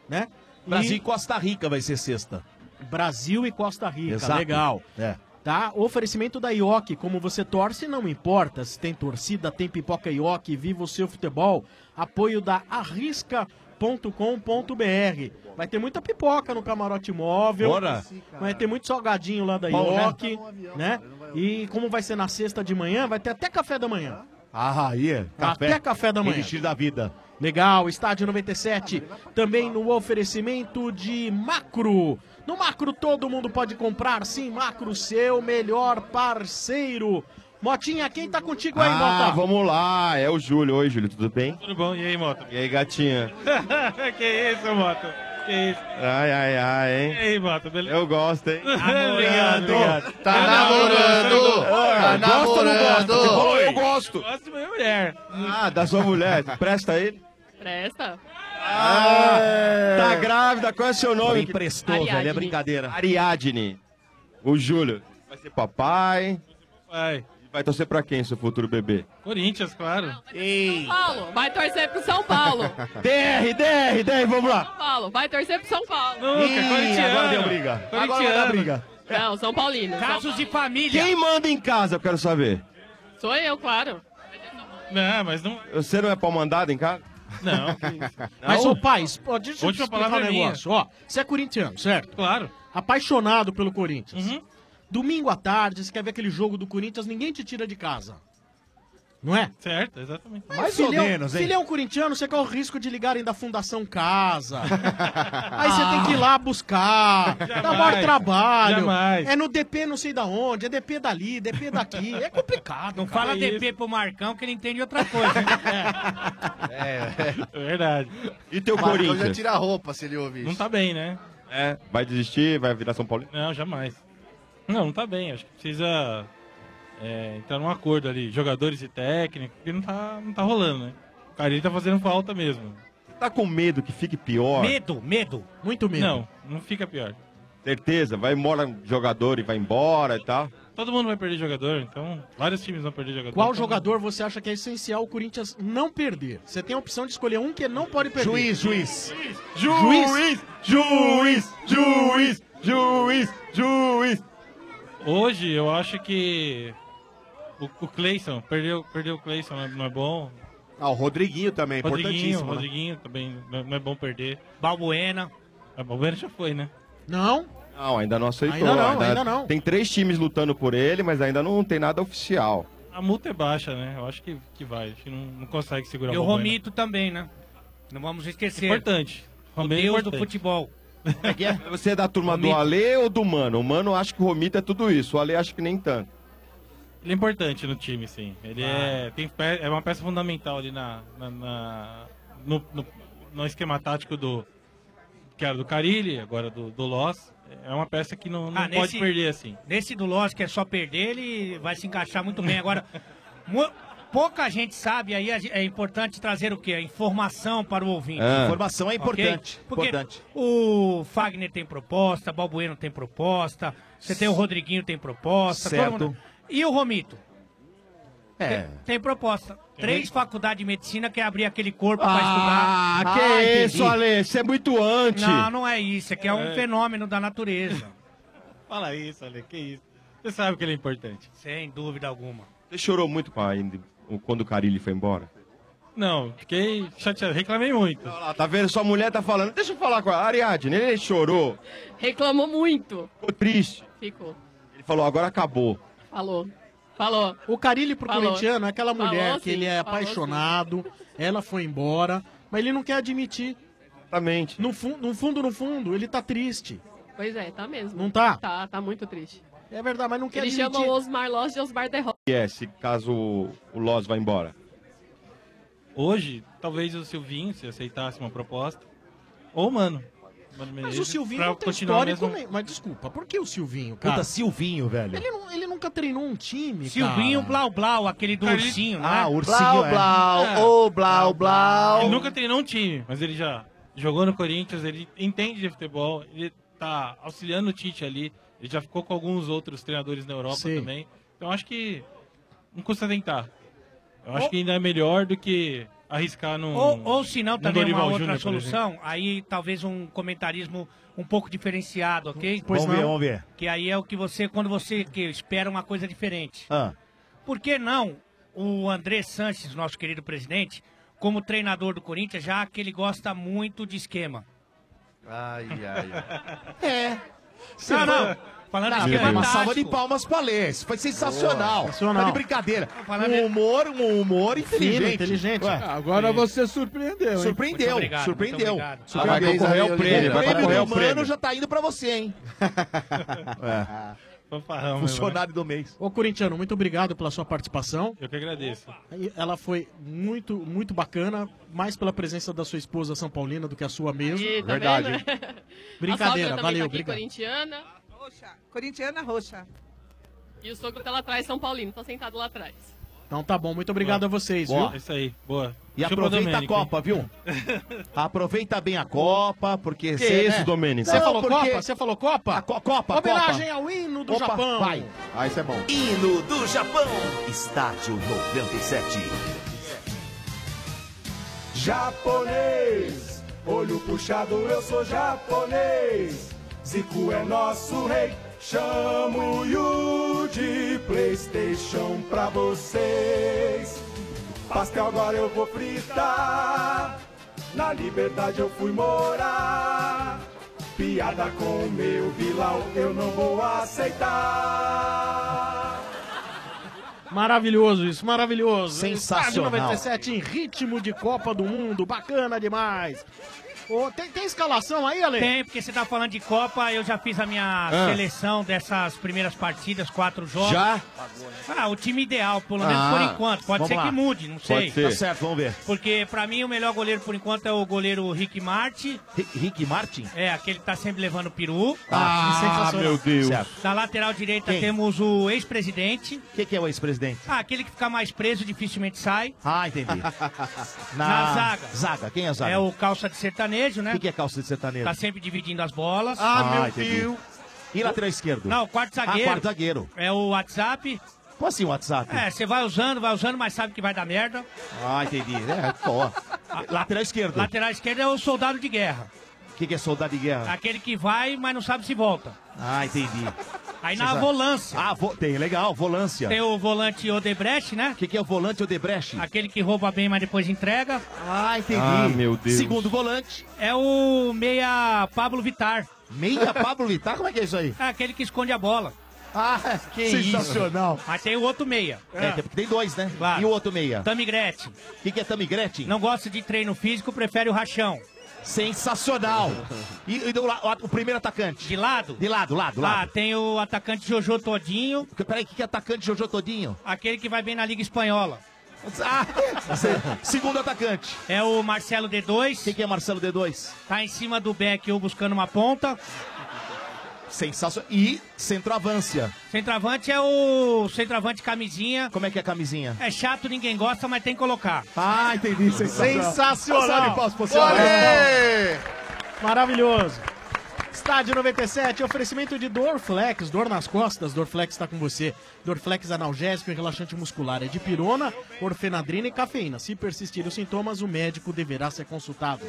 né?
Brasil e
E
Costa Rica vai ser sexta.
Brasil e Costa Rica,
Exato.
legal
É.
tá? Oferecimento da IOC, como você torce, não importa. Se tem torcida, tem pipoca IOC, viva o seu futebol. Apoio da arrisca.com.br. Vai ter muita pipoca no camarote móvel.
Bora.
Vai ter muito salgadinho lá da
Bom, né?
IOC, né? E como vai ser na sexta de manhã, vai ter até café da manhã.
Ah, aí.
Até café da manhã.
Elixir da vida.
Legal, estádio 97, também no oferecimento de Macro. No Macro todo mundo pode comprar, sim, Macro, seu melhor parceiro. Motinha, quem tá contigo aí,
Ah,
Mota?
vamos lá. É o Júlio. Oi, Júlio, tudo bem?
Tudo bom? E aí, moto?
E aí, gatinha?
que isso, moto? Que isso?
Ai, ai, ai, hein?
E aí, moto? Beleza? Ah,
Eu gosto, hein?
obrigado, obrigado.
Tá namorando! Tá namorando! Eu gosto!
Tipo, Gosto de minha mulher.
Ah, da sua mulher. Presta ele.
Presta.
Tá grávida, qual é o seu nome?
Emprestou,
Ariadne. velho, é
brincadeira.
Ariadne. O Júlio. Vai ser papai.
Vai.
Vai torcer pra quem, seu futuro bebê?
Corinthians, claro.
São Paulo, vai torcer pro São Paulo. São
DR, DR, DR, vamos lá.
Paulo, vai torcer pro São Paulo.
Ih, agora deu briga. Agora vai dar briga.
Não, São Paulino. São Paulo.
família. Quem manda em casa, eu quero saber.
Sou eu, claro.
Não, mas não.
Você não é pau mandado em casa?
Não.
Mas, ô pai, pô, deixa eu te
Última
explicar um
palavra é minha.
negócio. Ó, você é corintiano, certo?
Claro. Uhum.
Apaixonado pelo Corinthians. Domingo à tarde, você quer ver aquele jogo do Corinthians, ninguém te tira de casa. Não é?
Certo, exatamente.
Mas
é
é
um-
filhão, Filhão um corintiano, você corre o risco de ligarem da Fundação Casa. Aí você tem que ir lá buscar. dá
Jamais,
maior trabalho.
jamais.
É no DP não sei da onde, é DP dali, DP daqui. É complicado.
Não
cara.
fala DP
pro Marcão que ele entende outra coisa. né?
um-
É,
verdade.
E teu
Marcão
Corinthians?
já tira a roupa se ele ouvir.
Não tá bem, né?
É, vai desistir, vai virar São Paulo?
Não, jamais. Não, não tá bem. Acho que precisa é, entrar num acordo ali, jogadores e técnico, porque não tá, não tá rolando, né? O Carilho tá fazendo falta mesmo.
Tá com medo que fique pior?
Medo,
medo.
Muito
medo. Não, não fica pior.
Certeza, vai embora um jogador e vai embora e tal.
Todo mundo vai perder jogador, então vários times vão perder jogador.
Qual
então-
jogador você acha que é essencial o Corinthians não perder? Você tem a opção de escolher um que não pode perder.
Juiz, juiz.
Juiz.
juiz, juiz, juiz, juiz.
Hoje eu acho que o, o Cleison, perdeu, perdeu o Cleison, não é- não é bom.
Ah, o Rodriguinho também,
Rodriguinho,
importantíssimo. né?
Rodriguinho também, não não é bom perder.
Balbuena.
A Balbuena já foi, né?
Não?
Não, ainda não aceitou.
Ainda não, ainda não.
Tem três times lutando por ele, mas ainda não tem nada oficial.
A multa é baixa, né? Eu acho que, que vai. Acho que não, não consegue segurar
E
o
o
Balbuena.
Romito também, né? Não vamos esquecer.
Importante.
O
Romero é
Deus do
importante.
futebol.
Você é da turma do Ale ou do Mano? O Mano acha que o Romita é tudo isso, o Ale acha que nem tanto.
Ele é importante no time, sim. Ele
Ah.
é, tem, pe- é uma peça fundamental ali na, na- na- no, no- no esquema tático do que era do Carilli, agora do, do Loss. É uma peça que não, não
Ah,
pode
nesse-
perder assim.
Nesse do Loss, que é só perder, ele vai se encaixar muito bem. Agora, mu- pouca gente sabe, aí a ge- é importante trazer o quê? A informação para o ouvinte.
Ah. Informação é
Ok?
importante,
Porque
importante.
o Fagner tem proposta, Balbueno tem proposta, você tem o Rodriguinho tem proposta. todo
Certo.
mundo- E o Romito?
É.
Tem, tem proposta. Três faculdades de medicina quer abrir aquele corpo para
Ah,
estudar.
que
entendi.
isso, Ale? Você é muito anti.
Não, não é isso. É que é um
É.
fenômeno da natureza.
Fala isso, Ale, que isso. Você sabe que ele é importante.
Sem dúvida alguma.
Você chorou muito com a Indy, quando o Carilli foi embora?
Não, fiquei chateado, reclamei muito.
Ah, tá vendo? Sua mulher tá falando. Deixa eu falar com a Ariadne. Ele chorou,
Reclamou muito.
ficou triste.
Ficou.
Ele falou, agora acabou.
Falou. Falou.
O Carilli pro
Falou.
corintiano é aquela mulher
Falou,
que
sim.
ele é
Falou,
apaixonado, ela foi embora, mas ele não quer admitir.
Exatamente.
No, fun- no fundo, no fundo, ele tá triste.
Pois é, tá mesmo.
Não tá?
Tá, tá muito triste.
É verdade, mas não quer
Eles
admitir.
chamam Osmar Loss de Osmar Derrota.
E é, se caso o o Loz vai embora.
Hoje, talvez o Silvinho, se aceitasse uma proposta, ou o Mano. Mano
Mas o
Menezes,
Silvinho
pra
não tem
continuar
histórico
né?
mesmo-
nem- Mas desculpa, por que o Silvinho, cara?
Puta, Silvinho, velho.
Ele, não- ele nunca treinou um time,
Silvinho
cara.
Blau Blau, Ah, aquele do ursinho, né?
Ah, ursinho,
Blau, é.
blau,
ô, blau, blau.
Ele nunca treinou um time, mas ele já jogou no Corinthians, ele entende de futebol, ele tá auxiliando o Tite ali, ele já ficou com alguns outros treinadores na Europa
Sim.
também. Então acho que não custa tentar. Eu acho que ainda é melhor do que arriscar num.
Ou, ou se não,
num
também é uma
Um Dorival
outra
Júnior, por
solução, aí talvez um comentarismo um pouco diferenciado, ok?
Pois Vamos não. ver, vamos ver.
Que aí é o que você, quando você que espera uma coisa diferente.
Ah.
Por que não o André Sanches, nosso querido presidente, como treinador do Corinthians, já que ele gosta muito de esquema?
Ai, ai.
É.
Não, não. Falando de esquema
Uma
tático.
salva de palmas pra Lê. Isso foi sensacional.
Boa, sensacional.
Tá de brincadeira.
falando de-
Um humor, um humor
Fino,
inteligente.
inteligente.
Ué.
Agora você surpreendeu, hein?
Surpreendeu, surpreendeu.
Vai concorrer ao prêmio, vai concorrer ao
O prêmio do
prêmio.
Mano já tá indo pra você, hein?
É.
né,
Fanfarrão,
Funcionário do mês.
Ô, Corintiano, muito obrigado pela sua participação.
Eu que agradeço.
E Ela foi muito, muito bacana, mais pela presença da sua esposa São Paulina do que a sua mesmo.
E tá vendo? A sogra
Brincadeira,
também
valeu,
tá aqui,
obrigado.
corintiana. Roxa.
Corintiana roxa.
E o sogro tá lá atrás, São Paulino, tá sentado lá atrás.
Então tá bom, muito obrigado a vocês,
Boa.
viu?
É Isso aí, boa.
E
Chupa
aproveita a
Domênico,
Copa, viu? aproveita bem a Copa, porque...
Que
cê,
isso,
né?
Domênico?
Não,
Você falou
porque-
Copa? Você falou Copa?
A co Copa,
Homenagem
Copa.
ao hino do
Opa,
Japão.
Vai.
Ah, isso é bom.
Hino do Japão. Estádio 97.
Japonês, olho puxado, eu sou japonês. Zico é nosso rei, chamo o Yu de Playstation pra vocês. Pastel agora eu vou fritar, na liberdade eu fui morar. Piada com meu Bilal, eu não vou aceitar.
Maravilhoso isso, maravilhoso. Tá,
Sensacional.
Estádio 97 em ritmo de Copa do Mundo, bacana demais. Ô, tem, tem escalação aí, Ale?
Tem, porque você tá falando de Copa, eu já fiz a minha
Ah.
seleção dessas primeiras partidas, quatro jogos.
Já?
Ah, o time ideal, pelo menos
Ah,
por enquanto. Pode
vamos
ser
lá.
que mude, não sei.
Pode ser. Tá certo, vamos ver.
Porque pra mim o melhor goleiro por enquanto é o goleiro Rick Martin.
Rick Martin?
É, aquele que tá sempre levando o peru.
Ah, sensacional. meu Deus. Certo.
Na lateral direita
Quem?
temos o ex-presidente.
O que, que é o ex-presidente?
Ah, aquele que fica mais preso dificilmente sai.
Ah, entendi.
Na, zaga.
Zaga, quem é a zaga?
É o calça de sertanejo, né?
O que, que é calça de sertanejo?
Tá sempre dividindo as bolas.
Ah, entendi. E lateral esquerdo?
Não, o quarto zagueiro.
Ah, quarto zagueiro.
É o WhatsApp.
Como assim o WhatsApp?
É, você vai usando, vai usando, mas sabe que vai dar merda.
Ah, entendi. É, só. lateral esquerdo.
Lateral esquerdo é o soldado de guerra.
O que, que é soldado de guerra?
Aquele que vai, mas não sabe se volta.
Ah, entendi.
Aí
Você
na
sabe.
volância.
Ah, vo... tem, legal, volância.
Tem o volante Odebrecht, né? O
que, é o volante Odebrecht?
Aquele que rouba bem, mas depois entrega.
Ah, entendi.
Ah, meu Deus.
Segundo volante.
É o meia Pablo Vitar.
Meia Pablo Vittar? Como é que é isso aí?
É aquele que esconde a bola.
Ah, que sensacional.
Mas tem o outro meia.
É, tem- tem dois, né? E o outro meia?
Tamigrete.
O que, que é Tamigrete?
Não gosta de treino físico, prefere o rachão.
Sensacional. E, e do la- o, o primeiro atacante?
De lado?
De lado, lado,
Lá
lado.
tem o atacante Jojo Todinho.
Peraí, o que, que é atacante Jojo Todinho? Ah,
Aquele que vai bem na Liga Espanhola.
Segundo atacante.
É o Marcelo D2. Quem
que é Marcelo D2?
Tá em cima do Beck, eu buscando uma ponta.
Sensacional. E centroavância.
Centroavante é o centroavante camisinha.
Como é que é a camisinha?
É chato, ninguém gosta, mas tem que colocar.
Ah, entendi.
Sensacional.
Olê!
Maravilhoso. Estádio 97, oferecimento de Dorflex, dor nas costas, Dorflex está com você. Dorflex analgésico e relaxante muscular é de pirona, orfenadrina e cafeína. Se persistirem os sintomas, o médico deverá ser consultado.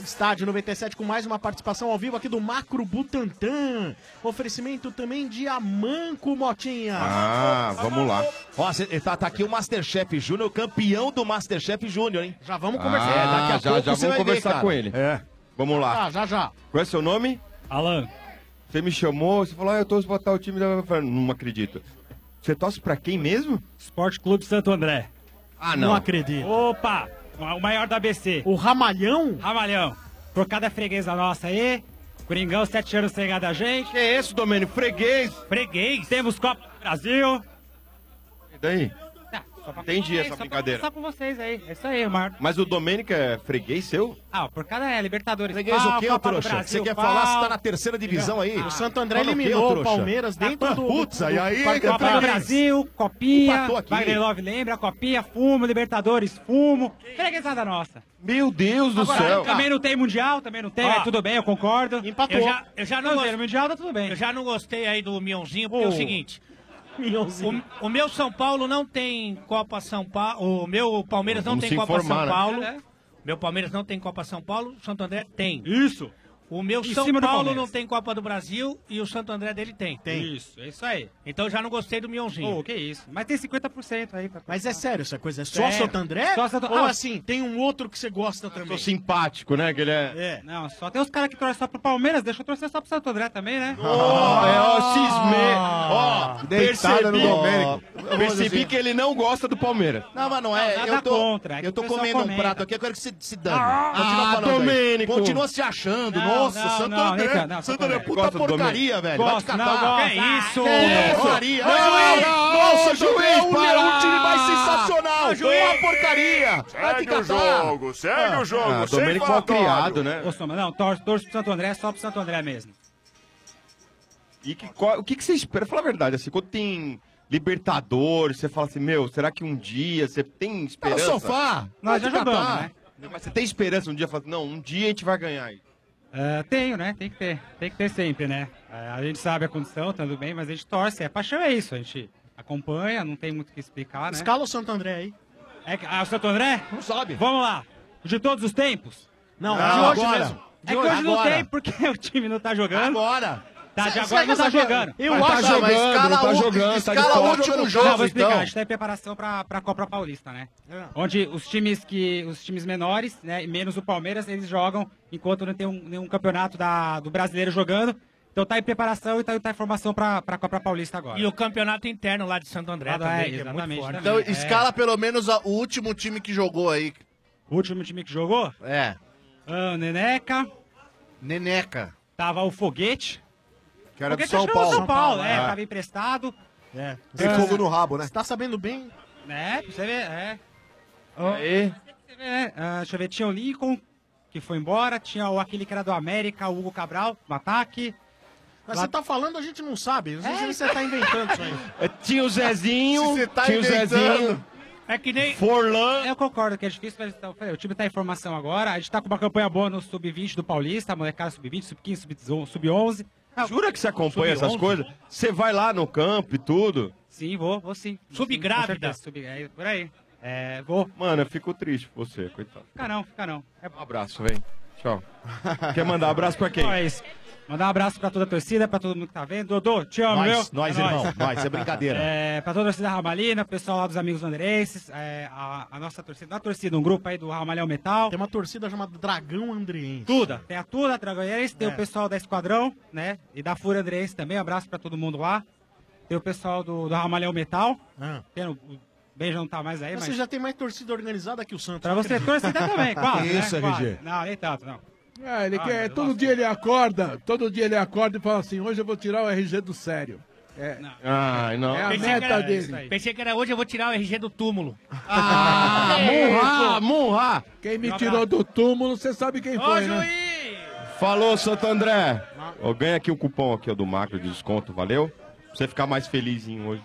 Estádio 97 com mais uma participação ao vivo aqui do Macro Butantan. Oferecimento também de Amanco Motinha.
Ah, vamos lá.
Ó, cê- tá, tá aqui o Masterchef Júnior, campeão do Masterchef Júnior, hein?
Já vamos
conversar.
É, daqui a
Ah, já,
pouco
já
você
vamos
vai
conversar
ver, cara. É. Ah,
com ele. Vamos lá.
já, já.
Qual é seu nome? Alan. Você me chamou, você falou, ah, eu torço pra tal time. da-" Eu falei, não acredito. Você torce pra quem mesmo?
Esporte Clube Santo André.
Ah, não.
Não
acredito.
Opa! O maior da ABC.
O Ramalhão?
Ramalhão. Por cada freguês da nossa aí. Coringão, sete anos sem ganhar da gente. Que
isso, Domênio? Freguês.
Freguês. Temos Copa do Brasil.
E daí? Entendi essa brincadeira.
Só com vocês aí. É isso aí, Marco.
Mas o Domênico é freguês seu?
Ah, por cada é, Libertadores.
Freguês
pau,
o quê, ô
Copa do
trouxa?
Brasil,
Você quer
pau.
falar se tá na terceira divisão aí?
Ah.
Fala quê, ô trouxa? Ah, Putz, aí, aí,
Tá Copa
que
do
freguês.
Brasil, Copinha,
Empatou aqui.
Wagner Love lembra, Copinha, Fumo, Libertadores, Fumo. Freguesada nossa.
Meu Deus do
Agora,
céu.
Também não tem Mundial, também não tem,
Ó.
é, tudo bem, eu concordo. Empatou.
Eu já, eu já não
Cruzeiro Mundial tá tudo bem.
Eu já não gostei aí do Mionzinho, porque é
Oh.
o seguinte. O, o meu São Paulo não tem Copa São Paulo. O meu Palmeiras não
Vamos
tem
se
Copa
informar,
São
né?
Paulo.
É.
Meu Palmeiras não tem Copa São Paulo. O Santo André tem.
Isso.
O meu
Em
São
cima do
Paulo
Palmeiras.
não tem Copa do Brasil e o Santo André dele tem.
Tem. Isso, é isso aí.
Então eu já não gostei do Mionzinho.
Pô, que isso. Mas tem 50% aí. Pra...
Mas é sério essa coisa? É só Santo André?
Só Santo...
Ou
Ah,
assim, tem um outro que você gosta também?
Tô simpático, né? Que ele é...
Não, só tem os caras que torcem só pro Palmeiras, deixa eu torcer só pro Santo André também, né?
Ó, é, ó, cismei. Ó,
Deitada
percebi,
no Domênico.
Ó, percebi que ele não gosta do Palmeiras.
Não, mas não é.
Não, nada
eu tô,
contra, é que
eu tô
o pessoal
comendo um
comenta.
prato aqui, eu quero que se, se dane.
Ah,
Continua falando aí.
Domênico.
Continua se achando.
Não,
Nossa,
não,
Santo
não,
André.
então, não,
Santo
Santo
André,
Andé.
puta
Gosto do
porcaria,
Domênico.
velho. Vai te
Gosto,
catar.
não, gosto.
Que
Ah,
isso?
que isso?
Porcaria.
Não,
Ai,
não,
Nossa,
não,
juiz,
não,
para.
não.
O time mais sensacional. É
Não, juiz.
Uma porcaria. Vai te
Ah, Segue o
catar.
jogo, segue
o jogo, Ah, sem Domênico falatório. malcriado, né?
Ô, Soma, não, torce, torce pro Santo André, só pro Santo André mesmo.
E que, qual- o que, que você espera? Fala a verdade, assim, quando tem Libertadores, você fala assim, meu, será que um dia você
Tá
tem esperança?
sofá. Nós já jogamos, né?
Catar. Mas você tem esperança um dia? Fala, assim, não, um dia a gente vai ganhar isso.
Ah, tenho, né? Tem que ter. Tem que ter sempre, né? Ah, a gente sabe a condição, tá tudo bem, mas a gente torce. É paixão, é isso. A gente acompanha, não tem muito o que explicar, né?
Escala o Santo André aí.
É, que- ah, o Santo André?
Não sabe.
Vamos lá. De todos os tempos?
Não,
de
Não,
hoje
agora.
mesmo.
De
é que
hoje.
hoje não
Agora.
tem porque o time não tá jogando.
Agora.
Tá, de
Cê-
agora
cê
não tá
quer saber?
jogando.
Eu Mas tá acho- jogando, escala tá o- jogando, tá escala de o fora. último jogo,
Não, vou explicar.
então.
A gente tá em preparação pra, pra Copa Paulista, né?
É.
Onde os times que os times menores, né, e menos o Palmeiras, eles jogam enquanto não tem um- nenhum campeonato da, do brasileiro jogando. Então tá em preparação e tá, tá em formação pra, pra Copa Paulista agora.
E o campeonato interno lá de Santo André
Ah, é,
também, que é muito
exatamente,
forte.
também.
Então,
É.
escala pelo menos a- o último time que jogou aí.
O último time que jogou?
É.
Ah, Neneca.
Neneca.
Tava o Foguete.
Que era do
Foguete
São
acho que era
Paulo.
tá São Paulo, é,
Ah.
tava emprestado.
É.
Tem
Ah.
fogo no rabo, né?
Você tá sabendo bem?
É, pra você ver, é.
Aí.
Ah, deixa eu ver, tinha o Lincoln, que foi embora, tinha o, aquele que era do América, o Hugo Cabral, no ataque. É.
Mas você tá falando, a gente não sabe. Às vezes você tá inventando isso aí.
Tinha o Zezinho,
Se você tá tinha o inventando. Zezinho.
É que nem...
Forlan.
Eu concordo que é difícil, mas então, falei, o time tá em formação agora. A gente tá com uma campanha boa no Sub-20 do Paulista, molecada Sub-20, Sub-15, Sub-11, Sub-11.
Jura que você acompanha essas
Sub-11?
coisas? Você vai lá no campo e tudo?
Sim, vou, vou sim.
Subgrávida.
Com certeza, Sub, é, por aí. É, vou.
Mano, eu fico triste por você, coitado.
Fica não, fica não. É
um
Um abraço, velho. Tchau. Quer mandar abraço pra quem?
Nós. Mandar um abraço pra toda a torcida, pra todo mundo que tá vendo. Dodô, te amo,
Nós,
meu.
nós, irmão, nós, é brincadeira.
É, pra toda a torcida Ramalina, pessoal lá dos amigos Andrenses, é, a, a nossa torcida, a torcida, um grupo aí do Ramalhão Metal. Tem
uma torcida chamada Dragão Andriense.
Tuda, tem a Tuda, Dragonense, tem
É.
o pessoal da Esquadrão, né? E da Fúria Andrense também, um abraço pra todo mundo lá. Tem o pessoal do, do Ramalhão Metal. Tem o, o Benja não tá mais aí,
é, Mas
mas...
Ah. Você já tem mais torcida organizada que o Santos.
Pra você torcida também, quase,
Isso,
né? Quase.
RG.
Não, nem tanto, não.
É, ele
Ah,
quer,
meu,
todo dia ele acorda, todo dia ele acorda e fala assim, hoje eu vou tirar o RG do sério. É,
Ai, não.
é a
Pensei que
meta
era-
dele.
Pensei que era hoje, eu vou tirar o RG do túmulo.
Ah,
Murra, murra!
Quem me tirou do túmulo, você sabe quem foi, né?
Falou, Santo André. Ó, ganha aqui o cupom aqui, ó, do Macro de desconto, valeu? Pra você ficar mais felizinho hoje.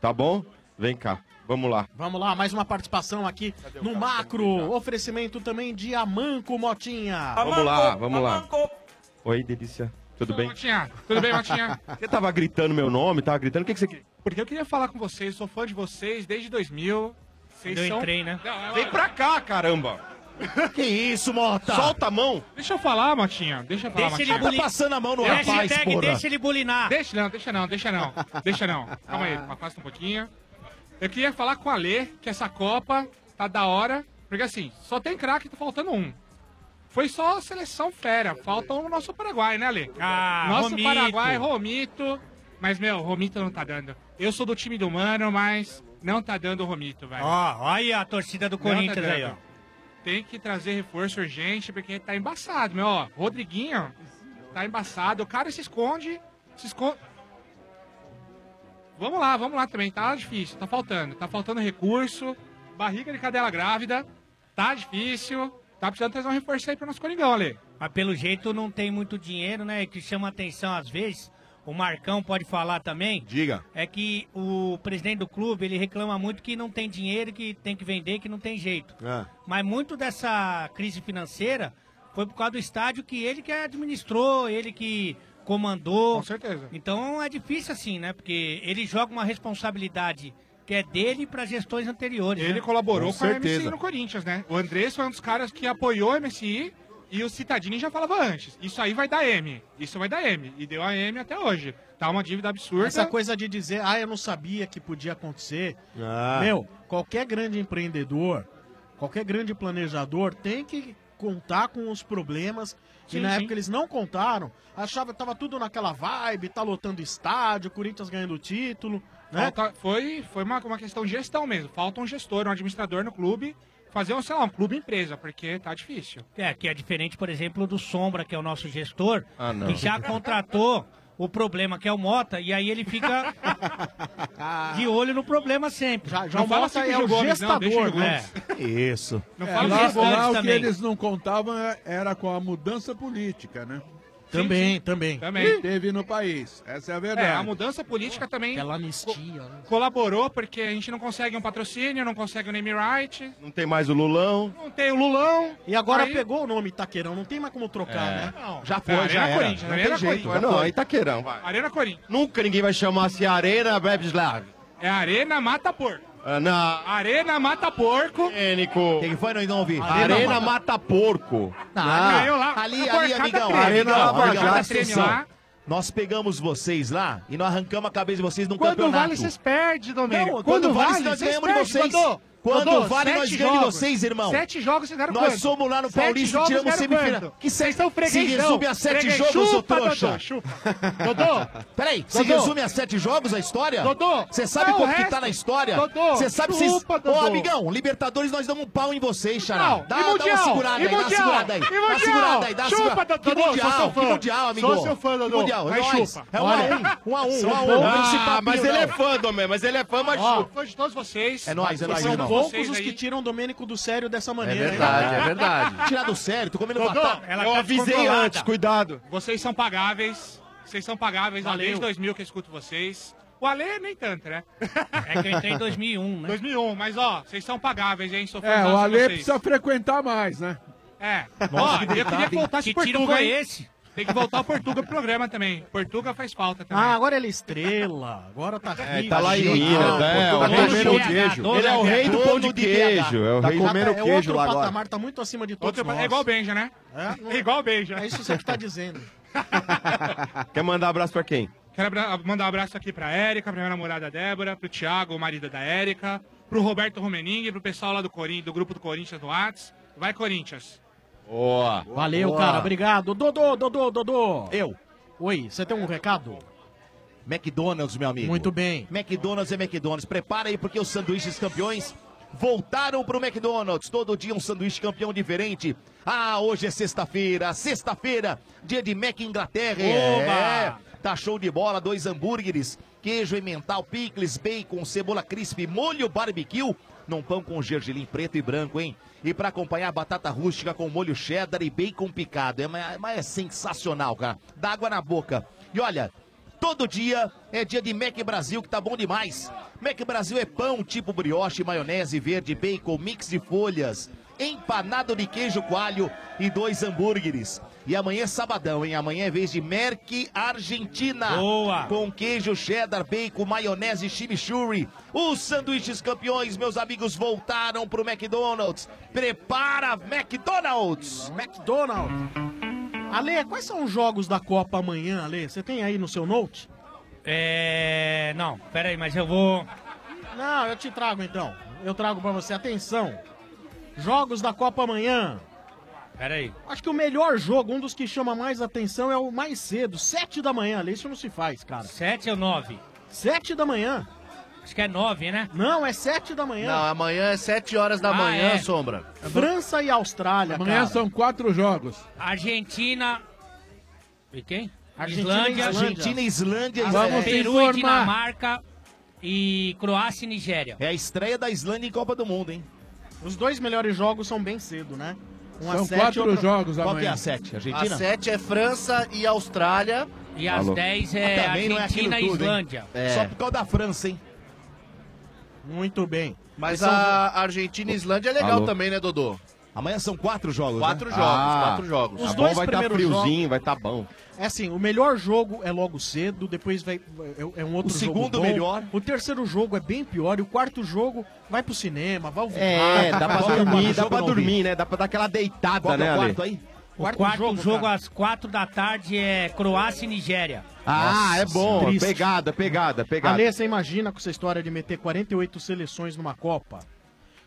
Tá bom? Vem cá, vamos lá.
Vamos lá, mais uma participação aqui no macro. Oferecimento também de Amanco Motinha.
Vamos lá, vamos lá. Oi, delícia. Tudo bem?
Motinha, tudo bem, Motinha?
Você tava gritando meu nome, tava gritando. O que, que você quer?
Porque eu queria falar com vocês, sou fã de vocês desde 2000. Vocês
Eu
são...
entrei, né?
Não, é-
Vem pra cá, caramba!
Que isso, morta?
Solta a mão!
Deixa eu falar, Motinha. Deixa eu falar,
Deixa ele
Motinha.
buli- Tá passando a mão no Hashtag rapaz, porra. deixa ele
bulinar.
Deixa não, deixa não, deixa não. Deixa não. Calma aí,
Ah.
afasta um pouquinho. Eu queria falar com a Lê que essa Copa tá da hora. Porque assim, só tem craque, tá faltando um. Foi só a seleção fera. Falta o nosso Paraguai, né, Lê?
Ah,
nosso
Romito.
Paraguai, Romito. Mas, meu, Romito não tá dando. Eu sou do time do Mano, mas não tá dando o Romito, velho.
Ó, olha aí a torcida do
Não,
Corinthians
Tadeu.
aí, ó.
Tem que trazer reforço urgente, porque tá embaçado, meu. Ó, Rodriguinho tá embaçado. O cara se esconde, se esconde. Vamos lá, vamos lá também. Tá difícil, tá faltando. Tá faltando recurso. Barriga de cadela grávida. Tá difícil. Tá precisando trazer um reforço aí pro nosso Coringão, Ale.
Mas pelo jeito não tem muito dinheiro, né? E que chama atenção às vezes, o Marcão pode falar também.
Diga.
É que o presidente do clube, ele reclama muito que não tem dinheiro, que tem que vender, que não tem jeito.
Ah.
Mas muito dessa crise financeira foi por causa do estádio que ele que administrou, ele que comandou. Com
certeza.
Então é difícil assim, né? Porque ele joga uma responsabilidade que é dele para gestões anteriores.
Ele
É,
né?
colaborou com, a MSI no Corinthians, né? O Andrés foi um dos caras que apoiou a MSI e o Citadini já falava antes. Isso aí vai dar M. Isso vai dar M. E deu a M até hoje. Tá uma dívida absurda.
Essa coisa de dizer, ah, eu não sabia que podia acontecer.
Ah.
Meu, qualquer grande empreendedor, qualquer grande planejador tem que contar com os problemas.
Sim,
e na
sim.
época eles não contaram, achava que tava tudo naquela vibe, tá lotando estádio, Corinthians ganhando o título, né?
Falta- foi foi uma, uma questão de gestão mesmo. Falta um gestor, um administrador no clube. Fazer um, sei lá, um clube empresa, porque tá difícil.
É, que é diferente, por exemplo, do Sombra, que é o nosso gestor,
Ah, não.
que já contratou o problema, que é o Mota, e aí ele fica Ah, de olho no problema sempre. Já,
já o
assim
Mota é o gestador, né?
Isso.
Não
É,
fala
lá,
dos restantes
lá o que
também.
eles não contavam é- era com a mudança política, né?
Também, também.
Também.
Que teve no país. Essa é a
É,
verdade.
a mudança política também
Aquela anistia. né?
colaborou, porque a gente não consegue um patrocínio, não consegue o name right.
Não tem mais o Lulão.
Não tem o Lulão.
E agora
Aí-
pegou o nome Itaqueirão, não tem mais como trocar,
É.
né?
Não. Já foi, já era. Não tem jeito,
Corinthians.
não, aí Itaquerão, vai.
Arena Corinthians.
Nunca ninguém vai chamar-se Arena Bebislav.
É Arena Mata Porco.
Ah, na
Arena Mata Porco.
Ênico. Quem
foi, não ouvi?
Arena, Mata... Porco.
Ah,
caiu lá.
É
Ali,
A
ali,
porcata
amigão.
treme,
Arena
então,
amigão.
Lava
A porcata
Jato,
treme
atenção.
lá.
Nós pegamos vocês lá e nós arrancamos a cabeça de vocês num
Quando
campeonato.
vale, vocês perdem, Domênico.
Não, quando, vale, nós ganhamos de vocês. Quando vale, nós ganhamos de vocês, irmão.
Sete jogos, vocês deram
Nós
quanto?
somos lá no
Sete
Paulista e
jogos,
tiramos
deram
semifinal.
quanto?
Que
Vocês são
Se
freguesão.
resume a sete
Freguês.
jogos, seu
Chupa,
trouxa.
Dodô, chupa. Dodô.
Peraí, se
Dodô.
resume a sete jogos a história?
Dodô.
Você sabe
Não, o
como que
resto-
tá na história?
Dodô,
Você sabe se... Ô,
chupa, Dodô.
amigão, Libertadores nós damos um pau em vocês, Xará.
Não,
Dá,
e
dá uma
mundial?
segurada
E
aí, dá uma
mundial?
segurada aí.
E
Dá uma
mundial?
segurada aí, dá uma
Chupa,
segurada.
Dodô,
Que
sou
mundial,
seu
que
fã.
mundial, amigo.
Sou seu fã, Dodô.
Que mundial, é
Mas
nóis.
chupa.
É um a
Olha
um, um a um,
São
um a um.
poucos.
Não se
Ah, mas
papinho,
ele é
não.
fã, Domé, mas ele é fã, mas
Ó,
chupa.
fã de todos vocês.
É nóis, é
Mas
nóis,
são
irmão.
poucos os que tiram o Domênico do sério dessa maneira. hein?
verdade, é verdade. Tirar do sério, tô comendo batata.
eu avisei antes,
cuidado.
Tá Vocês são pagáveis. Vocês são pagáveis
Valeu.
desde 2000 que eu escuto vocês. O Ale nem tanto, né?
É que eu entrei em 2001, né?
2001, mas ó, vocês são pagáveis, hein? Sou
É,
fãzão
o
de
Ale
vocês.
precisa frequentar mais, né?
É.
Nossa,
ó,
que
eu
deitado,
queria
hein?
que voltasse
Que
Portuga,
tiro foi
hein?
esse?
Tem que voltar o Portuga pro programa também. Portuga faz falta também.
Ah, agora ele é estrela. Agora tá
É,
rico,
tá lá em
gigante.
Minas, é,
Portugal
tá
dono
comendo
de
queijo.
BH,
Ele é o
dono
rei do
BH.
pão de
queijo, é o
Tá
rei-
com-
comendo
é
queijo
outro
lá agora.
patamar, tá muito acima de todos
Outro pa-
nós.
É igual o Benja, né?
É?
Igual o Benja.
É isso que você que tá dizendo.
Ah, Quer mandar abraço pra quem?
Quero abra- mandar um abraço aqui pra Érica, pra minha namorada Débora, pro Thiago, o marido da Érica, pro Roberto Romening, pro pessoal lá do Corin, do grupo do Corinthians no Whats. Vai, Corinthians.
Boa.
Valeu,
Boa.
cara. Obrigado. Dodô, Dodô, Dodô. Eu. Oi, você tem um recado?
McDonald's, meu amigo.
Muito bem.
McDonald's é McDonald's. Prepara aí porque os sanduíches campeões voltaram pro McDonald's. Todo dia um sanduíche campeão diferente. Ah, hoje é sexta-feira. Sexta-feira, dia de Mac Inglaterra.
Oba!
É. Tá show de bola, dois hambúrgueres, queijo emmental, picles, bacon, cebola crisp, molho barbecue, num pão com gergelim preto e branco, hein? E pra acompanhar batata rústica com molho cheddar e bacon picado. É, ma- mas é sensacional, cara. Dá água na boca. E olha, Todo dia é dia de Mac Brasil, que tá bom demais. Mac Brasil é pão tipo brioche, maionese verde, bacon, mix de folhas, empanado de queijo coalho e dois hambúrgueres. E amanhã é sabadão, hein? Amanhã é vez de Merc Argentina. Boa! Com queijo cheddar, bacon, maionese, chimichurri. Os sanduíches campeões, meus amigos, voltaram pro McDonald's. Prepara, McDonald's!
McDonald's! Ale, quais são os jogos da Copa amanhã, Ale? Você tem aí no seu note?
É. Não, peraí, mas eu vou.
Não, eu te trago então. Eu trago pra você. Atenção! Jogos da Copa amanhã.
Peraí.
Acho que o melhor jogo, um dos que chama mais atenção, é o mais cedo, 7 da manhã, Ale. Isso não se faz, cara.
7 ou 9?
7 da manhã.
Acho que é 9, né?
Não, é 7 da manhã.
Não, amanhã é 7 horas da
Ah,
manhã,
é.
Sombra.
França e Austrália,
Amanhã
cara.
são quatro jogos.
Argentina. E quem?
Argentina
Islândia.
e Islândia. Argentina,
Islândia,
Vamos se
Peru
informar.
e Dinamarca. E Croácia e Nigéria.
É a estreia da Islândia em Copa do Mundo, hein?
Os dois melhores jogos são bem cedo, né? Um
São
às sete,
quatro
outro-
jogos Qual amanhã. que é a sete? Argentina?
A 7 é França e Austrália.
E
Alô. Ah, também não é aquilo tudo, hein?
É.
Só por causa da França, hein?
Muito bem.
Mas a Argentina e Islândia é legal também, né, Dodô?
Amanhã são quatro jogos.
Quatro
né?
jogos, quatro jogos.
Ah. Os
Tá
dois
bom, vai tá
primeiros
friozinho,
jogos...
vai tá bom.
É assim, o melhor jogo é logo cedo, depois vai, é, é um outro
O
jogo
segundo
bom.
melhor.
O terceiro jogo é bem pior e o quarto jogo vai pro cinema, vai ouvir.
É, dá pra dormir, dá pra dormir, né? Dá pra dar aquela deitada,
Qual que é
né,
o
Ale?
quarto aí?
O quarto, jogo, às 4 da tarde é Croácia e Nigéria.
Ah,
Nossa,
é bom.
triste.
Pegada, pegada, pegada.
Ale, você imagina com essa história de meter 48 seleções numa Copa?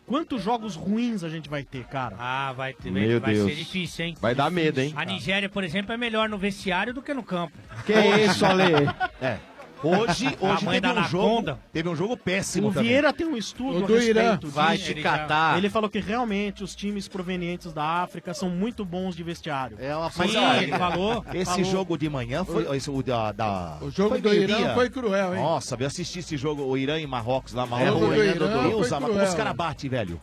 Quantos jogos ruins a gente vai ter, cara?
Ah, vai ter.
Meu
vai
Deus.
ser difícil, hein?
Vai dar medo, hein?
A Nigéria, por exemplo, é melhor no vestiário do que no campo.
Que isso, Ale?
É. Hoje,
A
hoje
mãe
teve
da
um jogo,
anaconda.
teve um jogo péssimo
O
também.
Vieira tem um estudo
O
a
do
respeito
Irã.
disso.
Vai te
Ele-
catar.
Ele falou que realmente os times provenientes da África são muito bons de vestiário.
É uma
Mas, olha, Esse jogo de manhã foi. esse, o, da, da-
O jogo
foi
do Irã
meio-dia.
foi cruel, hein?
Nossa, eu assisti esse jogo, o Irã e Marrocos lá,
É,
Marrocos.
o Irã
Irã,
foi
Deus,
cruel,
amado, os caras
né?
batem, velho.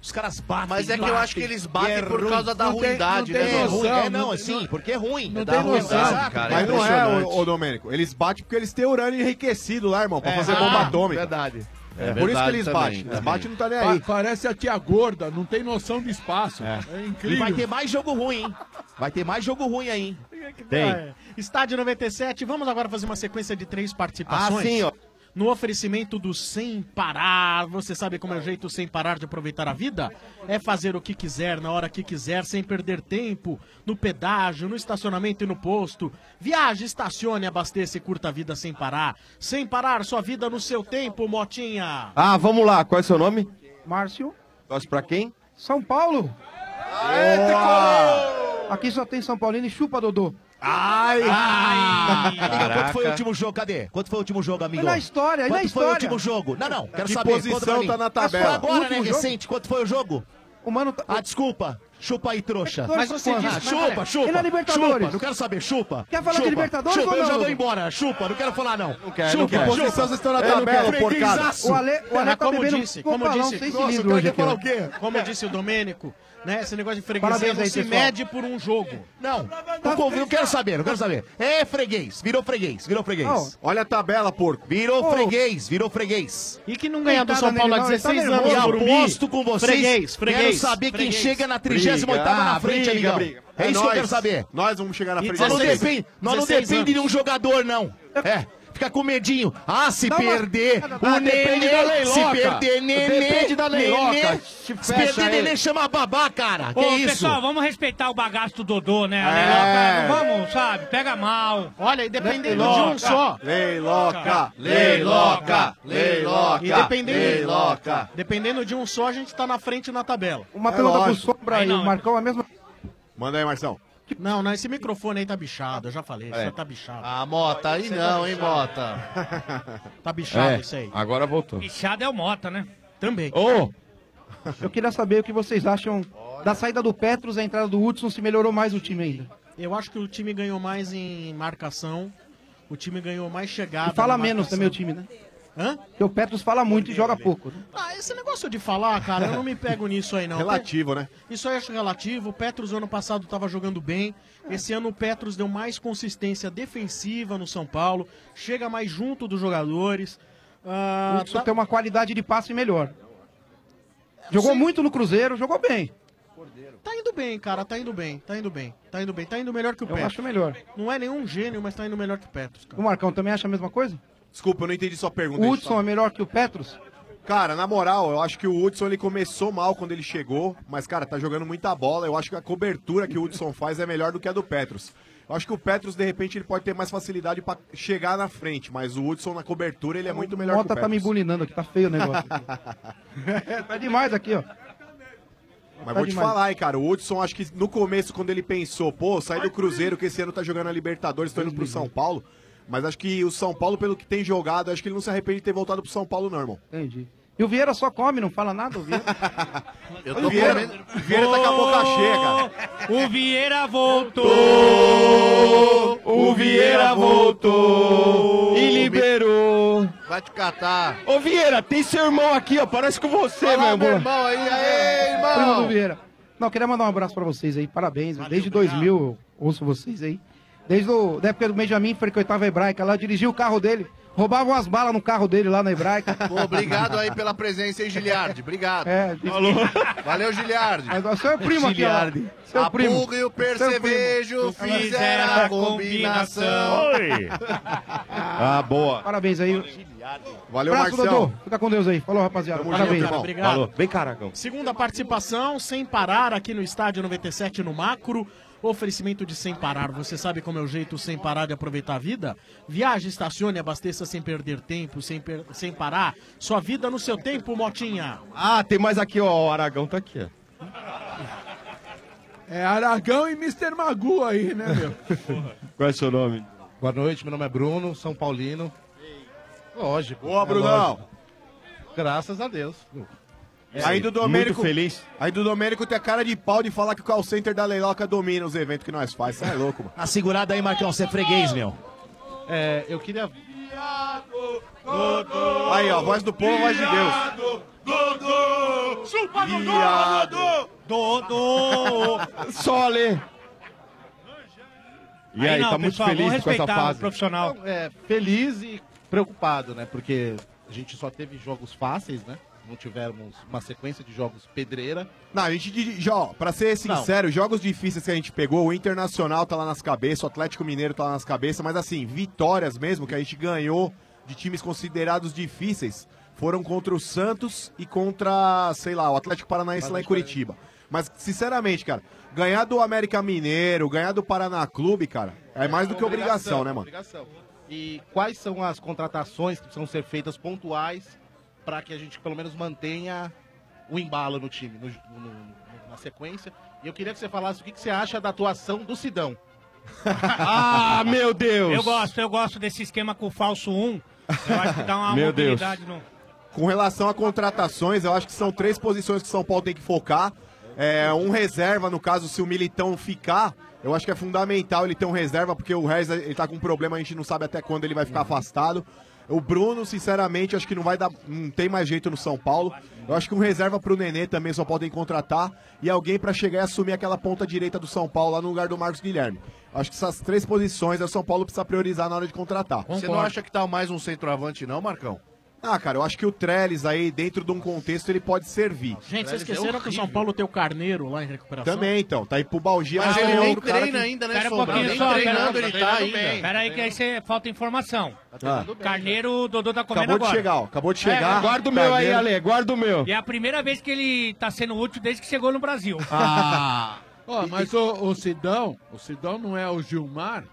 Os caras batem.
Mas é que eu
batem,
acho que eles
e
batem
é
por
ruim.
causa da
Não tem-
ruindade,
não tem
né?
noção,
É,
É, não,
não-
assim, porque é ruim.
não
é da
tem
ruindade,
noção,
exato,
cara,
Mas não é,
impressionante.
ô, ô Domênico. Eles batem porque eles têm urânio enriquecido lá, irmão, pra
É,
fazer
ah,
bomba atômica.
verdade.
É, por isso que eles batem. Eles batem não tá nem aí.
Pa- parece a tia gorda, não tem noção de espaço. É,
E
incrível.
vai ter mais jogo ruim, hein? Vai ter mais jogo ruim aí, hein?
É. Estádio 97, vamos agora fazer uma sequência de três participações.
Ah, sim, ó.
No oferecimento do Sem Parar, você sabe como é o jeito sem parar de aproveitar a vida? É fazer o que quiser, na hora que quiser, sem perder tempo, no pedágio, no estacionamento e no posto. Viaje, estacione, abasteça e curta a vida sem parar. Sem parar sua vida no seu tempo, Motinha.
Ah, vamos lá. Qual é o seu nome?
Márcio.
Torce pra quem?
São Paulo. Aqui só tem São Paulino e chupa, Dodô.
Ai! Amigão,
Caraca.
quanto foi o último jogo? Cadê? Quanto foi o último jogo, amigo?
É na história, é
quanto
na
foi o
história.
último jogo? Não, não, quero
Que
saber.
posição
Conta pra mim.
tá na
Mas
tabela?
Foi agora,
Último
né?
jogo?
Recente. Quanto foi o jogo?
O mano tá-
Ah, desculpa. Chupa aí, trouxa.
Mas você
Ah,
disse- mas
chupa,
peraí.
chupa.
E na Libertadores?
Chupa, não quero saber. Chupa.
Quer falar de
Chupa,
Libertadores
Chupa,
ou
eu já
não?
vou embora. Chupa, não quero falar, não. Não
quero,
chupa,
não quero.
Chupa.
Posição, vocês estão na
Eu não
tabela,
quero.
porcada.
Freguesaço.
O Ale- o Ale
Cara,
tá
como
bebendo
disse,
um
como
copalão,
disse,
sem
Nossa,
cilindro
o cara
hoje
quer
aqui,
falar
ó.
o quê? Como disse o Domênico, né? Esse negócio de freguesia
Parabéns
não
aí,
se
pessoal.
mede por um jogo.
Não,
Tá
não, conv- não quero saber, não quero saber. É freguês, virou freguês, virou freguês.
Não.
Olha a tabela, porco. Virou freguês, virou freguês.
E que não ganha do São Paulo há
tá
16 anos,
E
Morumbi.
aposto com vocês.
Freguês, freguês,
Quero saber
freguês.
quem chega na
Briga,
38 ª na frente,
briga,
amigão.
briga.
É,
É
isso que eu
nós.
quero saber.
Nós vamos chegar na
E
frente.
Nós não
deles.
depende, nós não
16
depende de um
anos.
jogador, não. É. Fica com medinho. Ah, se
Dá uma-
perder,
Ah,
o
depende da
nenê,
leiloca.
se perder, nenê,
Depende da leiloca.
nenê.
Se
se
fecha
perder,
ele.
nenê, chama a babá, cara. Que
Ô,
isso?
pessoal, vamos respeitar o bagaço do Dodô, né? A
É.
Leiloca, não vamos, sabe? Pega mal.
Olha, e
dependendo
de um só.
Leiloca,
leiloca, leiloca,
E dependendo,
leiloca.
dependendo de um só, a gente tá na frente na tabela.
Uma pergunta pro Sombra e o Marcão, é a mesma.
Manda aí, Marcão.
Não, não, esse microfone aí tá bichado, eu já falei, isso
É.
aí tá bichado.
Ah, Mota, aí
Isso
não, hein,
bichado.
Mota.
Tá bichado
É.
isso aí.
Agora voltou.
Bichado é o Mota, né?
Também.
Ô!
Eu queria saber o que vocês acham da saída do Petros, a entrada do Hudson, se melhorou mais o time ainda.
Eu acho que o time ganhou mais em marcação, o time ganhou mais chegada.
E fala
na
menos
marcação.
também o time, né?
tá Hã?
Porque o Petros fala muito e joga pouco. né?
Ah, esse negócio de falar, cara, eu não me pego nisso aí, não.
Relativo, né?
Isso aí eu acho relativo. O Petros ano passado estava jogando bem. Esse ano o Petros deu mais consistência defensiva no São Paulo. Chega mais junto dos jogadores.
O
Ah,
Hudson
tá-
tem uma qualidade de passe melhor. Jogou muito no Cruzeiro, jogou bem.
Tá indo bem, cara, tá indo bem, tá indo bem, tá indo bem, tá indo melhor que o
Eu
Petros.
acho melhor.
Não é nenhum gênio, mas tá indo melhor que o Petros.
O Marcão também acha a mesma coisa?
Desculpa, eu não entendi sua pergunta.
O
aí,
Hudson é melhor que o Petros?
Cara, na moral, eu acho que o Hudson ele começou mal quando ele chegou, mas cara, tá jogando muita bola. Eu acho que a cobertura que o Hudson faz é melhor do que a do Petros. Eu acho que o Petros de repente ele pode ter mais facilidade pra chegar na frente, mas o Hudson na cobertura ele é muito melhor
o
que o
Mota tá me
Petros.
bulinando aqui, tá feio o negócio. tá demais aqui, ó.
Mas
Tá
vou te
demais.
falar, hein, cara. O Hudson, acho que no começo, quando ele pensou, pô, saí do Cruzeiro, que esse ano tá jogando a Libertadores, tô indo pro São Paulo. Mas acho que o São Paulo, pelo que tem jogado, acho que ele não se arrepende de ter voltado pro São Paulo, não, irmão.
Entendi. E o Vieira só come, não fala nada, o Vieira.
Eu
tô comendo-
O Vieira tá com a boca cheia, cara.
O Vieira voltou!
O Vieira voltou e liberou.
Vai te catar.
Ô Vieira, tem seu irmão aqui, ó. Parece com você,
Olha
meu
lá, meu
irmão.
irmão aí, aê,
Primo do
irmão.
Vieira. Não, queria mandar um abraço pra vocês aí, parabéns. Desde 2000 eu ouço vocês aí. Desde o, da época do Benjamin, frequentava a Hebraica lá, dirigia o carro dele, roubavam as balas no carro dele lá na Hebraica.
Pô, obrigado aí pela presença, hein, Giliardi? Obrigado.
É,
Falou. Valeu, Giliardi.
Mas o seu é primo aqui, ó.
Giliardi.
Seu
a
primo.
pulga e
Seu
o percevejo
primo.
fizeram a combinação.
Oi. Ah, boa.
Parabéns aí.
Valeu,
Abraço,
Marcelo.
Dodô. Fica com Deus aí. Falou, rapaziada.
Tamo
Parabéns.
junto, irmão. Obrigado.
Falou. Vem cá, Aragão.
Segunda participação, sem parar, aqui no Estádio 97 no Macro. Oferecimento de sem parar. Você sabe como é o jeito sem parar de aproveitar a vida? Viaje, estacione, abasteça sem perder tempo, sem, per- sem parar. Sua vida no seu tempo, Motinha.
Ah, tem mais aqui, ó. O Aragão tá aqui, ó.
É Aragão e Mr. Magu aí, né, meu?
Qual é o seu nome?
Boa noite, meu nome é Bruno, São Paulino. Lógico.
Boa,
é
Brunão. É.
lógico. Graças a Deus.
Aí do Domênico.
Muito feliz.
Aí do Domênico tem a cara de pau de falar que o call center da Leiloca domina os eventos que nós faz. Você é louco, mano.
Tá segurado aí, Marcão, você é freguês, meu.
É, eu queria.
Aí, ó, voz do povo, voz de Deus.
Dodô! Chupa,
Viado.
Dodô!
Dodô!
Só ali. E aí,
não,
tá muito
pessoal,
feliz
vamos
com essa
respeitar o
fase?
profissional. Então, é, feliz e preocupado, né? Porque a gente só teve jogos fáceis, né? Não tivemos uma sequência de jogos pedreira.
Não, a gente, de- já, ó, pra ser sincero, jogos difíceis que a gente pegou, o Internacional tá lá nas cabeças, o Atlético Mineiro tá lá nas cabeças, mas assim, vitórias mesmo que a gente ganhou de times considerados difíceis foram contra o Santos e contra, sei lá, o Atlético Paranaense lá em Curitiba. Mas, sinceramente, cara, ganhar do América Mineiro, ganhar do Paraná Clube, cara, é mais do que obrigação, né, mano?
Obrigação. E quais são as contratações que precisam ser feitas pontuais para que a gente pelo menos mantenha o embalo no time, no- no- no- na sequência? E eu queria que você falasse o que, que você acha da atuação do Sidão.
Ah, meu Deus.
Eu gosto, eu gosto desse esquema com o falso 1. Eu acho que dá uma
Meu Deus.
mobilidade no.
Com relação a contratações, eu acho que são três posições que o São Paulo tem que focar. É, um reserva, no caso, se o Militão ficar, eu acho que é fundamental ele ter um reserva, porque o Rez ele tá com um problema, a gente não sabe até quando ele vai ficar afastado. O Bruno, sinceramente, acho que não vai dar. Não tem mais jeito no São Paulo. Eu acho que um reserva pro Nenê também só podem contratar. E alguém pra chegar e assumir aquela ponta direita do São Paulo lá no lugar do Marcos Guilherme. Acho que essas três posições o São Paulo precisa priorizar na hora de contratar.
Você não acha que tá mais um centroavante, não, Marcão?
Ah, cara, eu acho que o Trellis aí, dentro de um contexto, ele pode servir.
é
Gente,
é
vocês esqueceram que o São Paulo tem o Carneiro lá em recuperação?
Também, então. Tá aí pro Balgia.
Mas ele nem
treina ainda,
é
né, Pera um Sombra? pouquinho Nem só, treinando pera- ele tá treinando ainda. bem. Pera aí Tá que aí você falta informação.
treinando
Carneiro, o Dodô tá comendo
Acabou
agora.
de chegar, ó. Acabou de
É,
chegar.
guarda o meu aí,
Carneiro.
Ale,
guarda o meu.
E é a primeira vez que ele tá sendo útil desde que chegou no Brasil.
Ah. Ó, mas o, o Sidão, o Sidão não é o Gilmar,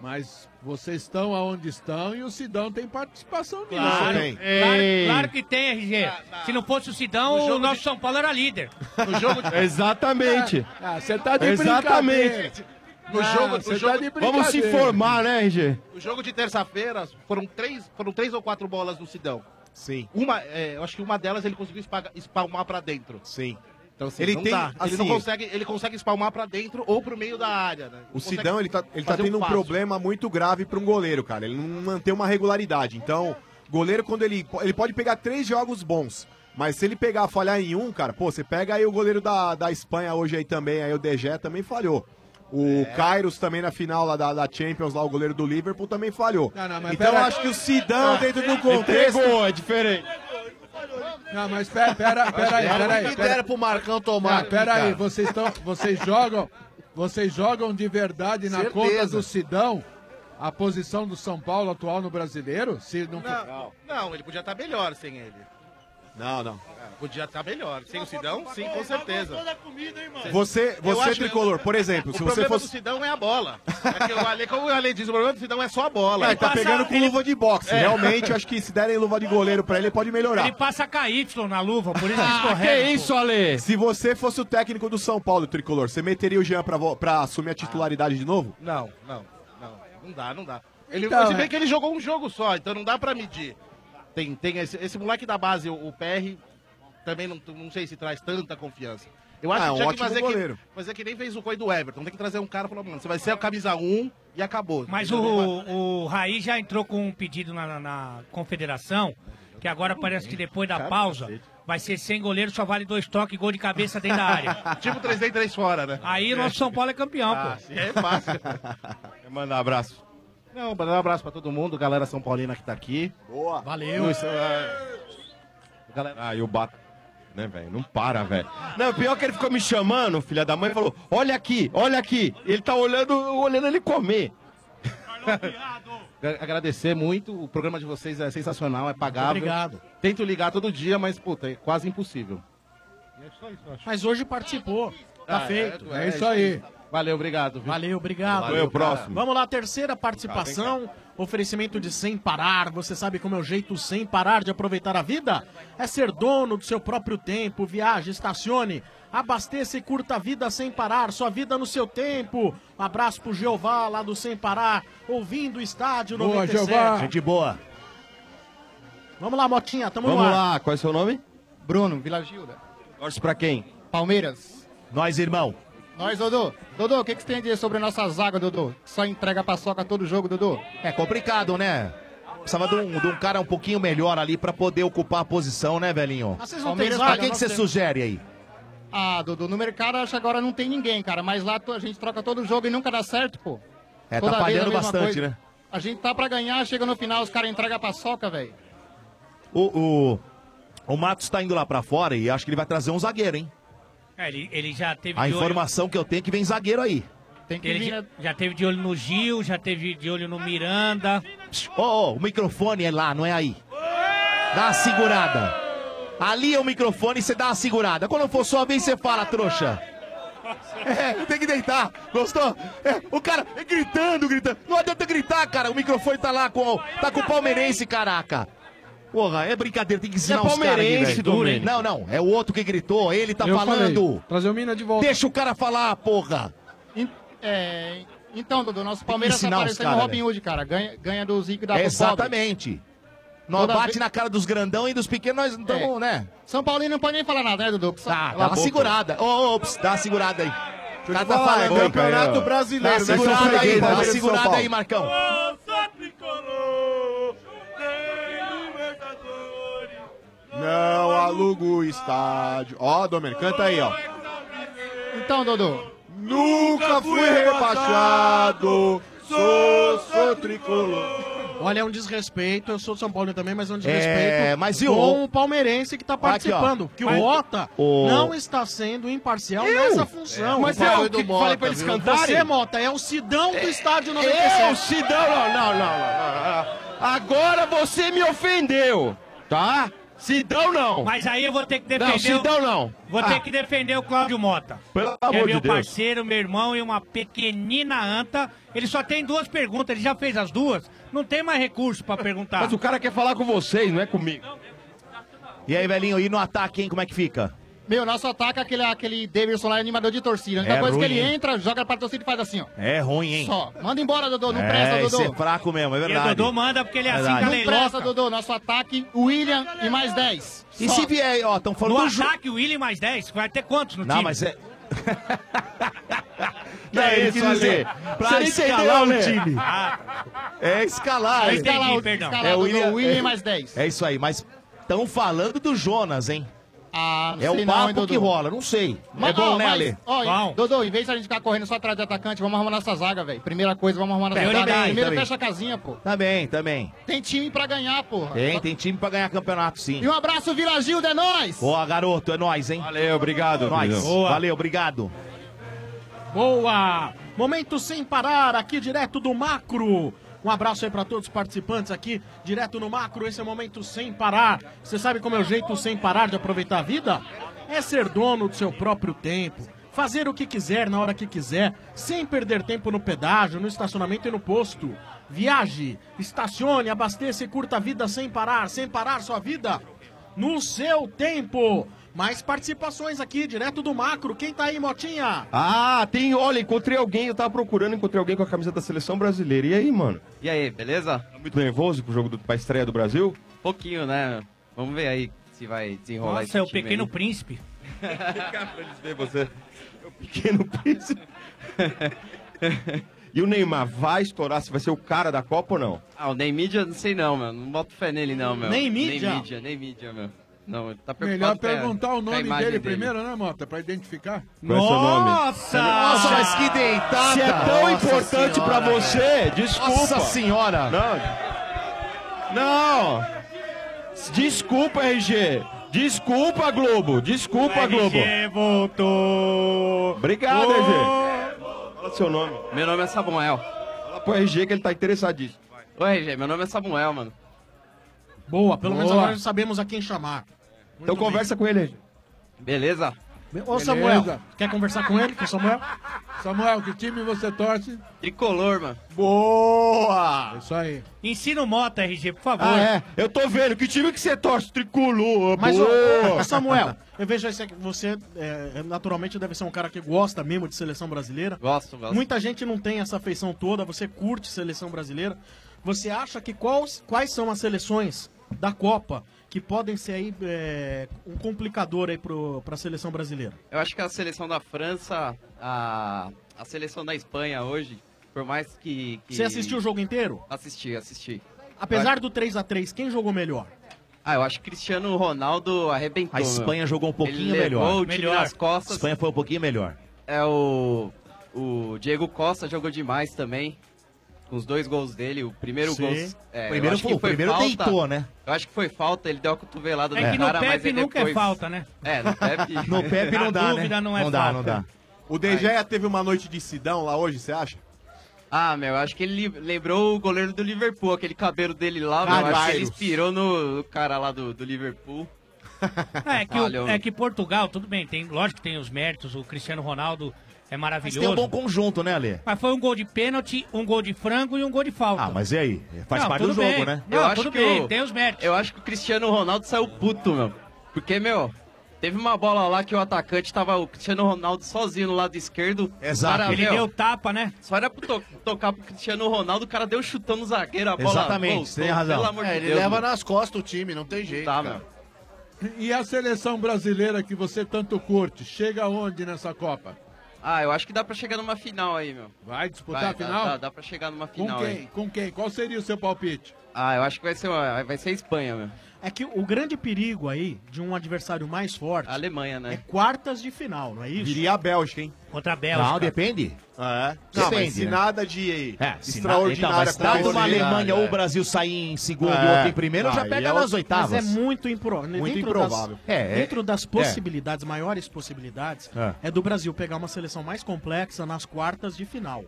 mas vocês estão aonde estão e o Sidão tem participação nisso. né?
Claro,
hein?
claro, claro que tem, RG. Se não fosse o Sidão,
No
o
jogo
nosso
de-
São Paulo era líder.
Exatamente.
Ah, você tá de
Exatamente.
No
jogo-
você
no jogo-
tá de brincadeira.
Vamos se informar, né, RG?
O jogo de terça-feira foram três, foram três ou quatro bolas do Sidão.
Sim.
Uma, é, eu acho que uma delas ele conseguiu espaga- espalmar pra dentro.
Sim.
Então, assim,
Ele
não
tem-
dá.
assim,
ele não consegue, ele consegue espalmar pra dentro ou pro meio da área, né?
O
Consegue
Sidão, ele tá, ele tá
fazer
tendo um
passe.
problema muito grave para um goleiro, cara. Ele não mantém uma regularidade. Então, goleiro, quando ele. Ele pode pegar três jogos bons. Mas se ele pegar, falhar em um, cara, pô, você pega aí o goleiro da, da Espanha hoje aí também, aí o DG também falhou. O Kairos também na final lá da, da Champions, lá o goleiro do Liverpool também falhou.
Não, não, mas
então eu
pera-
acho que o Sidão,
Ah,
dentro do
ele
contexto.
pegou, é
diferente.
Não, mas pera, pera, pera aí, pera aí.
Era o que
pera-
deram pro Marcão tomar
Ah, pera
aqui,
aí,
cara.
vocês, tão, vocês jogam, vocês jogam de verdade na
Certeza.
conta do Sidão a posição do São Paulo atual no brasileiro? Se não, for-
Não, não, ele podia estar melhor sem ele.
Não, não.
Ah, Podia estar melhor. Sem o Sidão, sim, com certeza.
Você,
Eu
você é
acho-
tricolor, por exemplo,
O
se você
problema
fosse.
do Sidão é a bola. É que o Ale, como o Ale diz, o problema do Sidão é só a bola.
Ele tá pegando com luva de boxe.
É.
Realmente, eu acho que se derem luva de goleiro pra ele, ele pode melhorar.
Ele passa KY na luva, por
Ah,
isso Ah, que escorrega.
isso,
Ale?
Se você fosse o técnico do São Paulo, Tricolor, você meteria o Jean pra, vo- pra assumir a titularidade de novo?
Não, não, não. Não dá, não dá. Ele,
Então,
se bem
é.
que ele jogou um jogo só, então não dá pra medir. Tem, tem esse, esse moleque da base, o, o PR, também não, não sei se traz tanta confiança. Eu acho
Ah, é
que
um
tinha que
ótimo
fazer
goleiro.
que, fazer que nem fez o coi do Everton. Tem que trazer um cara e falar, mano, você vai ser a camisa 1 e acabou.
Mas o, o Raí já entrou com um pedido na, na- na confederação, que agora parece que depois da pausa vai ser sem goleiro, só vale dois toques e gol de cabeça dentro da área.
tipo 3 e 3 fora, né?
Aí o nosso São Paulo é campeão,
Ah,
pô.
sim, é fácil.
Quer mandar um abraço?
Não, mandar um abraço pra todo mundo, galera São Paulina que tá aqui.
Boa.
Valeu.
Ah, e o Bato. Né, velho? Não para, velho. Não, pior que ele ficou me chamando, filha da mãe, falou: olha aqui, olha aqui. Ele tá olhando, eu olhando ele comer.
Agradecer muito, o programa de vocês é sensacional, é pagável.
Obrigado.
Tento ligar todo dia, mas, puta, é quase impossível.
né?
Mas hoje participou. Tá
Ah,
feito.
é- é isso aí. Valeu, obrigado.
Valeu, obrigado.
Valeu, próximo.
Vamos lá, terceira participação. Oferecimento de sem parar. Você sabe como é o jeito sem parar de aproveitar a vida? É ser dono do seu próprio tempo. Viaje, estacione, abasteça e curta a vida sem parar. Sua vida no seu tempo. Um abraço pro Jeová lá do Sem Parar, ouvindo o estádio
Boa,
97.
Jeová.
Gente boa.
Vamos lá, Motinha, tamo
Vamos
no ar.
lá, qual é o seu nome?
Bruno, Vila Gilda.
Torce pra quem?
Palmeiras.
Nós, irmão.
Nós, Dodô. Dodô, o que, que você tem a dizer sobre a nossa zaga, Dodô? Só entrega paçoca todo jogo, Dodô?
É complicado, né? Precisava de um, de um cara um pouquinho melhor ali pra poder ocupar a posição, né, velhinho?
Ah, vocês não
Palmeiras,
têm zaga,
pra quem que
nós
você
temos.
sugere aí?
Ah, Dodô, no mercado acho que agora não tem ninguém, cara. Mas lá a gente troca todo jogo e nunca dá certo, pô.
É,
Toda
tá
vez a
falhando
mesma
bastante,
coisa.
né?
A gente tá pra ganhar, chega no final, os caras entregam a paçoca, velho.
O, o, o Matos tá indo lá pra fora e acho que ele vai trazer um zagueiro, hein?
É, ele, ele já teve
A
de olho-
informação que eu tenho é que vem zagueiro aí.
Tem que ele já, já teve de olho no Gil, já teve de olho no Miranda.
Ô, ô, o microfone é lá, não é aí. Dá uma segurada. Ali é o microfone, você dá uma segurada. Quando for sua vez, você fala, trouxa. É, tem que deitar. Gostou? É, o cara é gritando, gritando. Não adianta gritar, cara. O microfone tá lá com o- tá com o palmeirense, caraca. Porra, é brincadeira, tem que ensinar
É
os caras aqui,
palmeirense,
velho.
Domênico.
Não, não, é o outro que gritou, ele tá
Eu
falando.
falei,
trazer o Mina de volta.
Deixa o cara falar, porra.
En- é, então, Dodô, nosso
que
Palmeiras tá
ensinar os
parecendo o
cara,
Robin
velho.
Hood, cara. Ganha, ganha do Zico e dá pro pobre.
Exatamente. Nós
Toda
bate
vez- É.
na cara dos grandão e dos pequenos, nós não estamos, né?
São Paulino não pode nem falar nada, né, Dudu?
Ah, dá uma segurada. Ô, ô, ô, ps, dá uma segurada aí. O
tá
cara
te falar, é
né? Campeonato Brasileiro,
Dá
né?
uma
Vocês
segurada
são
aí, dá uma
fregueses, São
segurada
Paulo.
aí, Marcão.
Não alugo o estádio. Ó, Domer, canta aí, ó.
Então, Dodô.
Nunca fui rebaixado, sou, sou tricolor.
Olha, é um desrespeito. Eu sou de São Paulo também, mas é um
É,
desrespeito
mas e o-
com o palmeirense que tá
Aqui, ó.
participando. que o
Mas-
Mota
o-
não está sendo imparcial
Eu?
nessa função.
Mas é o que falei pra eles cantarem? é
Você, Mota, é o Sidão do Estádio 97.
Eu, Sidão, não, não, não, não, não. Agora você me ofendeu, tá? Sidão não.
Mas aí eu vou ter que defender.
Não, Sidão não. Ah.
o- Vou ter
Ah,
que defender o Cláudio Mota.
Pelo
que é
amor de
meu
Deus.
parceiro, meu irmão e uma pequenina anta. Ele só tem duas perguntas, ele já fez as duas. Não tem mais recurso pra
Tá.
perguntar.
Mas o cara quer falar com vocês, não é comigo.
E aí, velhinho, e no ataque, hein? Como é que fica?
Meu, nosso ataque é aquele, aquele Davidson lá, é animador de torcida. A única
É
coisa
ruim,
que ele
hein?
entra, joga pra torcida e faz assim, ó.
É ruim, hein?
Só. Manda embora, Dodô. Não
é,
presta,
esse é
Dodô.
fraco mesmo, é
E o
verdade.
Dodô
manda porque ele
é assim,
não presta, Dodô. Nosso ataque, William e mais 10.
E se vier, ó, tão falando
No
do Ju-
ataque, o William mais 10, É vai ter quantos no
Não,
time?
mas é-
Não,
É
ele
isso,
quis
Ale.
dizer,
Pra
você
escalar
entendeu,
o
Ale?
time. É escalar,
Eu
hein?
entendi, Escalar o- perdão. escalar,
É
Dodô,
William,
William
é-
mais 10.
É isso aí, mas estão falando do Jonas, hein?
Ah, não
É
sei
o
não,
papo
hein, Dodô.
que rola, não sei. é
Mas,
bom,
ó,
né,
mas,
Ale?
ó,
Bom.
Dodô, em vez de a gente ficar correndo só atrás de atacante, vamos arrumar nossa zaga, velho. Primeira coisa, vamos
tá
arrumar nossa
Prioridade,
zaga. Tá Primeiro
também.
fecha a casinha, pô.
Também, também.
Tem time pra ganhar, porra.
tá Tem, tem time pra ganhar campeonato, sim.
E um abraço, Vila Gilda, é nóis!
Ó, garoto, é nóis, hein? Valeu, obrigado. Nóis.
Brilhão. Boa.
Valeu, obrigado.
Boa! Momento sem parar aqui direto do Macro. Um abraço aí pra todos os participantes aqui direto no Macro. Esse é o momento sem parar. Você sabe como é o jeito sem parar de aproveitar a vida? É ser dono do seu próprio tempo. Fazer o que quiser na hora que quiser, sem perder tempo no pedágio, no estacionamento e no posto. Viaje, estacione, abasteça e curta a vida sem parar, sem parar sua vida no seu tempo. Mais participações aqui direto do Macro. Quem tá aí, Motinha?
Ah, tem, olha, encontrei alguém, eu tava procurando, encontrei alguém com a camisa da seleção brasileira. E aí, mano?
E aí, beleza?
Tá muito nervoso pro jogo do, pra estreia do Brasil?
Pouquinho, né? Vamos ver aí se vai desenrolar esse
Nossa, é o
time
pequeno
aí.
príncipe.
Vê você. O pequeno príncipe. e o Neymar vai estourar? Se vai ser o cara da Copa ou não?
Ah, o nem mídia, não sei não, meu. Não boto fé nele não, meu.
Nem mídia?
Nem mídia, nem mídia, meu. Não, ele tá
Melhor
preocupado com a-
perguntar o
com a
nome
imagem
dele, primeiro, né, Mota? Pra identificar.
Qual é seu nome?
Nossa, mas que deitada!
Se é tão
Nossa
importante pra
senhora,
você,
velho.
desculpa.
Nossa senhora!
Não. Não. Desculpa, RG. Desculpa, Globo. Desculpa,
O RG
Globo. voltou. Obrigado,
O
RG. Fala seu nome.
Meu nome é Samuel.
Fala pro RG que ele tá interessadíssimo.
Ô, RG, meu nome é Samuel, mano.
Boa, pelo menos
Boa.
agora sabemos a quem chamar.
Então conversa com ele, RG.
Beleza?
Ô Samuel, quer conversar com ele, com o Samuel?
Samuel, que time você torce? É
Tricolor, mano.
Boa!
Isso aí.
Ensina o Mota, RG, por favor.
Ah, é? Eu tô vendo. Que time que você torce? Tricolor.
Mas, ô,
boa.
ô, Samuel, eu vejo esse aqui, você é, naturalmente deve ser um cara que gosta mesmo de seleção brasileira.
Gosto, gosto.
Muita gente não tem essa afeição toda, você curte seleção brasileira. Você acha que quais, quais são as seleções da Copa que podem ser aí é, um complicador aí pro, pra seleção brasileira?
Eu acho que a seleção da França, a, a seleção da Espanha hoje, por mais que... que-
Você assistiu o jogo inteiro?
Assisti, assisti.
Apesar do 3 x 3 quem jogou melhor?
Ah, eu acho que Cristiano Ronaldo arrebentou.
A Espanha
Então, meu.
jogou um pouquinho
Ele levou O
melhor.
time nas
A
costas.
Espanha foi um pouquinho melhor.
É o o Diego Costa jogou demais também. Com os dois gols dele, o primeiro
Sim.
gol.
O
É,
primeiro
eu acho
foi-
que
o primeiro deitou, né?
Eu acho que foi falta, ele deu a cotovelada
É
no
que no
cara, mas
Pepe
aí
nunca é
depois-
falta, né?
É, no Pepe.
No Pepe não dá, né?
é
Não é dá, não dá.
O De Gea teve uma noite de Sidão lá hoje, você acha?
Ah, meu, acho que ele li- lembrou o goleiro do Liverpool, aquele cabelo dele lá, meu,
Caralho.
acho que ele inspirou no no cara lá do, do Liverpool.
É que, o-
Olha, eu-
é que Portugal, tudo bem, tem, lógico que tem os méritos, o Cristiano Ronaldo é
Mas
maravilhoso.
tem um bom conjunto, né, Ale?
Mas foi um gol de pênalti, um gol de frango e um gol de falta. Ah,
Mas e aí? Faz parte do jogo, né?
Não,
eu acho
tudo
que
bem,
o,
tem os méritos.
Eu acho que o Cristiano Ronaldo saiu puto, meu. Porque, meu, teve uma bola lá que o atacante tava o Cristiano Ronaldo sozinho no lado esquerdo.
Exato. Ele deu
tapa, né?
Só era pra to- tocar pro Cristiano Ronaldo, o cara deu chutando o zagueiro, a bola
Exatamente,
voltou,
você tem razão.
Pelo amor
É,
de
ele
Deus,
leva
meu.
nas costas o time, não tem jeito.
Tá,
cara.
meu.
E a seleção brasileira que você tanto curte, chega aonde nessa Copa?
Ah, eu acho que dá pra chegar numa final aí, meu.
Vai disputar a final?
Dá, dá pra chegar numa
Com
final
quem?
aí.
Com quem? Qual seria o seu palpite?
Ah, eu acho que vai ser, uma- vai ser a Espanha, meu.
É que o grande perigo aí de um adversário mais forte. A
Alemanha, né?
É quartas de final, não é isso?
Viria a Bélgica, hein?
Contra a
Bélgica.
Não, depende. né?
É.
Não, mas
se nada de
é, se
extraordinário
nada- Então, mas dado uma
acontecer-
Alemanha ou o Brasil sair em segundo ou outro em primeiro, já pega nas oitavas.
Mas é muito, impro...
Muito
dentro
improvável.
Das,
É, é-
dentro das
é.
possibilidades, maiores possibilidades,
É.
é. do Brasil pegar uma seleção mais complexa nas quartas de final.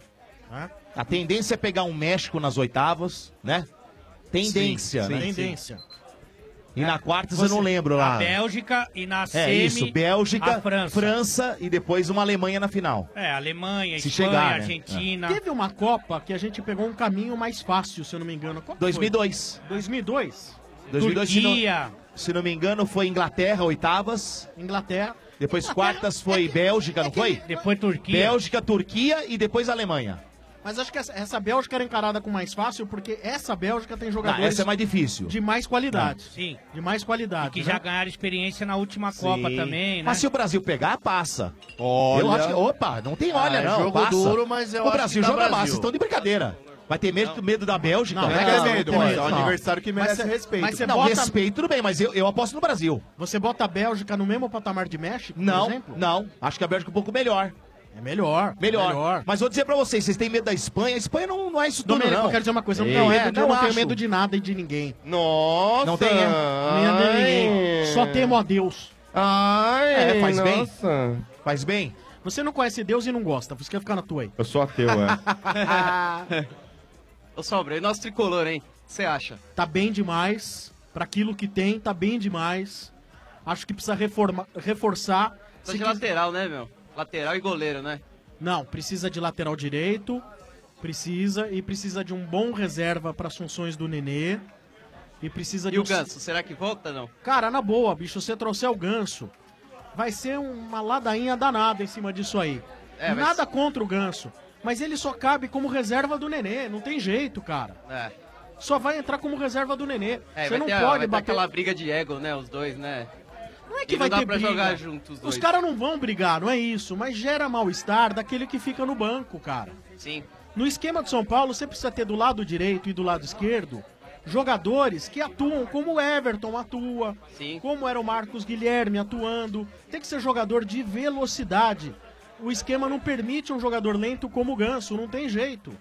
né?
A tendência é pegar um México nas oitavas, né? Tendência,
Sim,
né?
sim, Tendência.
E
É.
na quartas eu não lembro
A
lá.
Bélgica e na
É
semi,
isso, Bélgica,
a França.
França e depois uma Alemanha na final.
É, Alemanha,
Se
Espanha,
chegar, né?
Argentina.
Teve uma Copa que a gente pegou um caminho mais fácil, se eu não me engano. Qual que
2002.
Foi? 2002.
2002, se não- Se não me engano, foi Inglaterra, oitavas.
Inglaterra.
Depois quartas
é
foi Bélgica, não foi?
Depois Turquia.
Bélgica, Turquia e depois Alemanha.
Mas acho que essa, essa Bélgica era encarada com mais fácil, porque essa Bélgica tem
Não,
jogadores
essa é mais difícil.
de mais qualidade.
Sim.
De mais qualidade.
Que
né?
já ganharam experiência na última Copa
Sim.
também, né?
Mas se o Brasil pegar, passa.
Olha.
Eu acho que, opa, não tem olha,
Ah, é
não.
jogo
passa.
duro, mas eu
O
acho
Brasil
que dá
joga
Brasil.
massa, estão de brincadeira. Vai ter medo, medo da Bélgica?
Não,
Vai
não,
ter
não, não,
pô.
não.
um
é
Mas cê- mas cê
não,
bota-
respeito, tudo bem, mas eu, eu aposto no Brasil.
Você bota a Bélgica no mesmo patamar de México,
Não,
por exemplo?
não. Acho que a Bélgica é um pouco melhor.
É melhor.
Melhor.
melhor.
Mas vou dizer pra vocês, vocês têm medo da Espanha? A Espanha não, não é isso tudo,
Domênico,
não.
eu quero dizer uma coisa. Eu não,
Ei,
tenho, medo, eu não tenho
acho.
medo de nada e de ninguém.
Nossa!
Não tenho medo de ninguém. Só temo a Deus.
Ai,
É, faz
nossa.
bem. Faz bem. Você não conhece Deus e não gosta. Você quer ficar na tua aí.
Eu sou ateu, é.
Ô, Sombra, e nosso tricolor, hein? O que você acha?
Tá bem demais. Pra aquilo que tem, tá bem demais. Acho que precisa reforma, reforçar.
Só de lateral, né, meu? Lateral e goleiro, né?
Não, precisa de lateral direito, precisa e precisa de um bom reserva para as funções do Nenê. E precisa de
E o
um-
Ganso, será que volta não?
Cara, na boa, bicho, você trouxer o Ganso, vai ser uma ladainha danada em cima disso aí.
É, mas-
Nada contra o Ganso, mas ele só cabe como reserva do Nenê, não tem jeito, cara.
É.
Só vai entrar como reserva do Nenê.
É,
você
vai
não
ter, a-
pode
vai ter
bater
aquela briga de ego, né? Os dois, né?
Não é
e
que vai
não dá
ter
pra
briga.
jogar juntos os dois.
Os caras não vão brigar, não é isso, mas gera mal-estar daquele que fica no banco, cara.
Sim.
No esquema de São Paulo, você precisa ter do lado direito e do lado esquerdo jogadores que atuam como o Everton atua, como era o Marcos Guilherme atuando. Tem que ser jogador de velocidade. O esquema não permite um jogador lento como o Ganso, não tem jeito.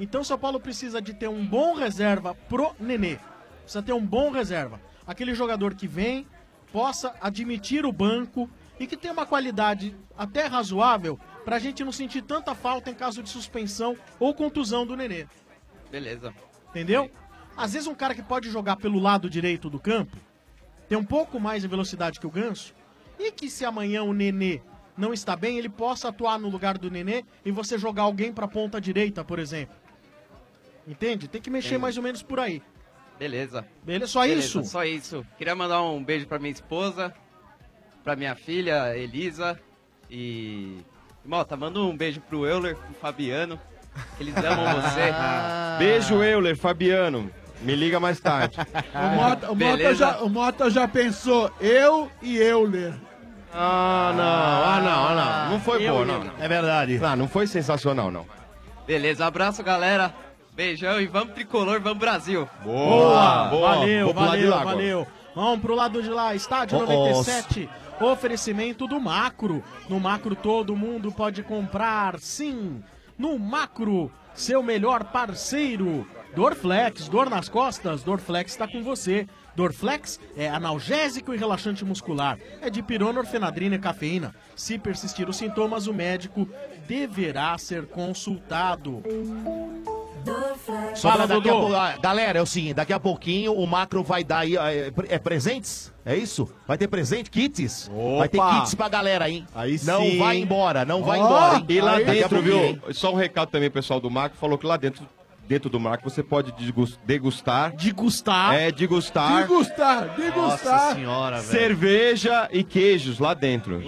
Então São Paulo precisa de ter um bom reserva pro Nenê. Precisa ter um bom reserva. Aquele jogador que vem, possa admitir o banco e que tenha uma qualidade até razoável pra gente não sentir tanta falta em caso de suspensão ou contusão do Nenê.
Beleza.
Entendeu? Às vezes um cara que pode jogar pelo lado direito do campo, tem um pouco mais de velocidade que o Ganso, e que se amanhã o Nenê não está bem, ele possa atuar no lugar do Nenê e você jogar alguém pra ponta direita, por exemplo. Entende? Tem que mexer
Entendi.
mais ou menos por aí.
Beleza.
Beleza? Só isso?
Só isso. Queria mandar um beijo pra minha esposa, pra minha filha, Elisa. E. e, Mota, manda um beijo pro Euler, pro Fabiano. que Eles amam você.
Ah. Beijo, Euler, Fabiano. Me liga mais tarde.
O Mota, o Mota já, o Mota já pensou, eu e Euler.
Ah, não, ah, não, ah, não. Não foi
Eu
bom,
e
não.
Euler.
É verdade. Ah, não foi sensacional, não.
Beleza, abraço, galera. Beijão e vamos tricolor, vamos Brasil.
Boa! Valeu,
Vou pro lado de
valeu,
lá agora.
valeu. Vamos pro lado de lá, estádio
Oh, oh.
97. Oferecimento do Macro. No Macro todo mundo pode comprar, sim. No Macro, seu melhor parceiro. Dorflex, dor nas costas, Dorflex está com você. Dorflex é analgésico e relaxante muscular. É de pirona, orfenadrina e cafeína. Se persistir os sintomas, o médico deverá ser consultado.
Só
Fala,
pra daqui a
Dodô.
pou- ah, Galera, é o seguinte, daqui a pouquinho o Macro vai dar aí, ah, é, pre- é presentes? É isso? Vai ter presente? Kits? Vai ter
Opa!
kits pra galera, hein?
Aí
Não
sim.
vai embora, não vai
Ó,
embora. hein?
E lá
Daqui a
dentro,
pouquinho,
viu?
hein?
Só um recado também, pessoal do Marco falou que lá dentro, dentro do Marco você pode desgus- degustar.
Degustar.
É,
Ah.
degustar.
Degustar, degustar.
senhora, velho. Cerveja e queijos lá dentro.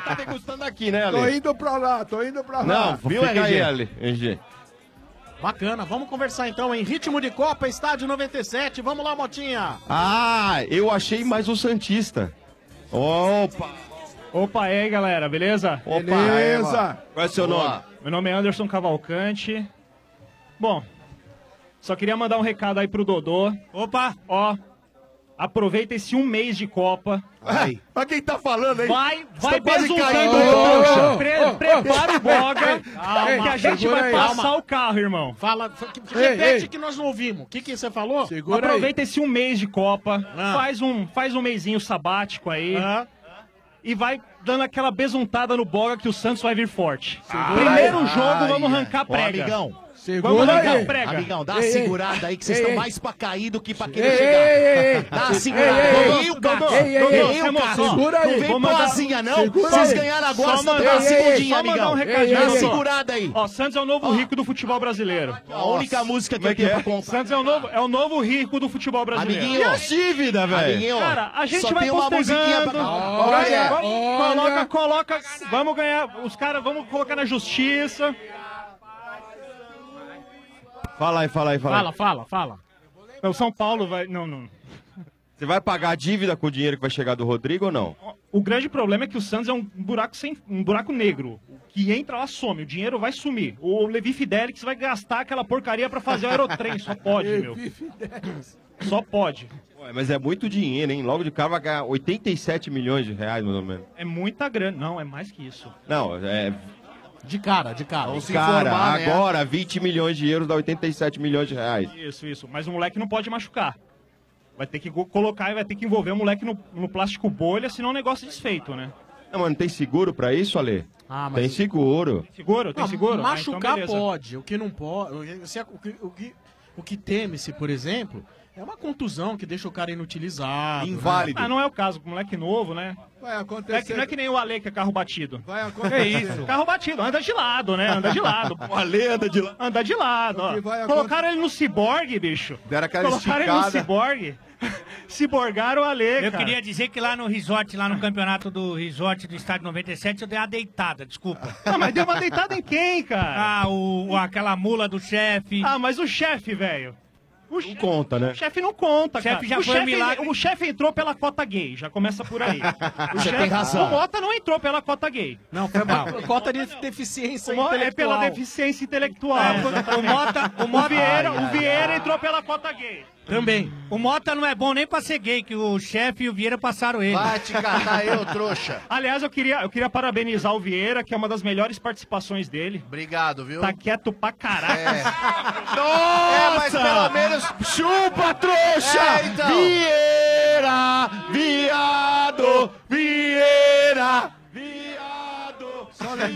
tá degustando aqui, né,
Tô
Ale?
indo pra lá, tô indo pra lá.
Não,
Viu, RG?
fica aí, Ale. RG.
Bacana, vamos conversar então em ritmo de Copa, estádio 97. Vamos lá, Motinha.
Ah, eu achei mais um Santista. Opa!
Opa, e aí, galera, beleza?
Opa! Qual é o seu nome?
Meu nome é Anderson Cavalcante. Bom, só queria mandar um recado aí pro Dodô.
Opa!
Ó, aproveita esse um mês de Copa.
Ai. Pra quem tá falando aí?
Vai,
Você
vai
tá quase
besuntando
caindo,
o
ô,
trouxa.
ô, ô,
Pre-
ô, ô.
Prepara o boga,
Calma,
que a gente
segura
vai
aí.
passar
Calma.
o carro, irmão.
Fala, que- que-
Ei,
repete
ei.
que nós não ouvimos. O que, que você falou?
Aproveita esse um mês de Copa,
Ah.
faz, um, faz um mêsinho sabático aí. E vai dando aquela besuntada no boga que o Santos vai vir forte. Primeiro
Ah. aí.
jogo,
Ai,
vamos arrancar a
ó,
prega.
amigão,
vamos
segura
arrancar
aí.
a prega.
Amigão, dá uma Ei, ei. segurada aí que vocês Ei, estão ei. mais pra cair do que pra querer
Ei,
chegar.
ei, ei, ei.
Dá uma
Ei,
segurada.
ei, ei.
Não vem o
Dodô,
gato.
Dodô,
Não
Dodô,
vem o
sem
gato.
emoção. Segura aí.
Não vem
Vou mandar-
boazinha, não.
Segura
Vocês
aí.
ganharam agora,
Só
você tá
mandar-
dando uma segundinha,
só mandar
amigão.
um recadinho,
Dá uma
Dodô.
segurada aí.
Ó, Santos é o novo rico do futebol brasileiro.
a única música que eu tenho pra contar.
Santos é o novo, é o novo rico do futebol brasileiro.
Amiguinho. E a dívida, velho? Amiguinho,
Cara, a gente
só
vai
tem uma musiquinha pra
postegando.
cantar. Olha,
Vai-
olha.
Coloca, coloca. Vamos ganhar. Os caras, vamos colocar na justiça.
Fala aí, fala aí, fala aí.
Fala, fala, fala. O São Paulo vai. Não, não.
Você vai pagar a dívida com o dinheiro que vai chegar do Rodrigo ou não?
O grande problema é que o Santos é um buraco sem um buraco negro. O que entra lá some, o dinheiro vai sumir. O Levi Fidelix vai gastar aquela porcaria pra fazer o aerotrem, só pode, meu. Só pode.
Ué, mas é muito dinheiro, hein? Logo de cara vai ganhar 87 milhões de reais, mais ou menos.
É muita grana, não, é mais que isso.
Não, é.
De cara, de cara.
Cara,
né?
agora 20 milhões de euros dá 87 milhões de reais.
Isso, isso. Mas o moleque não pode machucar. Vai ter que go- colocar e vai ter que envolver o moleque no, no plástico bolha, senão o negócio é desfeito, né?
Não, mas não tem seguro pra isso, Ale?
Ah, mas-
Tem seguro.
Seguro? Tem
Ah,
seguro? Ah, então
Machucar
beleza.
pode, o que não pode. o que- se é- O que, o que, o que teme-se, por exemplo, é uma contusão que deixa o cara inutilizado. né?
Inválido. Ah, não é o caso, moleque novo, né?
Vai
Não é, que, não é que nem o Ale que é carro batido. Vai
acontecer.
É isso. Carro batido, anda de lado, né? Anda de lado. o Ale anda de lado. Anda de lado, ó. Colocaram ele no ciborgue, bicho.
Deram aquela
Colocaram ele no
esticada.
ciborgue. Ciborgaram o Ale,
Eu
cara.
queria dizer que lá no resort, lá no campeonato do resort do estádio 97, eu dei uma deitada, desculpa.
Ah, mas deu uma deitada em quem, cara?
Ah, o, o- aquela mula do chefe.
Ah, mas o chefe, velho. O chefe-
Conta, né?
O chefe não conta,
O chefe
cara.
já
o,
foi um milagre.
o chefe entrou pela cota gay, já começa por aí. O
Você
chefe-
tem razão.
O Mota não entrou pela cota gay.
Não, foi uma cota de deficiência
É
intelectual.
pela deficiência intelectual.
É, o Mota- o Mota-
Vieira,
Ai, ai,
o Vieira
ai.
entrou pela cota gay.
Também.
O Mota não é bom nem pra ser gay, que o chefe e o Vieira passaram ele.
Vai te catar, eu,
trouxa.
Aliás, eu queria, eu queria parabenizar o Vieira, que é uma das melhores participações dele.
Obrigado, viu?
Tá quieto pra caraca.
É, mas pelo menos.
Chupa, trouxa!
É, então.
Vieira, viado, Vieira.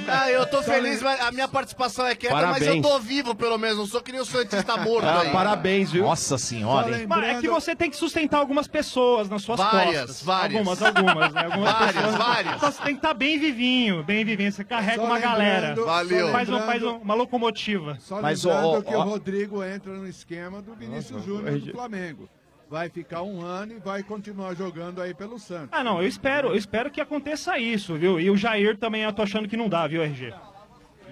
Ah, eu tô feliz, mas a minha participação é quieta, mas eu
Parabéns.
tô vivo pelo menos, não sou que nem o Santista morto
Ah,
aí.
parabéns, viu? Nossa senhora, hein?
Mas é que você tem que sustentar algumas pessoas nas suas
Várias,
costas.
várias.
Algumas, algumas, né? Algumas
Várias,
pessoas.
várias.
Então você tem que estar bem vivinho, bem vivinho. Você carrega
Só
uma
lembrando-
galera.
só Valeu.
Faz, um-
lembrando-
faz um- uma locomotiva.
Só lembrando que o Rodrigo entra no esquema do Vinícius Júnior do
corrigi.
Flamengo. Vai ficar um ano e vai continuar jogando aí pelo Santos.
Ah, não, eu espero, eu espero que aconteça isso, viu? E o Jair também, eu tô achando que não dá, viu, RG?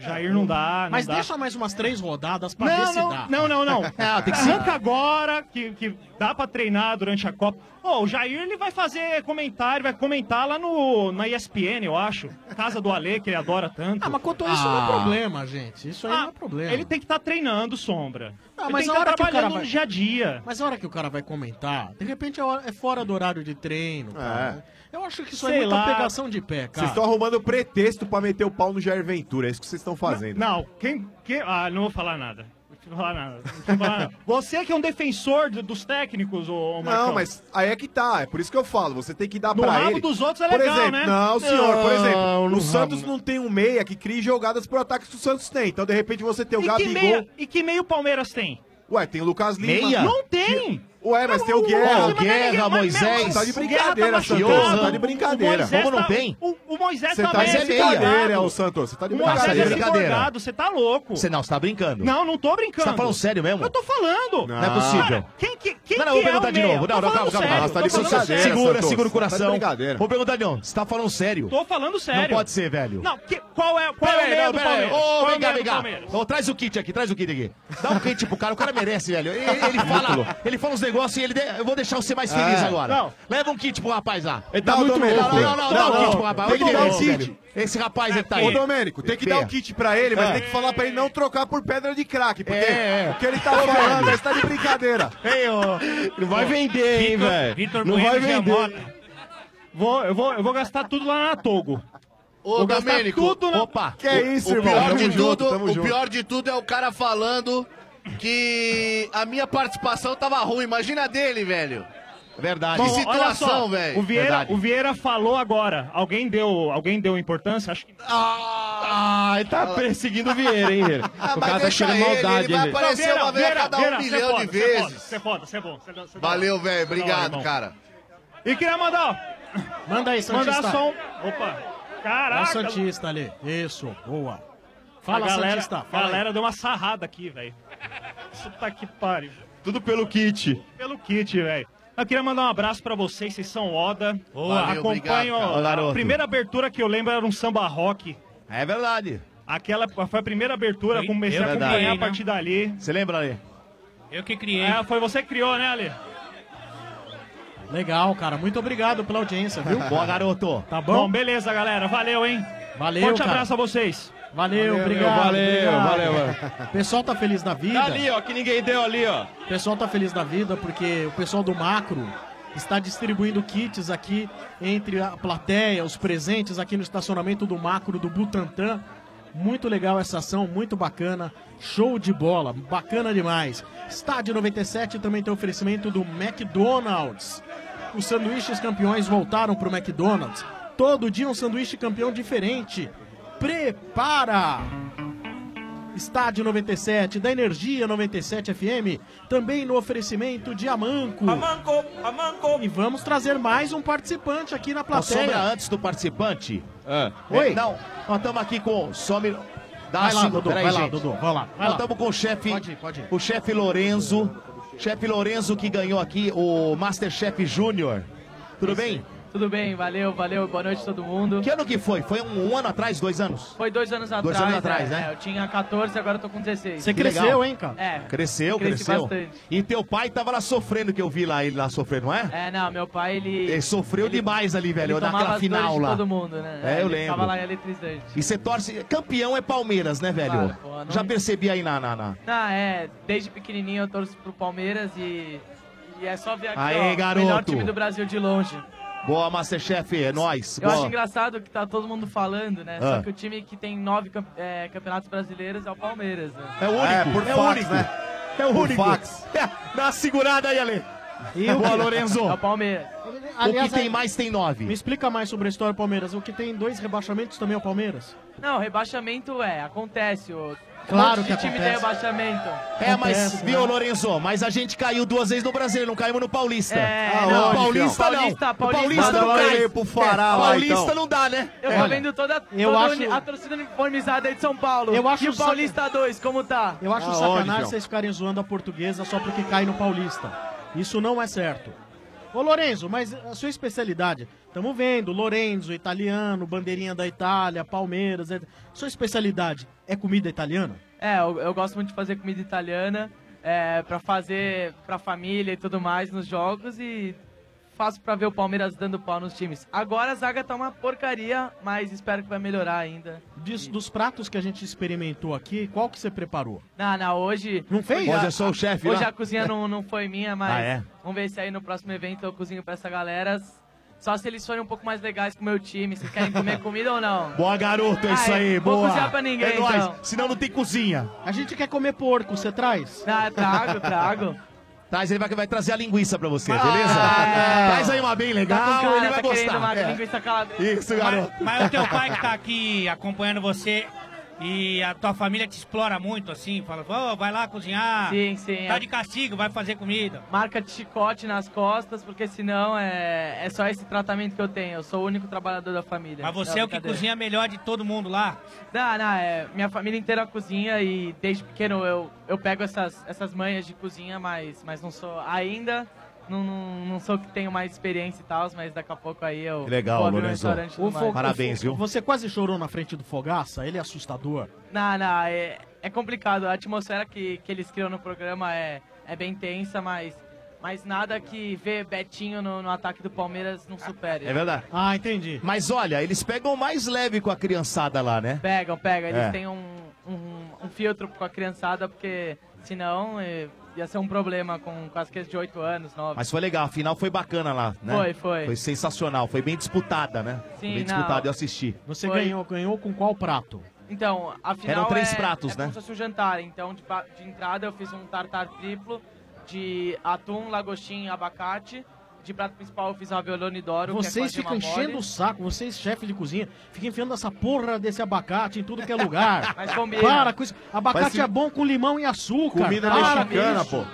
Jair não dá, não
Mas
dá.
deixa mais umas três rodadas pra ver
Não,
se
não,
dá.
não, não, não.
tem que ser.
Arranca agora, que, que dá pra treinar durante a Copa. Ô, o Jair ele vai fazer comentário, vai comentar lá no, na ESPN, eu acho. Casa do Ale, que ele adora tanto. Ah, mas
quanto a isso, não é problema, gente. Isso aí não é problema.
Ele tem que estar treinando, Sombra.
Ah,
ele
mas
tem
a
que
hora
estar
que o cara
trabalhando
vai...
no dia a dia.
Mas a hora que o cara vai comentar, de repente é hora- é fora do horário de treino. cara. Eu acho que isso é
Sei
muita
lá.
pegação de pé, cara.
Vocês estão arrumando pretexto pra meter o pau no Jair Ventura, é isso que vocês estão fazendo.
Não, quem, quem. Ah, não vou falar nada. Não vou falar nada. Não vou falar nada. Você que é um defensor do- dos técnicos, ô, ô Marcão.
Não, mas aí é que tá, é por isso que eu falo, você tem que dar
No
pra
rabo
ele.
dos outros é
por
legal,
exemplo,
né?
Não, senhor, por
Não,
exemplo, o
no rabo
Santos
não.
não tem um meia que crie jogadas pro ataque que o Santos tem. Então, de repente, você tem o
e, que
Gabigol.
meia, e que meio o Palmeiras tem?
Ué, tem o Lucas Lima.
Meia? Não tem!
Ué, mas tem o
Ó,
Guerra.
o Guerra, Moisés.
Tá de brincadeira,
Santos.
Santos. Você tá de
brincadeira. Como não tem?
O, tá o Moisés
Você
tá,
tá
bem
de brincadeira, é o Santos. Você tá de
O Moisés
brincadeira.
é desbordado, você tá louco.
Você não, você tá brincando.
Não, não tô brincando.
Você tá falando sério mesmo?
Eu tô falando.
Não é possível.
quem que, quem
não, não,
que
vou perguntar
é o
de
meia?
novo. Não,
Tô
não, calma,
falando
calma.
sério,
Você tá
tô
de
falando
brincadeira.
sério.
Segura,
Santos.
segura
Você tá
o
de
coração.
brincadeira.
Vou perguntar de novo. Você tá falando sério?
Tô falando sério.
Não pode ser, velho.
Não, que- qual é, qual é o
Peraí,
meia
não,
do
peraí.
Palmeiras?
Ô,
Qual é
vem cá,
o meia
vem
do
cá.
Palmeiras?
Ô, traz o kit aqui, traz o kit aqui. Dá um kit pro cara, o cara merece, velho. Ele, ele fala, ele fala uns negócios e ele. de- Eu vou deixar você mais feliz
É.
agora.
Não.
Leva um kit pro rapaz lá.
Ele tá muito
Não,
louco.
não, não, não, dá um
Não,
kit
não.
pro rapaz.
Tem
Olha
que dar um
louco,
kit.
velho. Esse rapaz ele tá aí.
Ô, Domênico, tem que dar o kit pra ele, mas tem que falar pra ele não trocar por pedra de craque, porque
É, é.
o que ele tá
Ô,
falando,
velho.
você tá de brincadeira.
Ei, ô.
Não vai vender, hein,
Vitor-
velho?
Vitor
Não vai
Bueno já
vender.
mota. Vou, eu, vou, eu vou gastar tudo lá na Togo.
Ô,
vou gastar
Domênico,
tudo na...
opa. o Pior de tudo, o pior de tudo é o cara falando que a minha participação tava ruim. Imagina a dele, velho. Verdade. Que
Bom, olha só,
situação, velho.
O Vieira, o Vieira falou agora. Alguém deu, alguém deu importância? Acho que. Ah, ele tá perseguindo o tá Vieira, hein, Vieira?
Por mas causa deixa daquele ele, maldade, ele vai hein, Vieira? aparecer uma vez a cada um milhão de vezes.
Você é foda, você é bom. cê é bom, cê é bom.
Valeu,
Cê é
velho.
bom,
Obrigado,
irmão.
cara.
E queria mandar, ó.
Manda aí, Santista.
Mandar
É
só um. Opa.
Olha o
Caraca.
Santista ali. Isso, boa. Fala,
a galera,
Santista. Fala aí.
galera deu uma sarrada aqui, velho. Isso tá que pariu.
Tudo pelo kit.
Pelo kit, velho. Eu queria mandar um abraço pra vocês, vocês são oda.
Boa. Valeu,
Acompanho
obrigado, cara.
a
Garoto.
primeira abertura que eu lembro era um samba rock.
É verdade.
Aquela foi a primeira abertura,
Foi-
comecei
eu
a
que
acompanhar
criei,
a
né?
partir dali.
Você lembra, Ale?
Eu que criei.
É, foi você que criou, né, Ale?
Legal, cara. Muito obrigado pela audiência, viu?
Boa,
garoto.
Tá bom?
Bom, beleza, galera. Valeu, hein?
Valeu,
Forte
cara.
abraço a vocês.
Valeu,
Valeu,
obrigado.
valeu,
obrigado.
valeu,
O pessoal tá feliz da vida.
Tá ali, ó, que ninguém deu ali, ó.
O pessoal tá feliz da vida porque o pessoal do macro está distribuindo kits aqui entre a plateia, os presentes aqui no estacionamento do macro do Butantã. Muito legal essa ação, muito bacana. Show de bola, bacana demais. Estádio 97 também tem oferecimento do McDonald's. Os sanduíches campeões voltaram pro McDonald's. Todo dia um sanduíche campeão diferente. Prepara! Estádio 97, da Energia 97 FM, também no oferecimento de Amanco. Amanco, Amanco. E vamos trazer mais um participante aqui na
Ô, Sombra,
plateia.
antes do participante. É,
Oi?
Não, nós estamos aqui com. Some. Dá
Vai lá,
assim,
Dudu,
peraí,
vai lá,
gente.
Dudu, vai lá, vai
Nós
lá.
estamos com o chefe.
Pode ir, pode ir.
O chefe Lorenzo. Chefe Lorenzo que ganhou aqui o Masterchef Júnior. Tudo bem?
Tudo bem, valeu, valeu, boa noite a todo mundo.
Que ano que foi? Foi um, um ano atrás, dois anos?
Foi dois anos atrás.
Dois anos atrás,
é,
né?
é, Eu tinha 14, agora eu tô com 16.
Que legal.
É.
Cresceu,
cresci
cresceu.
bastante.
E teu pai tava lá sofrendo, que eu vi lá ele lá sofrendo, não é?
É, não, meu pai, ele...
Ele sofreu demais ali, velho,
ele tomava
naquela
as dores
final
de
lá.
todo mundo, né?
É, eu
ele
lembro.
Tava lá eletrizante.
E você torce. Campeão é Palmeiras, né, velho?
Claro, pô, não-
Já percebi aí na. na, na-
Ah, é, desde pequenininho eu torço pro Palmeiras e... E é só ver aqui,
Aê,
ó,
garoto.
o melhor time do Brasil de longe.
Boa, Masterchef, é nóis.
Eu
boa.
acho engraçado que tá todo mundo falando, né?
Ah.
Só que o time que tem nove camp- é, campeonatos brasileiros é o Palmeiras, né?
É o único, é, por o único. É o único. É, dá uma segurada aí, Ale.
E o-
Boa, Lorenzo.
É o
Palmeiras.
o que tem mais tem nove.
Me explica mais sobre a história do Palmeiras. O que tem dois rebaixamentos também é o Palmeiras?
Não, rebaixamento é, acontece. O...
Claro
um monte
que
de time tem
acontece. né?
rebaixamento.
É, mas,
né?
viu, Lorenzo? Mas a gente caiu duas vezes no Brasil, não caímos no Paulista.
É,
Ah,
não.
o Paulista não.
Paulista,
O Paulista
Paulista.
não
Manda lá
cai.
e pro Fará
É,
lá,
Paulista
então.
não dá, né?
Eu
É.
tô vendo toda, toda
eu acho-
a torcida uniformizada aí de São Paulo.
Eu acho
e o
saca-
Paulista 2, como tá?
Eu
Ah,
acho sacanagem vocês ficarem zoando a portuguesa só porque cai no Paulista. Isso não é certo. Ô Lorenzo, mas a sua especialidade, estamos vendo, Lorenzo, italiano, bandeirinha da Itália, Palmeiras, etc. sua especialidade é comida italiana?
É, eu, eu gosto muito de fazer comida italiana, é, pra fazer pra família e tudo mais nos jogos e faço pra ver o Palmeiras dando pau nos times. Agora a zaga tá uma porcaria, mas espero que vai melhorar ainda.
Diz- dos pratos que a gente experimentou aqui, qual que você preparou?
Não, não, hoje.
Não fez?
a-
Hoje é só o chefe
Hoje
lá.
a cozinha não, não foi minha, mas.
Ah, é?
Vamos ver se aí no próximo evento eu cozinho pra essa galera. Só se eles forem um pouco mais legais com o meu time, se querem comer comida ou não.
Boa, garoto, é isso
Ah,
aí,
vou
boa.
cozinhar pra ninguém,
É nóis,
então.
senão não tem cozinha.
A gente quer comer porco, você traz?
Ah, trago, trago. Ah,
Traz, ele vai, vai trazer a linguiça pra você, beleza? Traz aí uma bem legal,
é. Tá com cara,
ele vai
tá querendo
gostar.
uma
É.
linguiça calabresa.
Isso, garoto.
Mas-
Mas o teu pai que tá aqui acompanhando você e a tua família te explora muito, assim, fala, "Ô, vai lá cozinhar.
Sim, sim,
Tá
é.
de castigo, vai fazer comida.
Marca de chicote nas costas, porque senão é, é só esse tratamento que eu tenho. Eu sou o único trabalhador da família.
Mas você
Não,
é o que
brincadeira.
cozinha melhor de todo mundo lá.
Não, não, é, minha família inteira cozinha e desde pequeno eu, eu pego essas, essas manhas de cozinha, mas, mas não sou ainda. Não, não, não sou que tenho mais experiência e tal, mas daqui a pouco aí eu
Que legal,
vou abrir um
Lorenzo.
restaurante. e tudo
O
mais.
fo- o fo- Você quase chorou na frente do Fogaça, ele é assustador.
Não, não, é, é complicado. A atmosfera que, que eles criam no programa é, é bem tensa, mas Mas nada que ver Betinho no, no ataque do Palmeiras não supere.
É verdade.
Ah, entendi.
Mas olha, eles pegam mais leve com a criançada lá, né?
Pegam, pegam. Eles
É.
têm um, um- um filtro com a criançada, porque senão eh, ia ser um problema com, com as crianças de 8 anos, 9.
Mas foi legal, a final foi bacana lá, né?
Foi, foi.
Foi sensacional, foi bem disputada, né?
Sim,
bem
não.
disputada, eu assisti.
Você Foi. ganhou-
ganhou com qual prato?
Então, afinal.
Eram três
é,
pratos,
é
né?
Como se fosse um jantar. Então, de, pa- de entrada, eu fiz um tartar triplo de atum, lagostim e abacate. De prato principal, eu fiz uma violone d'oro. que é
Vocês
quase
ficam
uma mole.
enchendo o saco, vocês, chefe de cozinha, ficam enfiando essa porra desse abacate em tudo que é lugar.
Mas combina.
Para com isso. Abacate
Parece-
é bom com limão e açúcar.
Comida
Para
mexicana,
com
pô.
isso.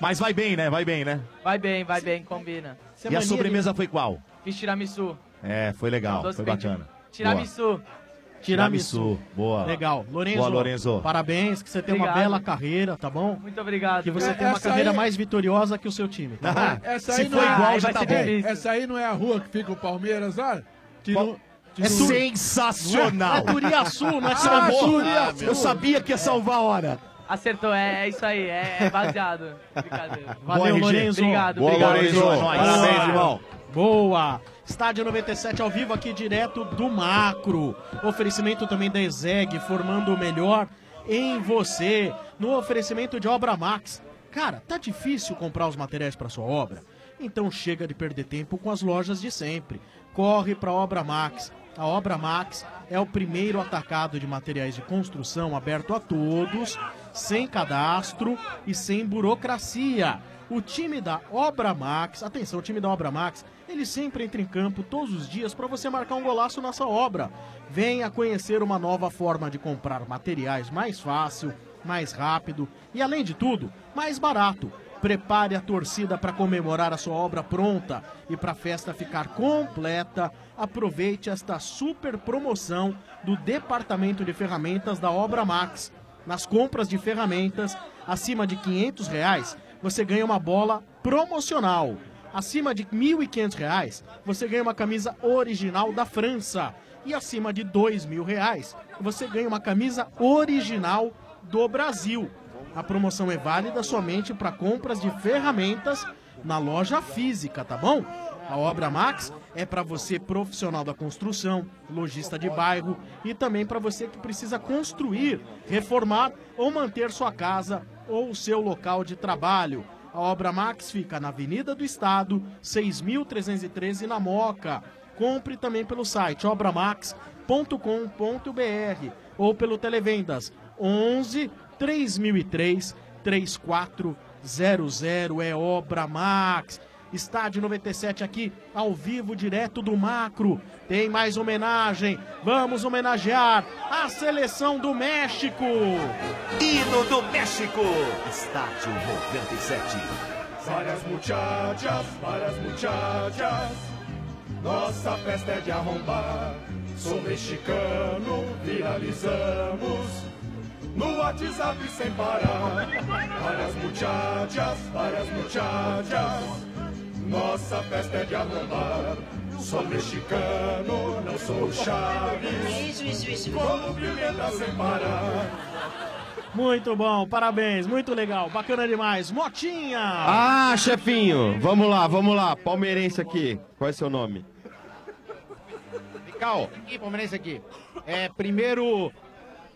Mas vai bem, né? Vai bem, né?
Vai bem, vai bem, combina.
e
né?
a sobremesa foi qual?
Fiz tiramisu.
É, foi legal,
Doce
foi
bem-
bacana.
Tiramisu.
Boa. Tiramisu. Boa.
Legal. Lorenzo,
Boa, Lorenzo.
parabéns, que você tem uma
Obrigado.
bela carreira, tá bom?
Muito obrigado. É,
Que você
cara.
tem uma carreira mais vitoriosa que o seu time, tá bom?
Essa aí não é-
tá
Ei, Essa aí não é a rua que fica o Palmeiras ah? um- lá? Tirou.
É sensacional!
Não é Turiaçu, não é
Salvou.
Turiaçu. Ah, meu.
Eu sabia que ia salvar a hora.
Acertou, é, é isso aí, é, é baseado. Brincadeira.
Valeu,
RG.
Lorenzo.
Obrigado,
Boa,
obrigado.
Lorenzo.
Boa.
Parabéns, irmão.
Boa. Estádio 97 ao vivo aqui direto do Macro. Oferecimento também da Ezeg, formando o melhor em você. No oferecimento de Obra Max. Cara, tá difícil comprar os materiais para sua obra? Então chega de perder tempo com as lojas de sempre. Corre para Obra Max. A Obra Max é o primeiro atacado de materiais de construção aberto a todos, sem cadastro e sem burocracia. O time da Obra Max, atenção, o time da Obra Max, ele sempre entra em campo todos os dias para você marcar um golaço na sua obra. Venha conhecer uma nova forma de comprar materiais mais fácil, mais rápido e, além de tudo, mais barato. Prepare a torcida para comemorar a sua obra pronta e para a festa ficar completa, aproveite esta super promoção do Departamento de Ferramentas da Obra Max. Nas compras de ferramentas acima de R$ 500 reais, você ganha uma bola promocional. Acima de R$ 1.500 reais, você ganha uma camisa original da França. E acima de R$ 2.000 reais, você ganha uma camisa original do Brasil. A promoção é válida somente para compras de ferramentas na loja física, tá bom? A Obra Max é para você profissional da construção, lojista de bairro e também para você que precisa construir, reformar ou manter sua casa ou seu local de trabalho. A Obra Max fica na Avenida do Estado, 6.313 na Moca. Compre também pelo site obramax.com.br ou pelo Televendas 11 3003 3400 é Obra Max. Estádio 97 aqui ao vivo direto do Macro. Tem mais homenagem. Vamos homenagear a seleção do México.
Hino do México, estádio 97.
Para as muchachas, para as muchachas, nossa festa é de arrombar. Sou mexicano, viralizamos no WhatsApp sem parar. Para as muchachas, para as muchachas, nossa festa é de arrombar. Sou mexicano, não sou Chaves.
Isso, isso, isso.
Como pimenta sem parar.
Muito bom, parabéns, muito legal, bacana demais. Motinha!
Ah, chefinho, vamos lá, vamos lá. Palmeirense aqui, qual é seu nome?
Cal, aqui, palmeirense aqui. É, primeiro,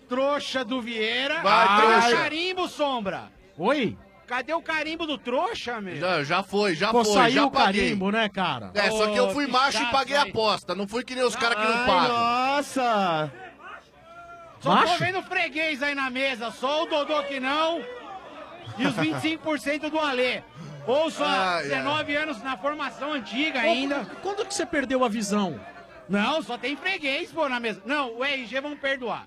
trouxa do Vieira.
Vai, trouxa.
carimbo, Sombra.
Oi?
Cadê o carimbo do trouxa, meu? Já, já foi, já
Pô,
foi,
saiu
já
o
paguei.
carimbo, né, cara?
É, só que eu fui
Ô,
macho
que
e paguei a
chato,
aposta. Não fui que nem os caras que
Ai,
não pagam.
Nossa!
Só
Macho?
tô vendo freguês aí na mesa, só o Dodô que não e os 25% do Alê. Ou só
Ai, ai.
19 anos na formação antiga
Pô,
ainda.
Quando, quando que você perdeu a visão?
Não, só tem freguês, pô, na mesa. Não, o RG vão perdoar.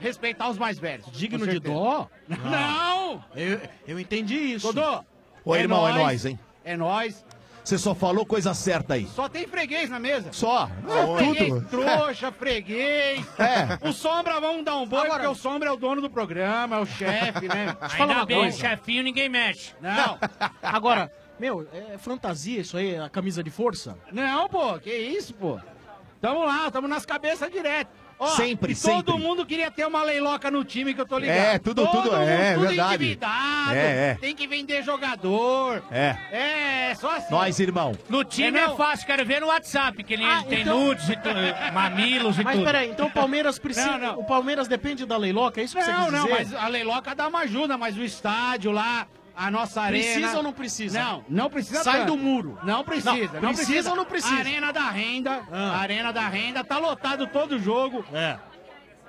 Respeitar os mais velhos.
Digno de dó?
Não!
Eu, eu entendi isso.
Dodô!
Ô, irmão, é nóis, hein?
É nóis.
Você só falou coisa certa aí.
Só tem freguês na mesa.
Só?
Só
Ah,
freguês,
tudo.
trouxa, freguês.
É.
O Sombra vamos dar um boi, porque o Sombra é o dono do programa, é o chefe, né?
Ainda bem, chefinho, ninguém mexe.
Não.
Agora, meu, é fantasia isso aí, a camisa de força?
Não, pô, que isso, pô. Tamo lá, tamo nas cabeças direto. Ó,
Sempre,
e todo
sempre.
mundo queria ter uma leiloca no time que eu tô ligado.
É, tudo-
todo
tudo-
mundo,
é,
tudo
verdade.
endividado,
É, é.
Tem que vender jogador.
É.
É, é só assim.
Nós, irmão.
No time é, fácil, quero ver no WhatsApp, que ele tem nudes e tudo, mamilos e
Mas
tudo.
peraí, então o Palmeiras precisa.
Não,
O Palmeiras depende da Leiloca, é isso que você
Não,
quis
não,
dizer?
mas a Leiloca dá uma ajuda, mas o estádio lá, a nossa arena...
Precisa ou não precisa?
Não, não precisa
Sai
tanto.
do muro.
Não precisa.
Não,
Não,
precisa ou não precisa? Ah.
Arena da Renda, Arena da Renda, tá lotado todo jogo.
É.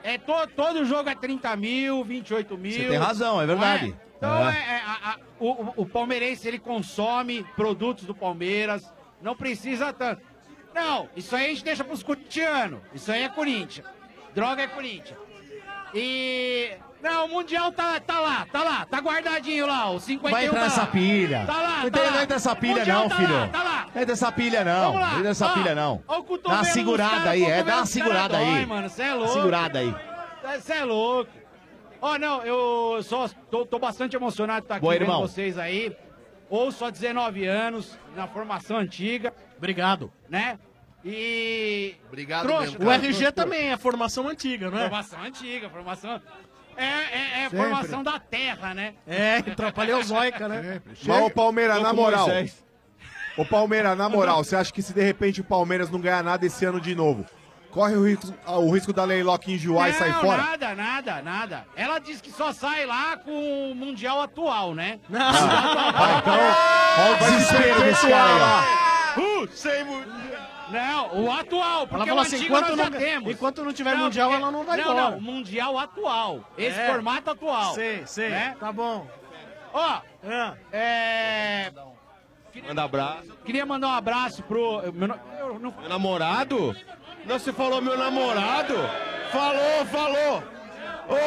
É to- todo jogo é 30 mil, 28 mil.
Você tem razão, é
Não
verdade.
Então,
É.
é. é, a- a- o, o- o palmeirense, ele consome produtos do Palmeiras, não precisa tanto. Não, isso aí a gente deixa pros corintianos. Isso aí é Corinthians. Droga é Corinthians. E... Não, o Mundial tá, tá lá, tá lá, tá guardadinho lá, o 51
Vai entrar
tá
nessa
lá.
pilha.
Tá lá,
não,
tá
tem-
lá.
não entra essa pilha,
Mundial
não,
tá
filho.
lá, tá lá.
Não entra essa pilha, não.
Vamos lá.
Não entra essa
Ó,
pilha, não.
ó o
Dá
cotovelo
uma
dos
segurada
caras,
aí,
o
é.
cotovelo
Dá uma
dos
segurada
caras dói,
aí.
mano, cê é louco.
Segurada aí.
Você é louco. Ó, não, eu só tô, tô bastante emocionado de estar aqui
Boa,
com
irmão.
vocês aí. Ou só 19 anos, na formação antiga.
Obrigado.
Né? E.
Ah,
Obrigado,
Trouxa, o RG também é formação antiga, não é?
Formação antiga, formação. É, é, é
Sempre.
formação da terra, né?
É, atrapalhouzoica, né?
Mas ô Palmeiras, na
Tô com
moral.
Moisés.
Ô Palmeiras, na moral, você acha que se de repente o Palmeiras não ganhar nada esse ano de novo, corre o risco, ah, o risco da Leilock enjoar e sair
não,
fora?
Nada, nada, nada. Ela diz que só sai lá com o Mundial atual, né? Não.
Ah, então,
Olha o desespero desse cara aí, ó.
Uh, sem Não, o atual, porque
Ela falou
o
assim,
antigo
enquanto
nós
não,
já temos.
enquanto não tiver mundial,
porque-
ela não vai
não,
embora.
Não, o mundial atual. Esse
É.
formato atual.
Sei, sei.
Tá bom. Ah. Ó, é...
Manda abraço.
Queria mandar um abraço pro... eu- Meu, no- eu não-
Meu namorado? Não, você falou meu namorado? Falou, falou! Ô, ô,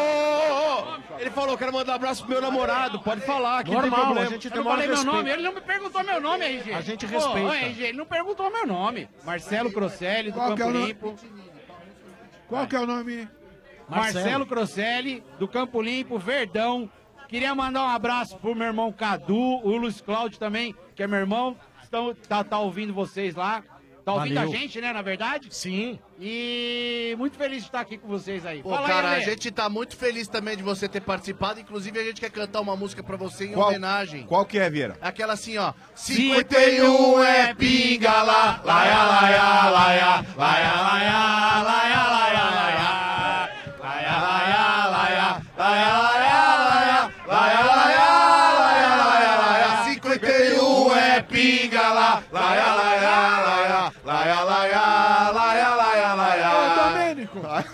ô! Ele falou, quero mandar abraço pro meu namorado, pode falar, que não tem
Normal,
problema.
a gente Eu não demora falei meu respeito. nome, ele não me perguntou meu nome, RG.
A gente
Pô,
respeita.
ô, RG, ele não perguntou meu nome. Marcelo Crosselli, do
Qual que é
Campo
o nome?
Limpo.
Qual que é o nome?
Marcelo. Marcelo Crosselli, do Campo Limpo, Verdão. Queria mandar um abraço pro meu irmão Cadu, o Luiz Cláudio também, que é meu irmão. Estão, tá, tá ouvindo vocês lá. Tá ouvindo
Valeu.
a gente, né, na verdade?
Sim.
E muito feliz de estar aqui com vocês aí.
Pô,
Fala aí,
cara,
Alê.
a gente tá muito feliz também de você ter participado. Inclusive, a gente quer cantar uma música pra você em
Qual,
homenagem.
qual que é, Vieira?
Aquela assim, ó.
51 é
pinga lá, laia, laia, laia, laia, laia, laia, laia,
laia.
51 é pinga lá, laia, laia, laia, laia, laia, laia, laia, laia.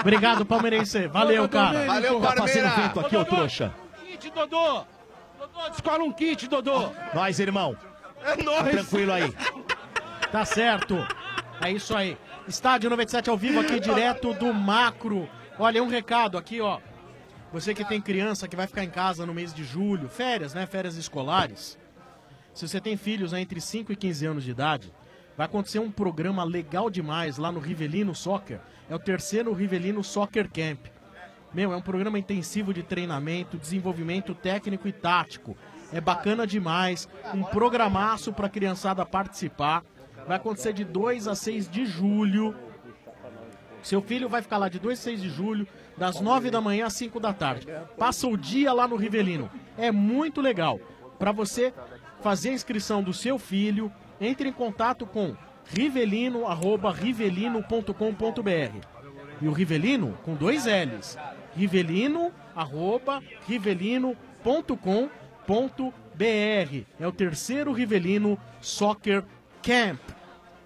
Obrigado, palmeirense. Valeu, cara.
Valeu,
Tá passando
Palmeira.
vento aqui, ô trouxa.
um Kit, Dodô. Dodô, descola um kit, Dodô.
Nós, irmão.
É
Tá tranquilo aí. Tá certo. É isso aí. Estádio 97 ao vivo aqui direto do Macro. Olha, um recado aqui, ó. Você que tem criança que vai ficar em casa no mês de julho, férias, né? Férias escolares. Se você tem filhos né, entre 5 e 15 anos de idade, vai acontecer um programa legal demais lá no Rivelino Soccer. É o terceiro Rivelino Soccer Camp. Meu, é um programa intensivo de treinamento, desenvolvimento técnico e tático. É bacana demais, um programaço para criançada participar. Vai acontecer de 2 a 6 de julho. Seu filho vai ficar lá de 2 a 6 de julho, das 9 da manhã às 5 da tarde. Passa o dia lá no Rivelino. É muito legal. Para você fazer a inscrição do seu filho, entre em contato com rivelino@rivelino.com.br. E o Rivelino com dois L's. Rivelino, arroba, rivelino.com.br. É o terceiro Rivelino Soccer Camp.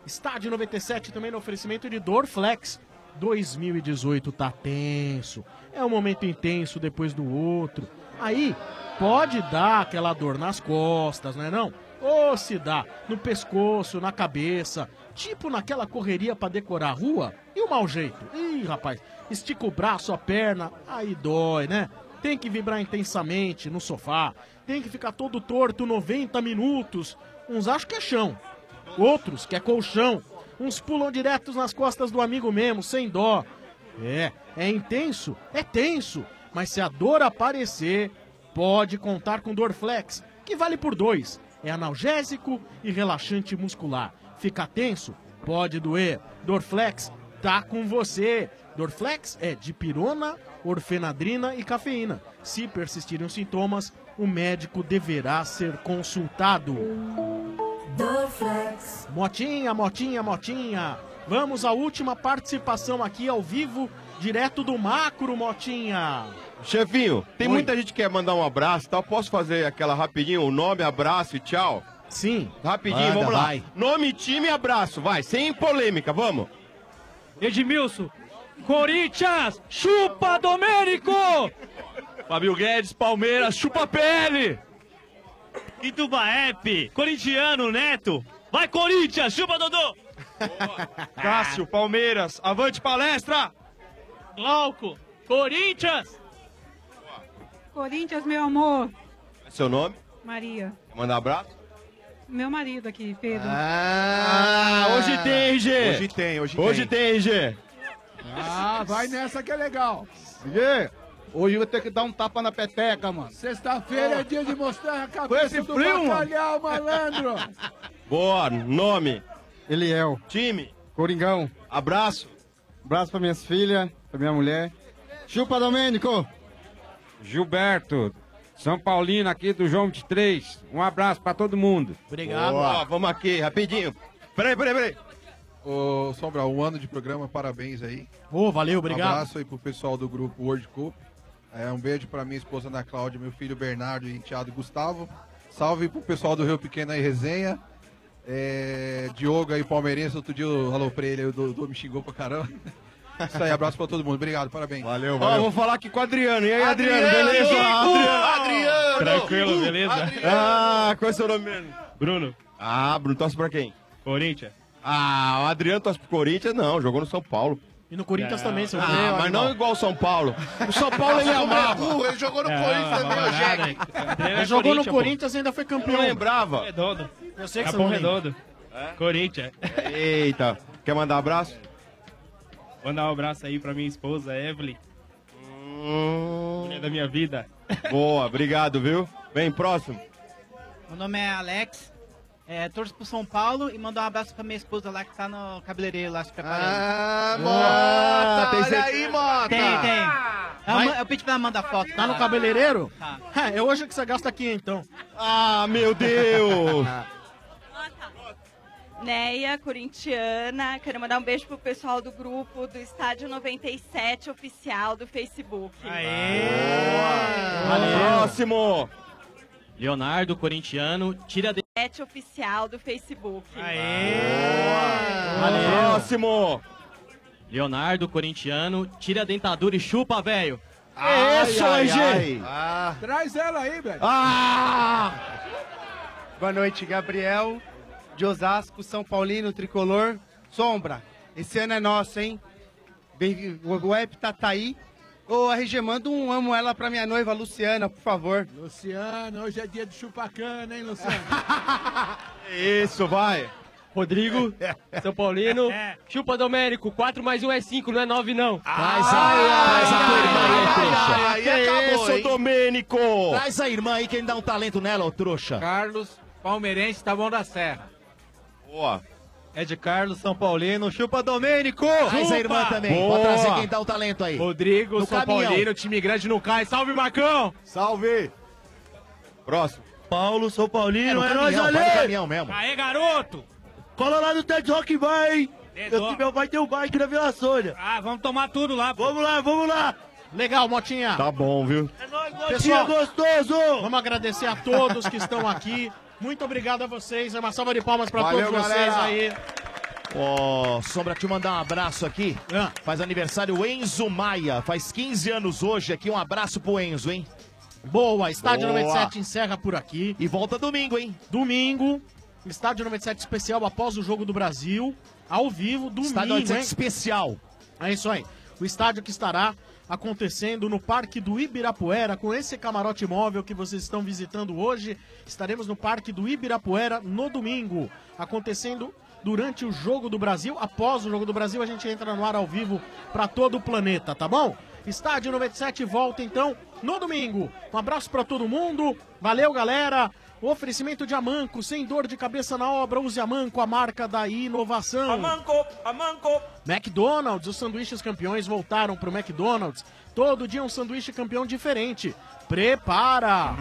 Estádio 97 também no oferecimento de Dorflex. 2018 tá tenso. É um momento intenso depois do outro. Aí pode dar aquela dor nas costas, não é não? Ou se dá no pescoço, na cabeça, tipo naquela correria pra decorar a rua. E o mau jeito? Ih, rapaz, estica o braço, a perna, aí dói, né? Tem que vibrar intensamente no sofá, tem que ficar todo torto 90 minutos. Uns acham que é chão, outros que é colchão, uns pulam diretos nas costas do amigo mesmo, sem dó. É, é intenso, é tenso, mas se a dor aparecer, pode contar com Dorflex, que vale por dois. É analgésico e relaxante muscular. Fica tenso? Pode doer. Dorflex tá com você. Dorflex é dipirona, orfenadrina e cafeína. Se persistirem os sintomas, o médico deverá ser consultado. Dorflex. Motinha, motinha, motinha. Vamos à última participação aqui ao vivo, direto do Macro Motinha.
Chefinho, tem muita gente que quer mandar um abraço e tal. Posso fazer aquela rapidinho? O nome, abraço e tchau?
Sim.
Rapidinho,
Manda,
vamos lá.
vai.
Nome, time e abraço. Vai, sem polêmica, vamos.
Edmilson, Corinthians, chupa Domênico!
Fabio Guedes, Palmeiras, chupa pele! Itubaep, corintiano, Neto. Vai, Corinthians, chupa, Dodô!
Cássio, Palmeiras, avante palestra!
Glauco, Corinthians!
Corinthians, meu amor.
é Seu nome?
Maria.
Manda abraço.
Meu marido aqui, Pedro.
Ah, hoje tem, G.
Hoje tem, hoje tem.
Hoje tem, G.
Ah, vai nessa que é legal.
Gê, hoje eu vou ter que dar um tapa na peteca, mano.
Sexta-feira é dia de mostrar a cabeça
esse
do
frio, mano?
bacalhau, malandro.
Boa, nome?
Eliel.
Time?
Coringão.
Abraço.
Abraço pra minhas filhas, pra minha mulher. Chupa, Domênico!
Gilberto, São Paulino aqui do João 23. Um abraço pra todo mundo.
Obrigado. Ó, vamos aqui, rapidinho. Peraí, peraí, peraí.
Ô, Sombra, um ano de programa, parabéns aí.
Ô, valeu, obrigado.
Um abraço aí pro pessoal do grupo World Cup. É, um beijo pra minha esposa Ana Cláudia, meu filho Bernardo e enteado Gustavo. Salve pro pessoal do Rio Pequeno aí, resenha. É, Diogo aí, palmeirense, outro dia eu alô pra ele, aí, o Dodô me xingou pra caramba. Isso aí, abraço pra todo mundo, obrigado, parabéns. Valeu,
Ó, vou falar aqui com o Adriano. E aí, Adriano,
Adriano,
beleza?
Chico!
Adriano!
Tranquilo, Tá beleza?
Ah, qual é o seu nome mesmo?
Bruno.
Ah, Bruno, torce pra quem?
Corinthians.
Ah, o Adriano torce pro Corinthians? Não, jogou no São Paulo.
E no Corinthians também, seu
Ah,
Zé,
mas
animal.
não igual o São Paulo. O São Paulo ele
Passou como
amava.
é burro, ele jogou
É,
no Corinthians também, o Jack. Ele jogou no Corinthians e ainda foi campeão.
Eu lembrava. É?
Redondo.
Eu sei que
Capão
você não lembra.
Redondo. Corinthians.
Eita, quer mandar um abraço?
Mandar um abraço aí pra minha esposa, Evelyn. Mulher da minha vida.
Hum. Boa, obrigado, viu? Vem, próximo.
Meu nome é Alex, é, torço pro São Paulo e mandar um abraço pra minha esposa lá que tá no cabeleireiro lá se preparando. Ah,
Tá,
Mota, tem olha certeza- aí, Mota!
Tem, tem.
É
Eu,
Vai-
ma- eu pedi pra ela mandar foto.
Tá no cabeleireiro? É, eu hoje que você gasta aqui, então.
Ah, meu Deus!
Neia, corintiana. Quero mandar um beijo pro pessoal do grupo do Estádio 97 oficial do Facebook.
Tá. Próximo!
Leonardo, corintiano, tira de...
97 oficial do Facebook.
Próximo!
Leonardo, corintiano, tira a dentadura e chupa, velho.
É
isso, Angie!
Traz ela aí, velho.
Ah, Boa noite, Gabriel, de Osasco, São Paulino, Tricolor. Sombra, esse ano é nosso, hein? Bem- O Hepta tá aí. Ô, RG, manda um amo ela pra minha noiva, Luciana, por favor.
Luciano, hoje é dia de chupacana, hein, Luciano?
É Isso, vai.
Rodrigo, São Paulino. Chupa Domérico, 4 mais 1 é 5, não é 9 não.
Traz a tua irmã aí, trouxa.
ai, ai,
acabou,
esse é o
hein? Domênico.
Traz a irmã aí, quem dá um talento nela, ô trouxa.
Carlos, palmeirense, Taboão da Serra.
Boa.
É
Ed Carlos, São Paulino, chupa Domênico!
Traz Ah, é a irmã também. Pode trazer quem dá o talento aí.
Rodrigo,
No
São
caminhão.
Paulino, time grande não cai. Salve, Marcão!
Salve! Próximo.
Paulo, São Paulino,
é
nóis,
caminhão,
Ale!
vai no caminhão mesmo.
Aê, garoto!
Cola lá no TED Rock vai, hein? Eu, que meu pai tem um bike na Vila Sônia.
Ah, vamos tomar tudo lá.
Vamos lá, vamos lá.
Legal, Motinha.
Tá bom, viu?
Pessoal,
gostoso!
Vamos agradecer a todos que estão aqui. Muito obrigado a vocês. É uma salva de palmas pra
Valeu,
todos vocês
galera.
aí.
Ó, Sombra, te mandar um abraço aqui.
É.
Faz aniversário o Enzo Maia. Faz 15 anos hoje aqui. Um abraço pro Enzo, hein?
Boa, Estádio 97 encerra por aqui.
E volta domingo, hein?
Domingo. Estádio 97 especial após o Jogo do Brasil. Ao vivo, domingo.
Estádio 97
especial. É isso aí. O estádio que estará acontecendo no Parque do Ibirapuera, com esse camarote móvel que vocês estão visitando hoje. Estaremos no Parque do Ibirapuera no domingo, acontecendo durante o Jogo do Brasil. Após o Jogo do Brasil, a gente entra no ar ao vivo para todo o planeta, tá bom? Estádio 97 volta então no domingo. Um abraço para todo mundo. Valeu, galera. O oferecimento de Amanco, sem dor de cabeça na obra, use Amanco, a marca da inovação. Amanco, Amanco. McDonald's, os sanduíches campeões voltaram pro McDonald's. Todo dia um sanduíche campeão diferente. Prepara!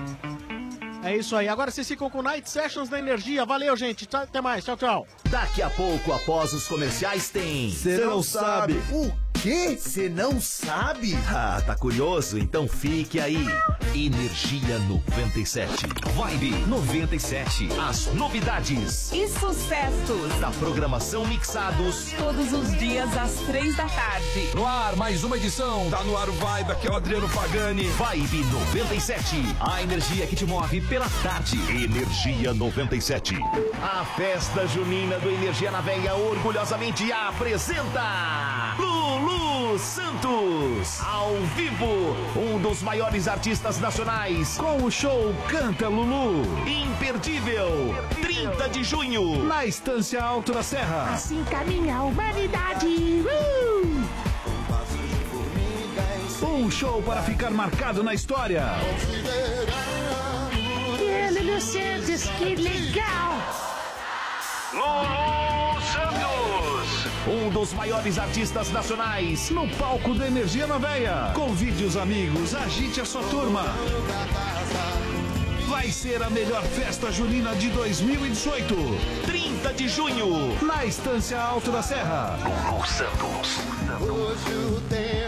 É isso aí, agora vocês ficam com Night Sessions da Energia. Valeu, gente. Tchau, Até mais, tchau, tchau.
Daqui a pouco, após os comerciais, tem.
Cê não sabe.
O quê? Você não sabe? Ah, tá curioso? Então fique aí. Energia 97. Vibe 97. As novidades
E sucessos.
da programação Mixados.
Todos os dias às três da tarde.
No ar, mais uma edição. Tá no ar o Vibe, aqui é o Adriano Pagani. Vibe 97. A energia que te move pela tarde. Energia 97. A festa junina do Energia na Veia orgulhosamente apresenta. Lulu Santos. Ao vivo, um dos maiores artistas nacionais. Com o show Canta Lulu. Imperdível. 30 de junho. Na Estância Alto da Serra.
Assim caminha a humanidade.
Um show para ficar marcado na história.
Ele no Santos, que legal!
Lulu Santos. Um dos maiores artistas nacionais no palco da Energia na Veia. Convide os amigos, agite a sua turma. Vai ser a melhor festa junina de 2018. 30 de junho, na Estância Alto da Serra. Lulu Santos.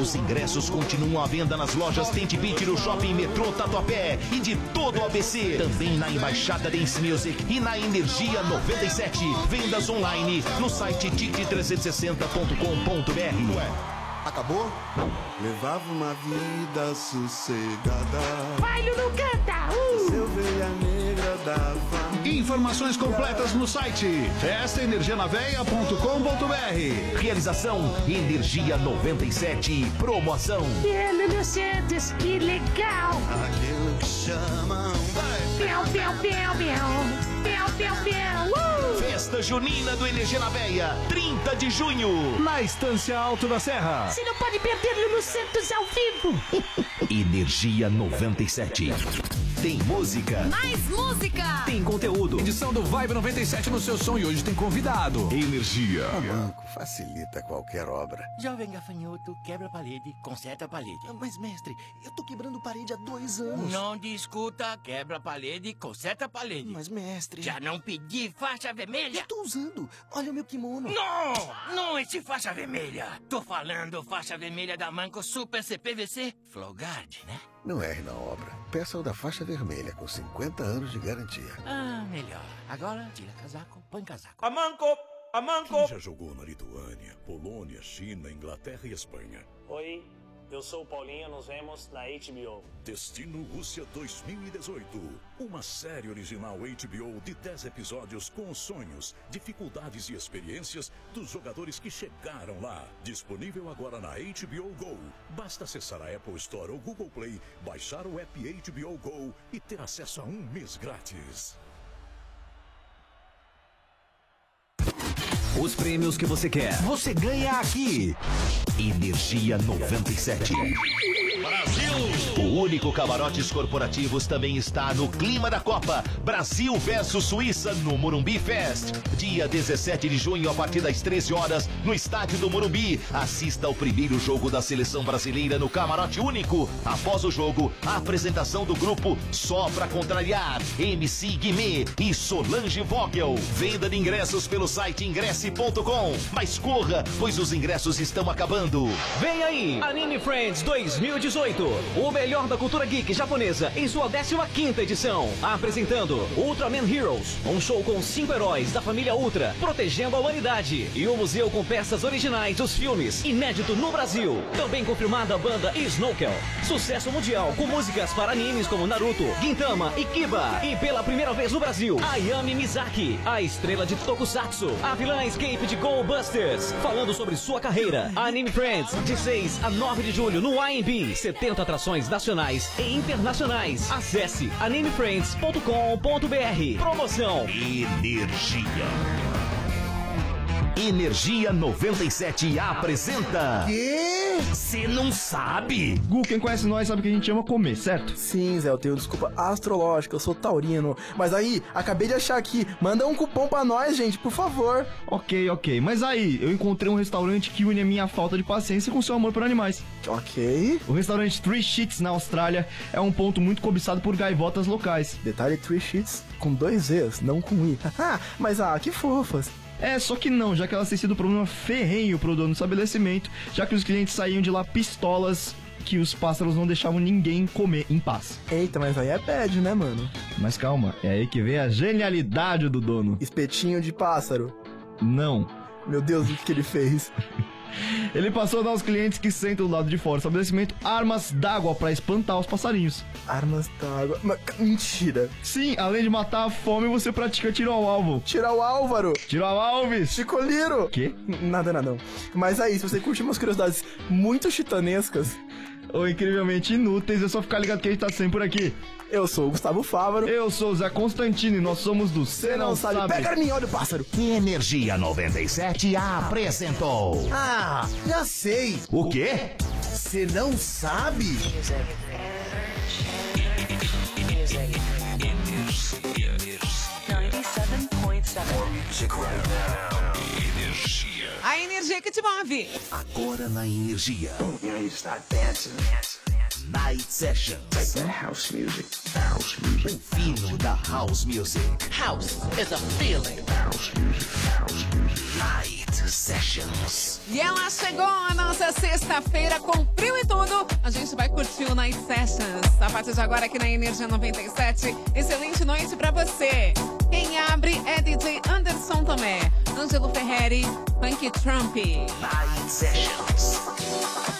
Os ingressos continuam à venda nas lojas Tente Beat no Shopping Metrô Tatuapé e de todo o ABC. Também na Embaixada Dance Music e na Energia 97. Vendas online no site tique360.com.br. Acabou?
Levava uma vida assim. sossegada.
Vai, Lulu, canta!
Seu veia negra dava.
Informações completas no site festaenergianaveia.com.br. Realização Energia 97. Promoção.
Ele no Santos, que legal!
Aquilo que chamam.
Piau, piau, piau, piau! Piau, piau, piau! Uh!
Festa Junina do Energia na Veia, 30 de junho, na Estância Alto da Serra.
Você não pode perder Lulu Santos ao vivo!
Energia 97. Tem música.
Mais música.
Tem conteúdo. Edição do Vibe 97 no seu som e hoje tem convidado. Energia.
Banco facilita qualquer obra.
Jovem gafanhoto, quebra a parede, conserta a parede. Mas, mestre, eu tô quebrando parede há dois anos. Não discuta, quebra a parede, conserta a parede. Mas, mestre... Já não pedi faixa vermelha? Estou usando. Olha o meu kimono. Não! Não esse faixa vermelha. Tô falando faixa vermelha da Manco Super CPVC Flowguard, né?
Não erre na obra. Peça o da faixa vermelha com 50 anos de garantia.
Ah, melhor. Agora, tira casaco, põe casaco.
A manco, a manco.
Já jogou na Lituânia, Polônia, China, Inglaterra e Espanha.
Oi, eu sou o Paulinho, nos vemos na HBO.
Destino Rússia 2018. Uma série original HBO de 10 episódios com os sonhos, dificuldades e experiências dos jogadores que chegaram lá. Disponível agora na HBO Go. Basta acessar a Apple Store ou Google Play, baixar o app HBO Go e ter acesso a um mês grátis.
Os prêmios que você quer, você ganha aqui. Energia 97. Brasil! O único camarotes corporativos também está no clima da Copa. Brasil versus Suíça no Morumbi Fest. Dia 17 de junho, a partir das 13 horas, no estádio do Morumbi. Assista ao primeiro jogo da seleção brasileira no camarote único. Após o jogo, a apresentação do grupo Só Pra Contrariar, MC Guimê e Solange Vogel. Venda de ingressos pelo site ingresse.com. Mas corra, pois os ingressos estão acabando.
Vem aí, Anime Friends 2018. O melhor da cultura geek japonesa em sua 15ª edição. Apresentando Ultraman Heroes, um show com cinco heróis da família Ultra, protegendo a humanidade. E um museu com peças originais dos filmes, inédito no Brasil. Também confirmada a banda Snowkel. Sucesso mundial com músicas para animes como Naruto, Gintama e Kiba. E pela primeira vez no Brasil, Ayami Mizaki, a estrela de Tokusatsu, a vilã escape de Go Busters. Falando sobre sua carreira, Anime Friends, de 6 a 9 de julho no IMB. 70 atrações nacionais e internacionais. Acesse animefriends.com.br. Promoção.
Energia. Energia 97 apresenta. Quê? Você não sabe?
Gu, quem conhece nós sabe que a gente ama comer, certo? Sim, Zé, eu tenho desculpa astrológica, eu sou taurino. Mas aí, acabei de achar aqui, manda um cupom pra nós, gente, por favor. Ok, ok. Mas aí, eu encontrei um restaurante que une a minha falta de paciência com seu amor por animais. Ok. O restaurante Three Sheets na Austrália é um ponto muito cobiçado por gaivotas locais. Detalhe, Three Sheets com dois Zs, não com I. mas ah, que fofas. É, só que não, já que elas têm sido um problema ferrenho pro dono do estabelecimento, já que os clientes saíam de lá pistolas que os pássaros não deixavam ninguém comer em paz. Eita, mas aí é bad, né, mano? Mas calma, é aí que vem a genialidade do dono. Espetinho de pássaro. Não. Meu Deus, o que ele fez? Ele passou a dar aos clientes que sentam do lado de fora do estabelecimento armas d'água para espantar os passarinhos. Armas d'água? Ma- c- Mentira. Sim, além de matar a fome, você pratica tiro ao alvo. Tiro ao Álvaro. Tiro ao Alves. Chicoliro. Quê? Nada, nada não. Mas aí, se você curte umas curiosidades muito chitanescas... Ou incrivelmente inúteis, é só ficar ligado que a gente tá sempre por aqui. Eu sou o Gustavo Fávaro. Eu sou o Zé Constantino e nós somos do Cê
não sabe. Pega em mim, olha o
pássaro.
Que Energia 97 apresentou.
Ah, já sei.
O quê?
Você não sabe?
A energia que te move.
Agora na energia. Night Sessions. é house music. House music. O fino da house music. House is a feeling. House music. House music. Night Sessions.
E ela chegou a nossa sexta-feira com frio e tudo. A gente vai curtir o Night Sessions. A partir de agora aqui na Energia 97. Excelente noite pra você. Quem abre é DJ Anderson Tomé, Ângelo Ferreri, Punk Trump.
Night Sessions.